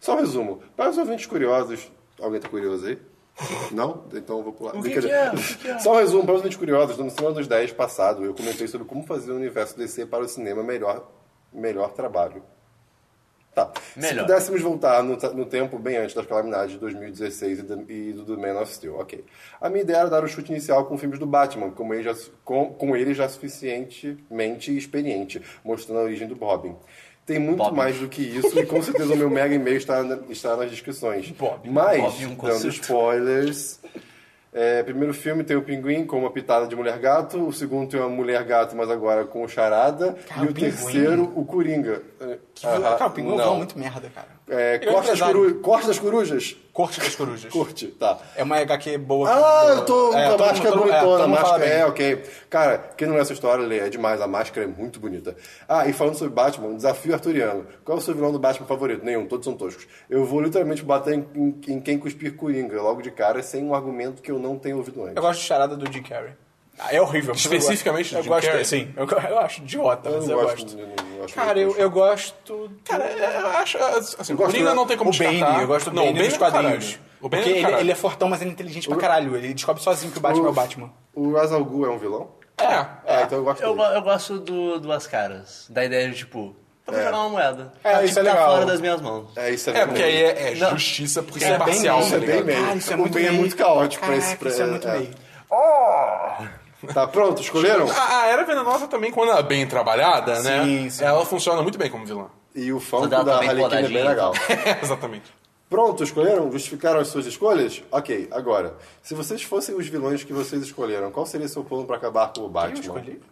[SPEAKER 2] Só um resumo. Para os ouvintes curiosos... Alguém tá curioso aí? Não? Então eu vou
[SPEAKER 1] Um
[SPEAKER 2] pular.
[SPEAKER 4] que que é? O que que é?
[SPEAKER 2] Só um resumo para os ouvintes curiosos. No Cinema dos 10 passado, eu comentei sobre como fazer o universo DC para o cinema melhor, melhor trabalho. Tá. Se
[SPEAKER 4] Melhor.
[SPEAKER 2] pudéssemos voltar no, ta- no tempo bem antes das calamidades de 2016 e, do- e do, do Man of Steel, ok. A minha ideia era dar o chute inicial com filmes do Batman, como ele já, su- com, com ele já suficientemente experiente, mostrando a origem do Robin. Tem muito
[SPEAKER 4] Bob.
[SPEAKER 2] mais do que isso, e com certeza o meu mega e-mail está, na- está nas descrições.
[SPEAKER 1] Bob.
[SPEAKER 2] Mas,
[SPEAKER 4] Bob, um
[SPEAKER 2] dando
[SPEAKER 4] conceito.
[SPEAKER 2] spoilers, é, primeiro filme tem o Pinguim com uma pitada de mulher gato, o segundo tem uma mulher gato, mas agora com charada,
[SPEAKER 1] Cara,
[SPEAKER 2] e
[SPEAKER 1] o
[SPEAKER 2] o
[SPEAKER 1] Pinguim.
[SPEAKER 2] terceiro, o Coringa. É, ah,
[SPEAKER 1] Cara, o pinguim é um
[SPEAKER 2] não.
[SPEAKER 1] vilão muito merda, cara.
[SPEAKER 2] É,
[SPEAKER 1] Ele é um
[SPEAKER 2] Corte das
[SPEAKER 1] empresário.
[SPEAKER 2] Coru- Corte das corujas?
[SPEAKER 1] Corte das corujas.
[SPEAKER 2] Curte, tá.
[SPEAKER 1] É uma HQ boa.
[SPEAKER 2] Ah, eu tô.
[SPEAKER 1] É,
[SPEAKER 2] a
[SPEAKER 1] todo
[SPEAKER 2] máscara é
[SPEAKER 1] mundo- todo- é,
[SPEAKER 2] bonitona,
[SPEAKER 1] todo
[SPEAKER 2] a
[SPEAKER 1] mundo fala
[SPEAKER 2] máscara
[SPEAKER 1] bem.
[SPEAKER 2] é, ok. Cara, quem não lê essa história, lê, é demais, a máscara é muito bonita. Ah, e falando sobre Batman, um desafio arturiano. Qual é o seu vilão do Batman favorito? Nenhum, todos são toscos. Eu vou literalmente bater em, em- em quem cuspir coringa logo de cara, sem um argumento que eu não tenho ouvido antes.
[SPEAKER 1] Eu gosto de charada do Jim Carrey. Ah, é horrível. mas eu gosto.
[SPEAKER 3] Especificamente do
[SPEAKER 1] eu
[SPEAKER 3] Jim
[SPEAKER 1] gosto,
[SPEAKER 3] Carrey?
[SPEAKER 1] Sim, eu, go- eu acho idiota,
[SPEAKER 2] Eu
[SPEAKER 1] mas
[SPEAKER 2] não
[SPEAKER 1] eu
[SPEAKER 2] gosto
[SPEAKER 1] gosto.
[SPEAKER 2] de- não gosto
[SPEAKER 1] Cara,
[SPEAKER 2] de-
[SPEAKER 1] eu, eu gosto... do-
[SPEAKER 3] Cara, eu acho. Assim,
[SPEAKER 2] gosto
[SPEAKER 3] o Coringa
[SPEAKER 2] do-
[SPEAKER 3] não tem como
[SPEAKER 1] o Bane,
[SPEAKER 3] descartar.
[SPEAKER 1] eu gosto do
[SPEAKER 3] não,
[SPEAKER 1] Bane,
[SPEAKER 3] o Bane
[SPEAKER 1] dos
[SPEAKER 3] é do caralho.
[SPEAKER 1] quadrinhos.
[SPEAKER 3] O Bane
[SPEAKER 1] Porque
[SPEAKER 3] é do
[SPEAKER 1] ele,
[SPEAKER 3] caralho.
[SPEAKER 1] ele é fortão, mas ele é inteligente pra caralho. Ele descobre sozinho que o Batman é o Batman.
[SPEAKER 2] O Razal Ghul é um vilão?
[SPEAKER 3] É.
[SPEAKER 2] É, então eu gosto
[SPEAKER 4] Eu,
[SPEAKER 2] dele.
[SPEAKER 4] go- eu gosto do Duas Caras. Da ideia de, tipo, eu vou jogar uma moeda.
[SPEAKER 1] É,
[SPEAKER 4] tipo,
[SPEAKER 1] isso é
[SPEAKER 4] tá
[SPEAKER 1] legal.
[SPEAKER 4] fora das minhas mãos.
[SPEAKER 2] É, isso é
[SPEAKER 3] É,
[SPEAKER 2] bem
[SPEAKER 3] porque
[SPEAKER 2] meio.
[SPEAKER 3] aí é, é
[SPEAKER 4] Não.
[SPEAKER 3] justiça, porque isso
[SPEAKER 1] Cara,
[SPEAKER 3] é
[SPEAKER 1] bem
[SPEAKER 3] parcial,
[SPEAKER 1] meio,
[SPEAKER 2] Isso
[SPEAKER 3] tá
[SPEAKER 2] é bem
[SPEAKER 3] ligado?
[SPEAKER 2] meio.
[SPEAKER 1] Cara, isso é
[SPEAKER 2] o
[SPEAKER 1] muito
[SPEAKER 2] bem é
[SPEAKER 1] meio.
[SPEAKER 2] muito caótico pra esse...
[SPEAKER 3] Oh!
[SPEAKER 1] Caraca, isso é muito
[SPEAKER 2] é.
[SPEAKER 1] meio.
[SPEAKER 2] Tá pronto? Escolheram?
[SPEAKER 3] A, a Era Venenosa também, quando ela é bem trabalhada, né?
[SPEAKER 1] Sim, sim.
[SPEAKER 3] Ela funciona muito bem como vilã.
[SPEAKER 2] E o funk
[SPEAKER 4] Dá
[SPEAKER 2] da
[SPEAKER 4] também
[SPEAKER 2] Arlequina é bem
[SPEAKER 4] podadinha,
[SPEAKER 2] legal.
[SPEAKER 3] É, exatamente.
[SPEAKER 2] Pronto, escolheram? Justificaram as suas escolhas? Ok, agora, se vocês fossem os vilões que vocês escolheram, qual seria seu plano pra acabar com o Batman?
[SPEAKER 1] escolhi?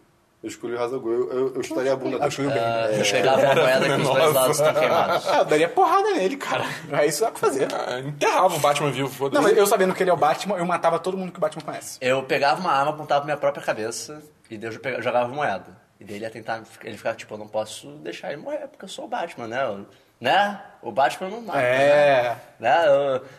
[SPEAKER 2] Eu escolhi o Razagul, eu, eu, eu estaria a bunda
[SPEAKER 1] Acho
[SPEAKER 2] dele.
[SPEAKER 1] que
[SPEAKER 3] É.
[SPEAKER 1] bem.
[SPEAKER 4] Eu pegava uma moeda que os dois
[SPEAKER 3] Nossa.
[SPEAKER 4] lados estão queimados.
[SPEAKER 1] Ah, eu daria porrada nele, cara. É isso que dá pra fazer.
[SPEAKER 3] Ah, enterrava o Batman vivo, foda-se.
[SPEAKER 1] Não, mas eu sabendo que ele é o Batman, eu matava todo mundo que o Batman conhece.
[SPEAKER 4] Eu pegava uma arma, apontava pra minha própria cabeça e daí eu pegava- jogava moeda. E daí ele ia tentar, ele ficava tipo, eu não posso deixar ele morrer porque eu sou o Batman, né? Eu- né? O Batman não mata.
[SPEAKER 1] É.
[SPEAKER 4] Né?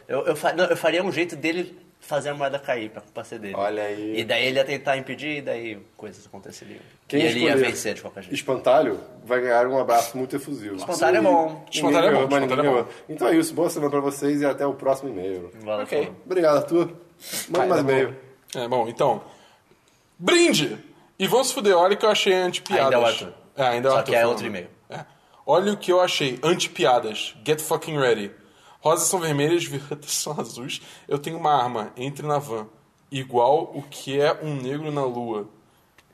[SPEAKER 4] Eu, eu, eu fa- não, eu faria um jeito dele fazer a moeda cair pra culpa ser dele.
[SPEAKER 2] Olha aí.
[SPEAKER 4] E daí ele ia tentar impedir e daí coisas aconteceriam.
[SPEAKER 2] Quem
[SPEAKER 4] e ele ia
[SPEAKER 2] escolher
[SPEAKER 4] vencer de qualquer jeito.
[SPEAKER 2] Espantalho vai ganhar um abraço muito efusivo.
[SPEAKER 4] Espantalho é bom.
[SPEAKER 3] Espantalho
[SPEAKER 2] Ninguém
[SPEAKER 3] é bom,
[SPEAKER 2] ganhou, mas
[SPEAKER 3] espantalho
[SPEAKER 2] ninguém
[SPEAKER 3] é bom.
[SPEAKER 2] ganhou. Então é isso, boa semana pra vocês e até o próximo e-mail.
[SPEAKER 4] Vai lá,
[SPEAKER 1] Ok.
[SPEAKER 4] falou.
[SPEAKER 2] Obrigado, Arthur. Manda
[SPEAKER 1] Vai,
[SPEAKER 2] mais
[SPEAKER 1] tá bom.
[SPEAKER 2] e-mail.
[SPEAKER 3] É, bom, então. Brinde! E vão se fuder, olha o que eu achei antipiadas.
[SPEAKER 4] Ainda é o Arthur.
[SPEAKER 3] É, ainda é o
[SPEAKER 4] Só
[SPEAKER 3] Arthur
[SPEAKER 4] que é
[SPEAKER 3] falando.
[SPEAKER 4] outro e-mail.
[SPEAKER 3] É. Olha o que eu achei antipiadas. Get fucking ready. Rosas são vermelhas, violetas são azuis. Eu tenho uma arma. Entre na van. Igual o que é um negro na lua.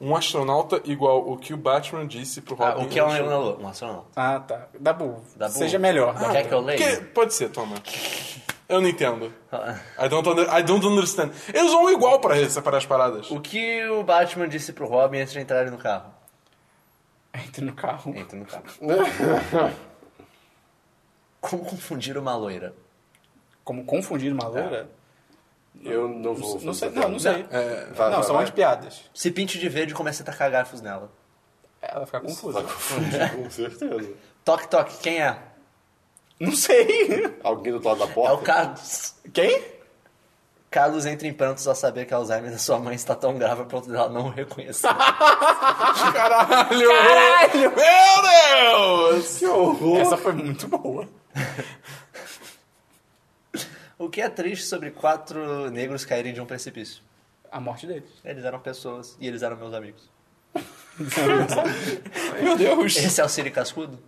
[SPEAKER 3] Um astronauta igual o que o Batman disse pro
[SPEAKER 4] Ah,
[SPEAKER 3] Robin.
[SPEAKER 4] o que é um negro na lua? Um astronauta.
[SPEAKER 1] Ah, tá. Dabu,
[SPEAKER 4] Dabu.
[SPEAKER 1] seja melhor.
[SPEAKER 4] Ah, Quer que eu leia?
[SPEAKER 3] é Que- Pode ser, toma. Eu não entendo. I don't, under- I don't understand. Eles vão igual pra separar as paradas.
[SPEAKER 4] O que o Batman disse pro Robin antes de entrarem no carro?
[SPEAKER 1] Entre no carro.
[SPEAKER 4] Entra no carro. Como confundir uma loira?
[SPEAKER 1] Como confundir uma loura?
[SPEAKER 2] Eu não vou.
[SPEAKER 1] Não sei,
[SPEAKER 2] fazer
[SPEAKER 1] não, não sei.
[SPEAKER 3] É,
[SPEAKER 2] vai,
[SPEAKER 1] não,
[SPEAKER 2] vai,
[SPEAKER 1] são
[SPEAKER 2] tá, vai.
[SPEAKER 1] umas piadas. É,
[SPEAKER 4] Se pinte de verde e comece a tacar garfos nela.
[SPEAKER 1] Ela fica confusa.
[SPEAKER 2] Com certeza.
[SPEAKER 4] Toque, toque, quem é?
[SPEAKER 1] Não sei.
[SPEAKER 2] Alguém do outro lado da
[SPEAKER 4] É o
[SPEAKER 2] porta?
[SPEAKER 4] Carlos.
[SPEAKER 1] Quem?
[SPEAKER 4] Carlos entra em prantos ao saber que a Alzheimer da sua mãe está tão grave a ponto dela não o reconhecer.
[SPEAKER 3] Caralho!
[SPEAKER 1] Caralho!
[SPEAKER 3] Meu Deus!
[SPEAKER 4] é
[SPEAKER 2] que
[SPEAKER 4] um
[SPEAKER 2] horror!
[SPEAKER 1] Essa foi muito boa.
[SPEAKER 4] o que é triste sobre quatro negros caírem de um precipício?
[SPEAKER 1] A morte dele.
[SPEAKER 4] Eles eram pessoas e eles eram meus amigos.
[SPEAKER 3] Meu Deus!
[SPEAKER 4] Esse é o Siri Cascudo?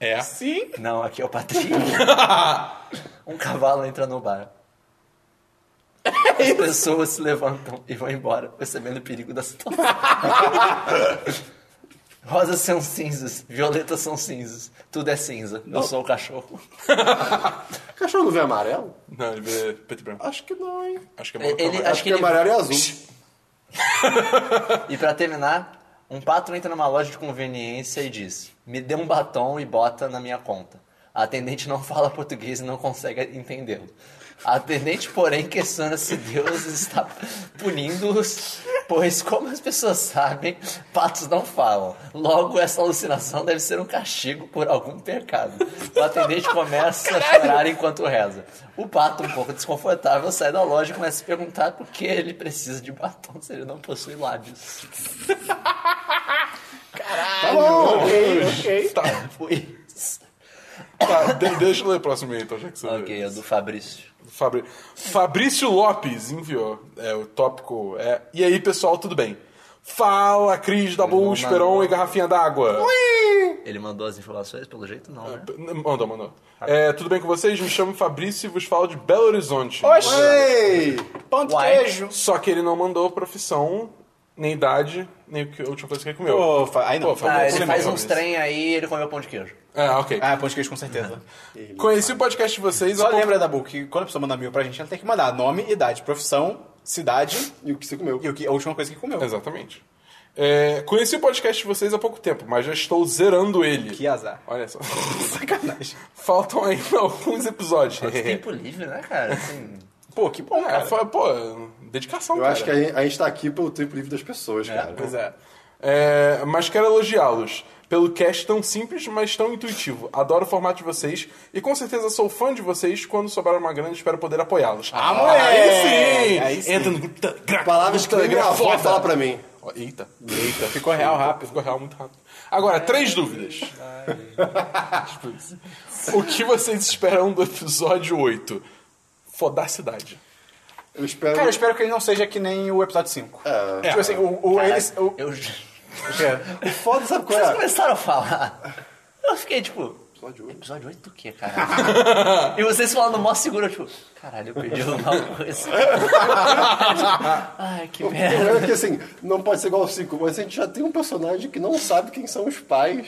[SPEAKER 3] É.
[SPEAKER 1] Sim.
[SPEAKER 4] Não, aqui é o Patrick. um cavalo entra no bar. As pessoas se levantam e vão embora, percebendo o perigo da situação. Rosas são cinzas, violetas são cinzas, tudo é cinza. Eu sou o cachorro.
[SPEAKER 2] Cachorro não vê amarelo?
[SPEAKER 3] Não, ele vê preto e branco.
[SPEAKER 2] Acho que não, hein?
[SPEAKER 3] Acho que é
[SPEAKER 4] Ele-
[SPEAKER 3] branco.
[SPEAKER 4] ele-
[SPEAKER 3] também.
[SPEAKER 4] acho
[SPEAKER 2] Acho,
[SPEAKER 4] que
[SPEAKER 2] que,
[SPEAKER 4] ele-
[SPEAKER 2] amarelo é azul.
[SPEAKER 4] E pra terminar, um pato entra numa loja de conveniência e diz: Me dê um batom e bota na minha conta. A atendente não fala português e não consegue entendê-lo. A atendente, porém, questiona se Deus está punindo-os, pois, como as pessoas sabem, patos não falam. Logo, essa alucinação deve ser um castigo por algum pecado. O atendente começa a chorar enquanto reza. O pato, um pouco desconfortável, sai da loja e começa a se perguntar por que ele precisa de batom se ele não possui lábios.
[SPEAKER 2] Tá bom!
[SPEAKER 1] Ok, ok.
[SPEAKER 3] Tá,
[SPEAKER 4] Foi isso.
[SPEAKER 3] tá, de- deixa eu ler o próximo e-mail, então, já que você
[SPEAKER 4] Ok, é
[SPEAKER 3] leu.
[SPEAKER 4] do Fabrício.
[SPEAKER 3] Fabri- Fabrício Lopes enviou. É, o tópico é. E aí, pessoal, tudo bem? Fala, Cris, Dabu,
[SPEAKER 4] Não,
[SPEAKER 3] Esperon
[SPEAKER 4] não.
[SPEAKER 3] e Garrafinha d'Água.
[SPEAKER 4] Ele mandou as informações? Pelo jeito, não, né?
[SPEAKER 3] Mandou, mandou. É, tudo bem com vocês? Me chamo Fabrício e vos falo de Belo Horizonte.
[SPEAKER 1] Oxi.
[SPEAKER 2] Ei!
[SPEAKER 1] Pão de
[SPEAKER 4] Uai.
[SPEAKER 1] queijo.
[SPEAKER 3] Só que ele não mandou profissão, nem idade, nem o que- a última coisa que ele comeu.
[SPEAKER 1] Pô, fa- aí não. um
[SPEAKER 3] Pô, Fabrício,
[SPEAKER 4] Ah,
[SPEAKER 3] você
[SPEAKER 4] ele faz
[SPEAKER 3] mandou
[SPEAKER 4] uns
[SPEAKER 3] isso.
[SPEAKER 4] trem aí e ele comeu pão de queijo.
[SPEAKER 3] É, ok.
[SPEAKER 1] Ah, pão de queijo com certeza.
[SPEAKER 3] Conheci o podcast de vocês.
[SPEAKER 1] Só
[SPEAKER 3] há pouco-
[SPEAKER 1] lembra, Dabu, que quando a pessoa manda mil pra gente, ela tem que mandar nome, idade, profissão, cidade
[SPEAKER 2] E o que você comeu?
[SPEAKER 1] e o que, a última coisa que comeu.
[SPEAKER 3] Exatamente. É, conheci o podcast de vocês há pouco tempo, mas já estou zerando ele.
[SPEAKER 1] Que azar.
[SPEAKER 3] Olha só.
[SPEAKER 1] Sacanagem.
[SPEAKER 3] Faltam ainda alguns episódios.
[SPEAKER 4] Mas tempo livre, né, cara? Assim,
[SPEAKER 1] Pô, que bom,
[SPEAKER 3] É,
[SPEAKER 1] cara.
[SPEAKER 3] foi- pô, dedicação,
[SPEAKER 2] Eu
[SPEAKER 3] cara.
[SPEAKER 2] acho que a gente, a gente tá aqui pelo tempo livre das pessoas, cara.
[SPEAKER 1] Pois é.
[SPEAKER 3] É, mas quero elogiá-los pelo cast tão simples, mas tão intuitivo. Adoro o formato de vocês e com certeza sou fã de vocês. Quando sobrar uma grana, espero poder apoiá-los.
[SPEAKER 1] Ah, moleque!
[SPEAKER 3] Aí sim!
[SPEAKER 1] Aí sim.
[SPEAKER 3] Entra no grupo da- gra-
[SPEAKER 2] Palavras que
[SPEAKER 3] grupo
[SPEAKER 2] nem
[SPEAKER 3] da-
[SPEAKER 2] minha avó
[SPEAKER 3] gra- é foda.
[SPEAKER 2] fala pra mim.
[SPEAKER 3] Ó, Eita, eita.
[SPEAKER 1] Ficou real rápido.
[SPEAKER 3] Ficou real muito rápido.
[SPEAKER 1] É,
[SPEAKER 3] Agora, três dúvidas. o que vocês esperam do episódio 8? Fodacidade.
[SPEAKER 2] Eu espero.
[SPEAKER 1] Cara, eu espero que ele não seja que nem o episódio 5.
[SPEAKER 2] É.
[SPEAKER 1] Tipo assim, o, o,
[SPEAKER 4] caralho,
[SPEAKER 1] eles, o,
[SPEAKER 4] eu...
[SPEAKER 1] o quê?
[SPEAKER 2] Foda, sabe qual
[SPEAKER 4] Vocês
[SPEAKER 2] é?
[SPEAKER 4] começaram a falar. Eu fiquei tipo.
[SPEAKER 2] Episódio 8.
[SPEAKER 4] Episódio 8 do quê, caralho? e vocês falando mó seguro, tipo, caralho, eu perdi alguma coisa. Ai, que
[SPEAKER 2] O problema
[SPEAKER 4] merda.
[SPEAKER 2] é que assim, não pode ser igual ao 5, mas a gente já tem um personagem que não sabe quem são os pais.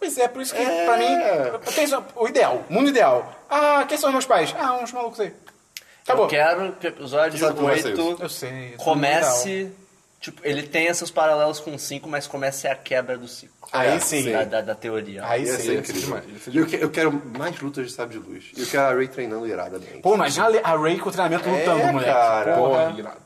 [SPEAKER 1] Pois é, por isso que,
[SPEAKER 2] É.
[SPEAKER 1] pra mim, tem só- o ideal, mundo ideal. Ah, quem são os meus pais? Ah, uns malucos aí. Acabou.
[SPEAKER 4] Eu quero É que é. o episódio
[SPEAKER 2] Sabe como vai ser
[SPEAKER 4] 8
[SPEAKER 1] Eu sei. isso é
[SPEAKER 4] comece. Tipo, ele tem esses paralelos com o 5, mas comece a quebra do ciclo.
[SPEAKER 1] Aí
[SPEAKER 4] É,
[SPEAKER 1] sim.
[SPEAKER 4] Da, da- da teoria.
[SPEAKER 1] Aí sim,
[SPEAKER 2] Ia
[SPEAKER 1] é
[SPEAKER 2] ser
[SPEAKER 1] ia
[SPEAKER 2] incrível.
[SPEAKER 3] ser demais, ia ser
[SPEAKER 2] assim, E eu, que- eu quero mais lutas de sabre de luz. E eu quero a Ray treinando irada bem.
[SPEAKER 1] Pô, imagina a Ray com o treinamento lutando, moleque.
[SPEAKER 2] cara.
[SPEAKER 3] Porra, irado.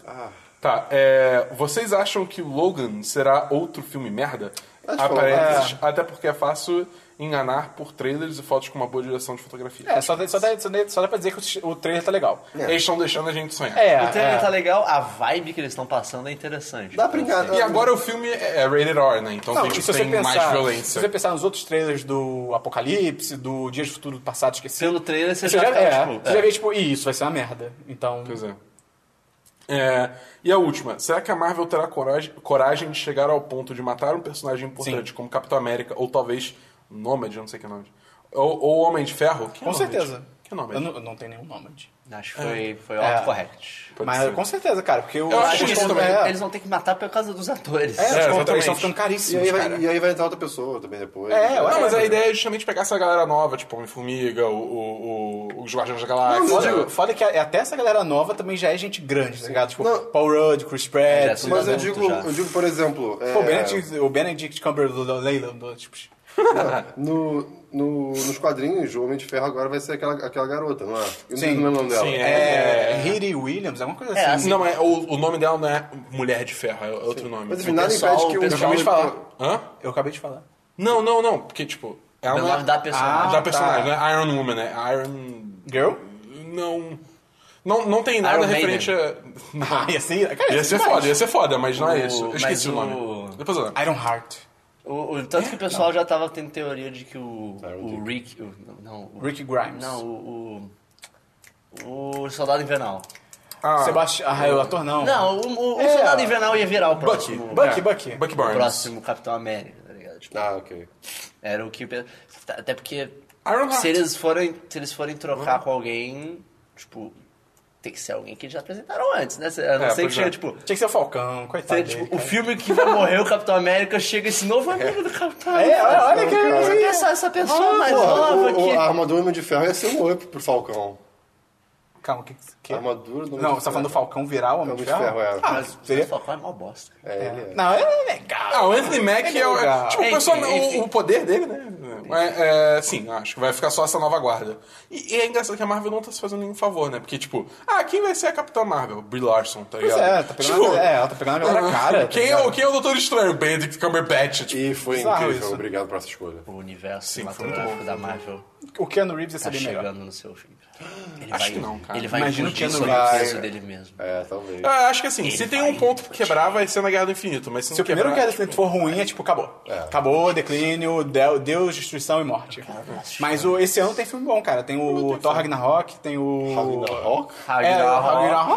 [SPEAKER 3] Tá, é, vocês acham que Logan será outro filme merda?
[SPEAKER 2] Acho que
[SPEAKER 3] Há
[SPEAKER 2] foi.
[SPEAKER 3] parênteses, Até porque é fácil enganar por trailers e fotos com uma boa direção de fotografia.
[SPEAKER 1] É, só, dá- só, dá, só, dá, só dá pra dizer que o trailer tá legal.
[SPEAKER 3] Eles estão deixando a gente sonhar.
[SPEAKER 1] É,
[SPEAKER 4] o trailer
[SPEAKER 1] é.
[SPEAKER 4] tá legal, a vibe que eles estão passando é interessante.
[SPEAKER 2] Dá pra enganar.
[SPEAKER 3] E agora o filme é é rated R, né? Então
[SPEAKER 1] Não,
[SPEAKER 3] tem,
[SPEAKER 1] e
[SPEAKER 3] tipo,
[SPEAKER 1] se você
[SPEAKER 3] tem mais
[SPEAKER 1] pensar, se
[SPEAKER 3] violência.
[SPEAKER 1] você pensar nos outros trailers do Apocalipse, do Dias do Futuro Passado Esquecido...
[SPEAKER 4] Pelo trailer, você
[SPEAKER 1] você
[SPEAKER 4] já
[SPEAKER 1] já,
[SPEAKER 4] fica,
[SPEAKER 1] é,
[SPEAKER 4] tipo,
[SPEAKER 1] você
[SPEAKER 4] é.
[SPEAKER 1] já vê, tipo, "Ih, isso vai ser uma merda. Então,
[SPEAKER 3] Pois é. É, E a última. Será que a Marvel terá coragem, coragem de chegar ao ponto de matar um personagem importante como Capitão América ou talvez Nômade, eu não sei que é Nômade. Ou, ou Homem de Ferro? Quem é
[SPEAKER 1] com
[SPEAKER 3] Nômade?
[SPEAKER 1] certeza.
[SPEAKER 3] Quem é Nômade?
[SPEAKER 1] eu, não, eu não tenho nenhum Nômade.
[SPEAKER 4] Acho que foi, foi
[SPEAKER 1] É.
[SPEAKER 4] autocorrect.
[SPEAKER 3] Pode
[SPEAKER 1] Mas
[SPEAKER 3] ser.
[SPEAKER 1] com certeza, cara, porque
[SPEAKER 3] Eu
[SPEAKER 4] Eu
[SPEAKER 3] acho
[SPEAKER 4] acho que
[SPEAKER 3] isso
[SPEAKER 4] eles,
[SPEAKER 1] é,
[SPEAKER 3] também.
[SPEAKER 4] vão- eles vão ter que matar por causa dos atores.
[SPEAKER 1] É, os contratos
[SPEAKER 3] exatamente.
[SPEAKER 1] estão ficando
[SPEAKER 2] E
[SPEAKER 1] caríssimos,
[SPEAKER 2] aí,
[SPEAKER 1] cara.
[SPEAKER 2] vai, e aí vai entrar outra pessoa também depois. né?
[SPEAKER 1] É,
[SPEAKER 2] Cara,
[SPEAKER 1] ué.
[SPEAKER 3] Não, mas a ideia é justamente pegar essa galera nova, tipo Homem-Formiga, o, o, o- os Guardiões da Galáxia.
[SPEAKER 1] Foda,
[SPEAKER 3] né?
[SPEAKER 1] foda que a- até essa galera nova também já é gente grande, tá ligado? Tipo,
[SPEAKER 2] Não.
[SPEAKER 1] Paul Rudd, Chris Pratt.
[SPEAKER 4] já sei.
[SPEAKER 2] Mas eu
[SPEAKER 4] Adulto
[SPEAKER 2] digo,
[SPEAKER 4] já.
[SPEAKER 2] eu digo, por exemplo. é,
[SPEAKER 1] Pô, o Benedict, o Benedict Cumberland, tipo...
[SPEAKER 2] no, no- nos quadrinhos, o Homem de Ferro agora vai ser aquela, aquela garota, não é? Eu não
[SPEAKER 1] Sim.
[SPEAKER 2] lembro o nome dela.
[SPEAKER 3] Sim,
[SPEAKER 1] É,
[SPEAKER 3] É.
[SPEAKER 1] Riri Williams, alguma coisa
[SPEAKER 4] É,
[SPEAKER 1] assim.
[SPEAKER 4] assim,
[SPEAKER 3] Não, é, o, o nome dela não é Mulher de Ferro, é outro nome.
[SPEAKER 2] Mas enfim, nada
[SPEAKER 4] pessoal-
[SPEAKER 2] impede que
[SPEAKER 4] o
[SPEAKER 2] o
[SPEAKER 4] pessoal-
[SPEAKER 2] filme-
[SPEAKER 1] falar.
[SPEAKER 3] Hã?
[SPEAKER 1] Eu acabei de falar.
[SPEAKER 3] Não, não, não, porque tipo. Ela
[SPEAKER 4] É o
[SPEAKER 3] não
[SPEAKER 4] nome da personagem.
[SPEAKER 1] Ah,
[SPEAKER 3] da
[SPEAKER 1] tá.
[SPEAKER 3] personagem, não é Iron Woman, é Iron.
[SPEAKER 1] Girl?
[SPEAKER 3] Não. Não, não tem nada
[SPEAKER 4] Iron
[SPEAKER 3] referente a.
[SPEAKER 1] Ah, ia ser... Cara, ser
[SPEAKER 3] Ia ser
[SPEAKER 1] demais.
[SPEAKER 3] foda, ia ser foda, mas não é
[SPEAKER 4] O-
[SPEAKER 3] isso. Eu
[SPEAKER 4] mas
[SPEAKER 3] esqueci o
[SPEAKER 4] o-
[SPEAKER 3] nome. Depois eu lembro.
[SPEAKER 1] Iron Heart.
[SPEAKER 4] O, o- tanto que o pessoal já tava tendo teoria de que o, o Rick. o- não, o,
[SPEAKER 1] Rick Grimes.
[SPEAKER 4] Não, o. O, o Soldado Invernal.
[SPEAKER 3] Ah,
[SPEAKER 1] Sebastião... Ah, o ator não.
[SPEAKER 4] Não, o, o- o
[SPEAKER 1] É.
[SPEAKER 4] Soldado Invernal ia virar o
[SPEAKER 3] Bucky.
[SPEAKER 4] próximo.
[SPEAKER 1] Bucky,
[SPEAKER 3] é,
[SPEAKER 1] Bucky.
[SPEAKER 3] Bucky
[SPEAKER 4] O
[SPEAKER 3] Barnes.
[SPEAKER 4] próximo Capitão América, tá ligado? Tipo,
[SPEAKER 2] Ah, ok.
[SPEAKER 4] Era o que. o pe- tá, Até porque.
[SPEAKER 3] Ironheart.
[SPEAKER 4] Se eles forem, se eles forem trocar com alguém, tipo. Tem que ser alguém que eles já apresentaram antes, né? A não
[SPEAKER 3] É,
[SPEAKER 4] ser que
[SPEAKER 3] pois é.
[SPEAKER 4] chegue, tipo.
[SPEAKER 1] Tinha que ser o Falcão, coitado
[SPEAKER 4] Tem,
[SPEAKER 1] dele,
[SPEAKER 4] tipo, o
[SPEAKER 1] cara.
[SPEAKER 4] filme que vai morrer o Capitão América chega esse novo amigo do Capitão
[SPEAKER 1] É, olha, olha que...
[SPEAKER 4] Você pensa, essa pessoa mais
[SPEAKER 2] Porra,
[SPEAKER 4] nova
[SPEAKER 2] o- o-
[SPEAKER 4] que.
[SPEAKER 2] a armadura do Homem de Ferro ia ser um up pro Falcão.
[SPEAKER 1] Calma, o que... que...
[SPEAKER 2] A armadura do Homem
[SPEAKER 1] Não,
[SPEAKER 2] de
[SPEAKER 1] você tá falando do
[SPEAKER 2] Ferro.
[SPEAKER 1] Falcão virar o Homem de
[SPEAKER 2] Homem de Ferro,
[SPEAKER 1] Ferro?
[SPEAKER 2] é.
[SPEAKER 1] Ah,
[SPEAKER 4] Mas
[SPEAKER 1] seria...
[SPEAKER 4] o Falcão é mó bosta. cara.
[SPEAKER 2] É, ele é.
[SPEAKER 1] Não, ele é legal.
[SPEAKER 3] Ah, o Anthony Mack é, o.
[SPEAKER 1] legal.
[SPEAKER 3] Tipo, o,
[SPEAKER 4] Enfim,
[SPEAKER 3] pessoal-
[SPEAKER 4] enfim.
[SPEAKER 3] o, o poder dele, né? É, é, sim, acho que vai ficar só essa nova guarda. E, e é engraçado que a Marvel não tá se fazendo nenhum favor, né? Porque, tipo, ah, quem vai ser a Capitã Marvel? Brie Larson, tá ligado?
[SPEAKER 1] é, tá pegando- é, ela tá pegando a galera
[SPEAKER 3] ah,
[SPEAKER 1] cara, tá
[SPEAKER 3] Quem, é, o-
[SPEAKER 1] ligado?
[SPEAKER 3] quem é o Doutor Estranho? Benedict Cumberbatch, tipo.
[SPEAKER 2] E foi
[SPEAKER 1] Bizarro
[SPEAKER 2] incrível,
[SPEAKER 1] isso.
[SPEAKER 2] obrigado por essa escolha.
[SPEAKER 4] O universo
[SPEAKER 3] Sim, foi muito
[SPEAKER 4] cinematográfico
[SPEAKER 3] bom.
[SPEAKER 4] da Marvel
[SPEAKER 1] O Keanu Reeves ia
[SPEAKER 4] tá
[SPEAKER 1] ser bem melhor.
[SPEAKER 4] chegando no seu fim. Ele
[SPEAKER 3] Acho
[SPEAKER 4] vai,
[SPEAKER 3] que não, cara.
[SPEAKER 4] Ele vai
[SPEAKER 1] Imagina o
[SPEAKER 4] implodir
[SPEAKER 1] Keanu
[SPEAKER 4] sobre o
[SPEAKER 1] Reeves.
[SPEAKER 4] peso dele mesmo.
[SPEAKER 2] É, talvez.
[SPEAKER 3] Eu
[SPEAKER 1] Ah,
[SPEAKER 3] acho que assim,
[SPEAKER 4] Ele
[SPEAKER 3] se tem
[SPEAKER 4] vai
[SPEAKER 3] um ponto pra quebrar, vai ser na Guerra do Infinito. Mas se,
[SPEAKER 1] Se
[SPEAKER 3] não
[SPEAKER 1] o primeiro
[SPEAKER 3] quebrar,
[SPEAKER 1] Guerra do Infinito for ruim, é tipo, acabou. Acabou, declínio, de- Deus, destruição e morte. Mas o, esse ano tem filme bom, cara. Tem o Thor Ragnarok, tem o...
[SPEAKER 2] Ragnarok?
[SPEAKER 1] É, o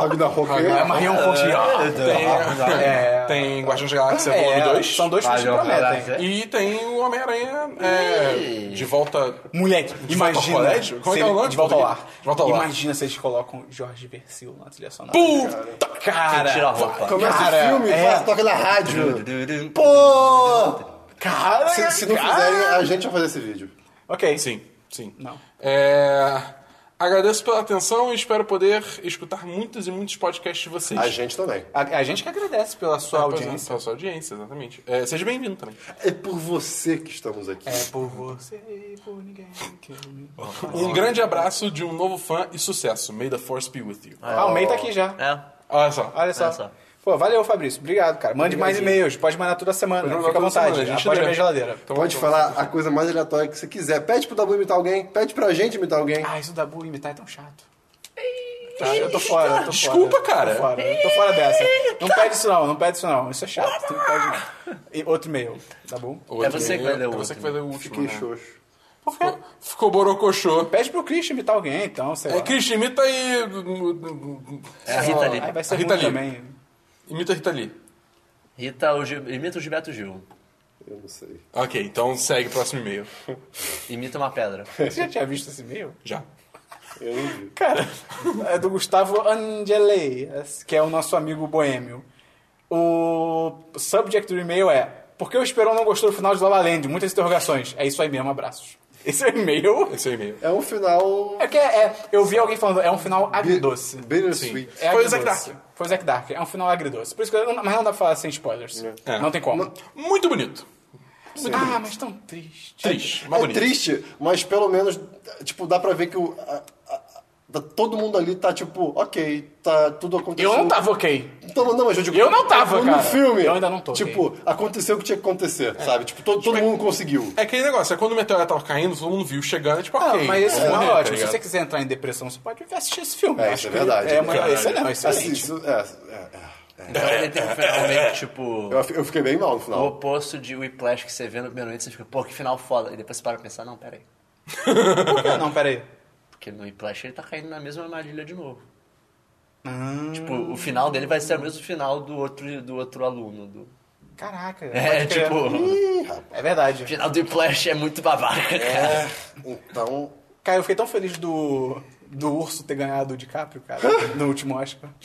[SPEAKER 4] Ragnarok.
[SPEAKER 1] Ragnarok.
[SPEAKER 2] Ragnarok
[SPEAKER 1] É
[SPEAKER 2] é
[SPEAKER 1] Marion Cotillard. É,
[SPEAKER 3] Tem Guardiões da Galáxia
[SPEAKER 1] é,
[SPEAKER 3] Volume 2.
[SPEAKER 1] São dois filmes que
[SPEAKER 4] Ragnarok.
[SPEAKER 1] prometem.
[SPEAKER 3] E tem o Homem-Aranha é, de volta.
[SPEAKER 1] Moleque, imagina.
[SPEAKER 3] ao colégio? Como é que é o
[SPEAKER 1] se-
[SPEAKER 3] nome?
[SPEAKER 1] De volta ao lar.
[SPEAKER 3] De volta ao lar.
[SPEAKER 1] Imagina se eles colocam Jorge Versil na trilha sonora.
[SPEAKER 3] Puta!
[SPEAKER 1] Cara!
[SPEAKER 4] Tira a roupa.
[SPEAKER 2] Começa
[SPEAKER 1] Cara,
[SPEAKER 2] o filme,
[SPEAKER 1] é.
[SPEAKER 2] faz, toca na rádio.
[SPEAKER 1] Pô! Cara!
[SPEAKER 2] Se, se não
[SPEAKER 1] cara.
[SPEAKER 2] fizerem, né? a gente vai fazer esse vídeo.
[SPEAKER 1] Ok.
[SPEAKER 3] Sim, sim.
[SPEAKER 1] Não.
[SPEAKER 3] É, agradeço pela atenção e espero poder escutar muitos e muitos podcasts de vocês.
[SPEAKER 2] A gente também.
[SPEAKER 1] A, a gente que agradece pela sua
[SPEAKER 3] Pois é,
[SPEAKER 1] audiência.
[SPEAKER 3] Pela sua audiência, exatamente. É, seja bem-vindo também.
[SPEAKER 2] É por você que estamos aqui.
[SPEAKER 1] É por você e por ninguém que eu me...
[SPEAKER 3] Um grande abraço de um novo fã e sucesso. May the force be with you.
[SPEAKER 1] Ah, o May tá aqui já.
[SPEAKER 4] É.
[SPEAKER 3] Olha só.
[SPEAKER 1] Olha só.
[SPEAKER 4] Olha só.
[SPEAKER 1] Pô, valeu, Fabrício. Obrigado, cara. Mande mais e-mails. Pode mandar toda semana.
[SPEAKER 3] Pode mandar
[SPEAKER 1] Fica à
[SPEAKER 3] toda
[SPEAKER 1] vontade.
[SPEAKER 3] semana, a gente
[SPEAKER 1] Pode
[SPEAKER 3] lê.
[SPEAKER 1] minha geladeira.
[SPEAKER 3] Então,
[SPEAKER 2] Pode
[SPEAKER 3] então,
[SPEAKER 2] falar a coisa mais aleatória que você quiser. Pede pro Dabu imitar alguém, pede pra gente imitar alguém.
[SPEAKER 1] Ah, isso da Bu imitar é tão chato. Tá, eu tô fora, eu tô
[SPEAKER 3] Desculpa,
[SPEAKER 1] fora.
[SPEAKER 3] cara.
[SPEAKER 1] Tô fora, eu tô fora dessa. Não pede isso não, não pede isso não. Isso é chato. Tu não pede não. E outro e-mail, tá bom?
[SPEAKER 3] outro
[SPEAKER 4] É você que vai ler o
[SPEAKER 3] e-mail. É você
[SPEAKER 4] outro.
[SPEAKER 3] que vai ler o último.
[SPEAKER 2] Fiquei
[SPEAKER 3] né?
[SPEAKER 2] xoxo.
[SPEAKER 3] Ficou, ficou borocochô.
[SPEAKER 1] Pede pro Christian imitar alguém, então, sei lá.
[SPEAKER 3] É, Christian, imita aí.
[SPEAKER 4] É a Rita Lee.
[SPEAKER 1] Aí Ah, vai ser
[SPEAKER 3] Rita
[SPEAKER 1] ruim
[SPEAKER 3] Lee.
[SPEAKER 1] também.
[SPEAKER 3] Imita a Rita Lee.
[SPEAKER 4] Rita, o Gil- imita o Gilberto Gil.
[SPEAKER 2] Eu não sei.
[SPEAKER 3] Ok, então segue o próximo e-mail.
[SPEAKER 4] Imita uma pedra.
[SPEAKER 1] Você já tinha visto esse e-mail?
[SPEAKER 3] Já.
[SPEAKER 2] Eu não vi.
[SPEAKER 1] Cara, é do Gustavo Angelei, que é o nosso amigo boêmio. O subject do e-mail é Por que o Esperão não gostou do final de Lava Land? Muitas interrogações. É isso aí mesmo, abraços. Esse é o e-mail.
[SPEAKER 3] Esse é o e-mail.
[SPEAKER 2] É um final.
[SPEAKER 1] É que é, é- eu vi alguém falando, é um final agridoce.
[SPEAKER 2] Bittersweet.
[SPEAKER 1] É
[SPEAKER 3] Foi o
[SPEAKER 1] agridoce.
[SPEAKER 3] Zack Dark.
[SPEAKER 1] Foi o Zack Dark. É um final agridoce. Por isso que eu não, mas não dá pra falar sem spoilers.
[SPEAKER 3] É.
[SPEAKER 1] Não tem como.
[SPEAKER 3] Muito bonito.
[SPEAKER 1] ah, mas tão triste.
[SPEAKER 3] Triste, mas
[SPEAKER 2] É
[SPEAKER 3] bonito.
[SPEAKER 2] triste, mas pelo menos, tipo, dá pra ver que o. a- a- a- todo mundo ali tá tipo, ok, tá tudo acontecendo.
[SPEAKER 1] Eu não tava ok.
[SPEAKER 2] Então, não, mas eu digo,
[SPEAKER 1] Eu não tava,
[SPEAKER 2] no
[SPEAKER 1] cara.
[SPEAKER 2] filme.
[SPEAKER 1] Eu ainda não tô, É.
[SPEAKER 2] Tipo, aconteceu o que tinha que acontecer, sabe? Tipo, todo, todo mundo conseguiu.
[SPEAKER 3] É aquele negócio, é quando o meteoro tava caindo, todo mundo viu chegando, é tipo,
[SPEAKER 1] Ah,
[SPEAKER 3] ok.
[SPEAKER 1] mas esse
[SPEAKER 3] vamos
[SPEAKER 1] filme é
[SPEAKER 3] morrer, tá
[SPEAKER 1] ótimo. Se
[SPEAKER 3] ligado?
[SPEAKER 1] você quiser entrar em depressão, você pode assistir esse filme.
[SPEAKER 2] É,
[SPEAKER 1] Acho
[SPEAKER 2] isso é
[SPEAKER 1] que
[SPEAKER 2] verdade.
[SPEAKER 1] É, uma-
[SPEAKER 3] Caralho.
[SPEAKER 1] esse não, esse é
[SPEAKER 2] Assim,
[SPEAKER 1] excelente.
[SPEAKER 2] isso, é, é, é.
[SPEAKER 4] Então ele tem um final meio que, tipo.
[SPEAKER 2] Eu, eu fiquei bem mal no
[SPEAKER 4] O
[SPEAKER 2] final.
[SPEAKER 4] oposto de Whiplash que você vê no primeiro momento, você fica, pô, que final foda. E depois você para pra pensar, não, pera aí.
[SPEAKER 1] Por que não, peraí.
[SPEAKER 4] Porque no Whiplash ele tá caindo na mesma armadilha de novo. Tipo, o final dele vai ser o mesmo final do outro, do outro aluno. Do...
[SPEAKER 1] Caraca.
[SPEAKER 4] É,
[SPEAKER 1] pode crer.
[SPEAKER 4] tipo, o
[SPEAKER 2] Ih, rapaz.
[SPEAKER 1] É verdade.
[SPEAKER 4] final do Whiplash é muito babaca, cara.
[SPEAKER 2] É, então.
[SPEAKER 1] Cara, eu fiquei tão feliz do, do urso ter ganhado o DiCaprio, cara, no último Oscar.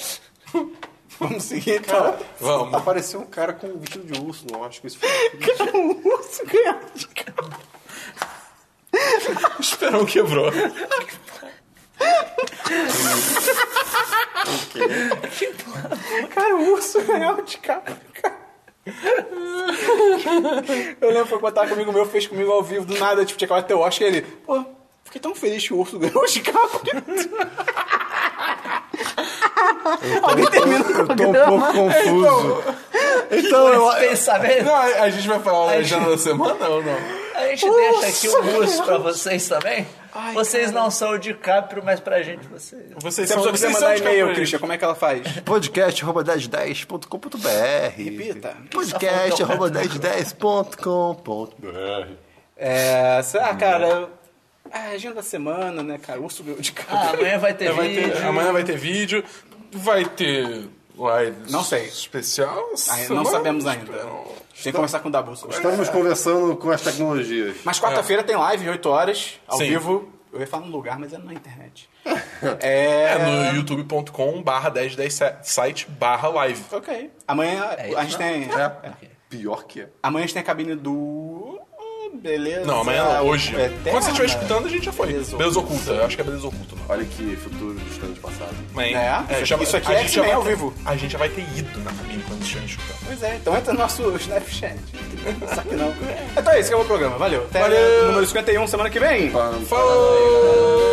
[SPEAKER 1] Vamos seguir, então.
[SPEAKER 3] Vamos.
[SPEAKER 2] Apareceu um cara com um vestido de urso, não acho que isso foi.
[SPEAKER 1] O urso ganhou o DiCaprio.
[SPEAKER 3] O Esperão quebrou.
[SPEAKER 1] Cara, o urso ganhou o DiCaprio, cara. Eu lembro que quando tava comigo, o meu fez comigo ao vivo, do nada, tipo, tinha acabado até o Oscar e ele, pô, fiquei tão feliz que o urso ganhou o DiCaprio. Alguém termina com
[SPEAKER 2] Eu tô um pouco confuso. Então, eu,
[SPEAKER 4] Esse pensamento,
[SPEAKER 3] Não, a a gente vai falar da
[SPEAKER 4] Ai,
[SPEAKER 3] agenda da semana ou não?
[SPEAKER 4] a gente deixa aqui um urso pra vocês também. vocês não são o DiCaprio, mas pra gente vocês.
[SPEAKER 3] Vocês
[SPEAKER 1] Se a pessoa quiser
[SPEAKER 3] vocês
[SPEAKER 1] mandar
[SPEAKER 3] de
[SPEAKER 1] e-mail,
[SPEAKER 3] campanha.
[SPEAKER 1] Christian, como é que ela faz?
[SPEAKER 2] podcast.1010.com.br
[SPEAKER 1] Repita.
[SPEAKER 2] podcast.1010.com.br
[SPEAKER 1] É. sei lá, cara. é, A agenda da semana, né, cara? Urso ganhou de
[SPEAKER 4] Ah,
[SPEAKER 1] cara.
[SPEAKER 4] amanhã vai ter
[SPEAKER 3] É, vai ter-
[SPEAKER 4] vídeo.
[SPEAKER 3] amanhã vai ter vídeo, vai ter live
[SPEAKER 1] Não sei.
[SPEAKER 3] especial.
[SPEAKER 1] Ai, não
[SPEAKER 3] semana?
[SPEAKER 1] sabemos ainda. Tem que conversar com o Dabu
[SPEAKER 3] É.
[SPEAKER 1] sobre isso.
[SPEAKER 2] Estamos conversando com as tecnologias.
[SPEAKER 1] Mas quarta-feira tem live, 8 horas, ao
[SPEAKER 3] Sim.
[SPEAKER 1] vivo. Eu ia falar num lugar, mas é na internet. é.
[SPEAKER 3] É no youtube.com barra 1010 site barra live.
[SPEAKER 1] Ok. Amanhã
[SPEAKER 4] É
[SPEAKER 1] a
[SPEAKER 4] isso,
[SPEAKER 1] gente
[SPEAKER 4] não?
[SPEAKER 1] tem.
[SPEAKER 2] É. Pior que é.
[SPEAKER 1] Amanhã a gente tem a cabine do. Beleza. né?
[SPEAKER 3] Não, amanhã
[SPEAKER 1] é
[SPEAKER 3] não, hoje.
[SPEAKER 1] Eterna.
[SPEAKER 3] Quando você estiver escutando, a gente já foi.
[SPEAKER 1] Beleza
[SPEAKER 3] Beleza, oculta. Eu acho que é beleza oculta. Não.
[SPEAKER 2] Olha que futuro distante passado.
[SPEAKER 3] Bem,
[SPEAKER 1] É, isso aqui- isso aqui é
[SPEAKER 3] a gente já
[SPEAKER 1] X-Men
[SPEAKER 3] vai
[SPEAKER 1] ao
[SPEAKER 3] ter-
[SPEAKER 1] vivo.
[SPEAKER 3] A gente já vai ter ido na cabine quando estiver escutando.
[SPEAKER 1] Pois é, então entra no nosso Snapchat. Só que não. Então é isso, acabou o programa. Valeu. Até
[SPEAKER 3] Valeu.
[SPEAKER 1] número 51, semana que vem.
[SPEAKER 3] Falou!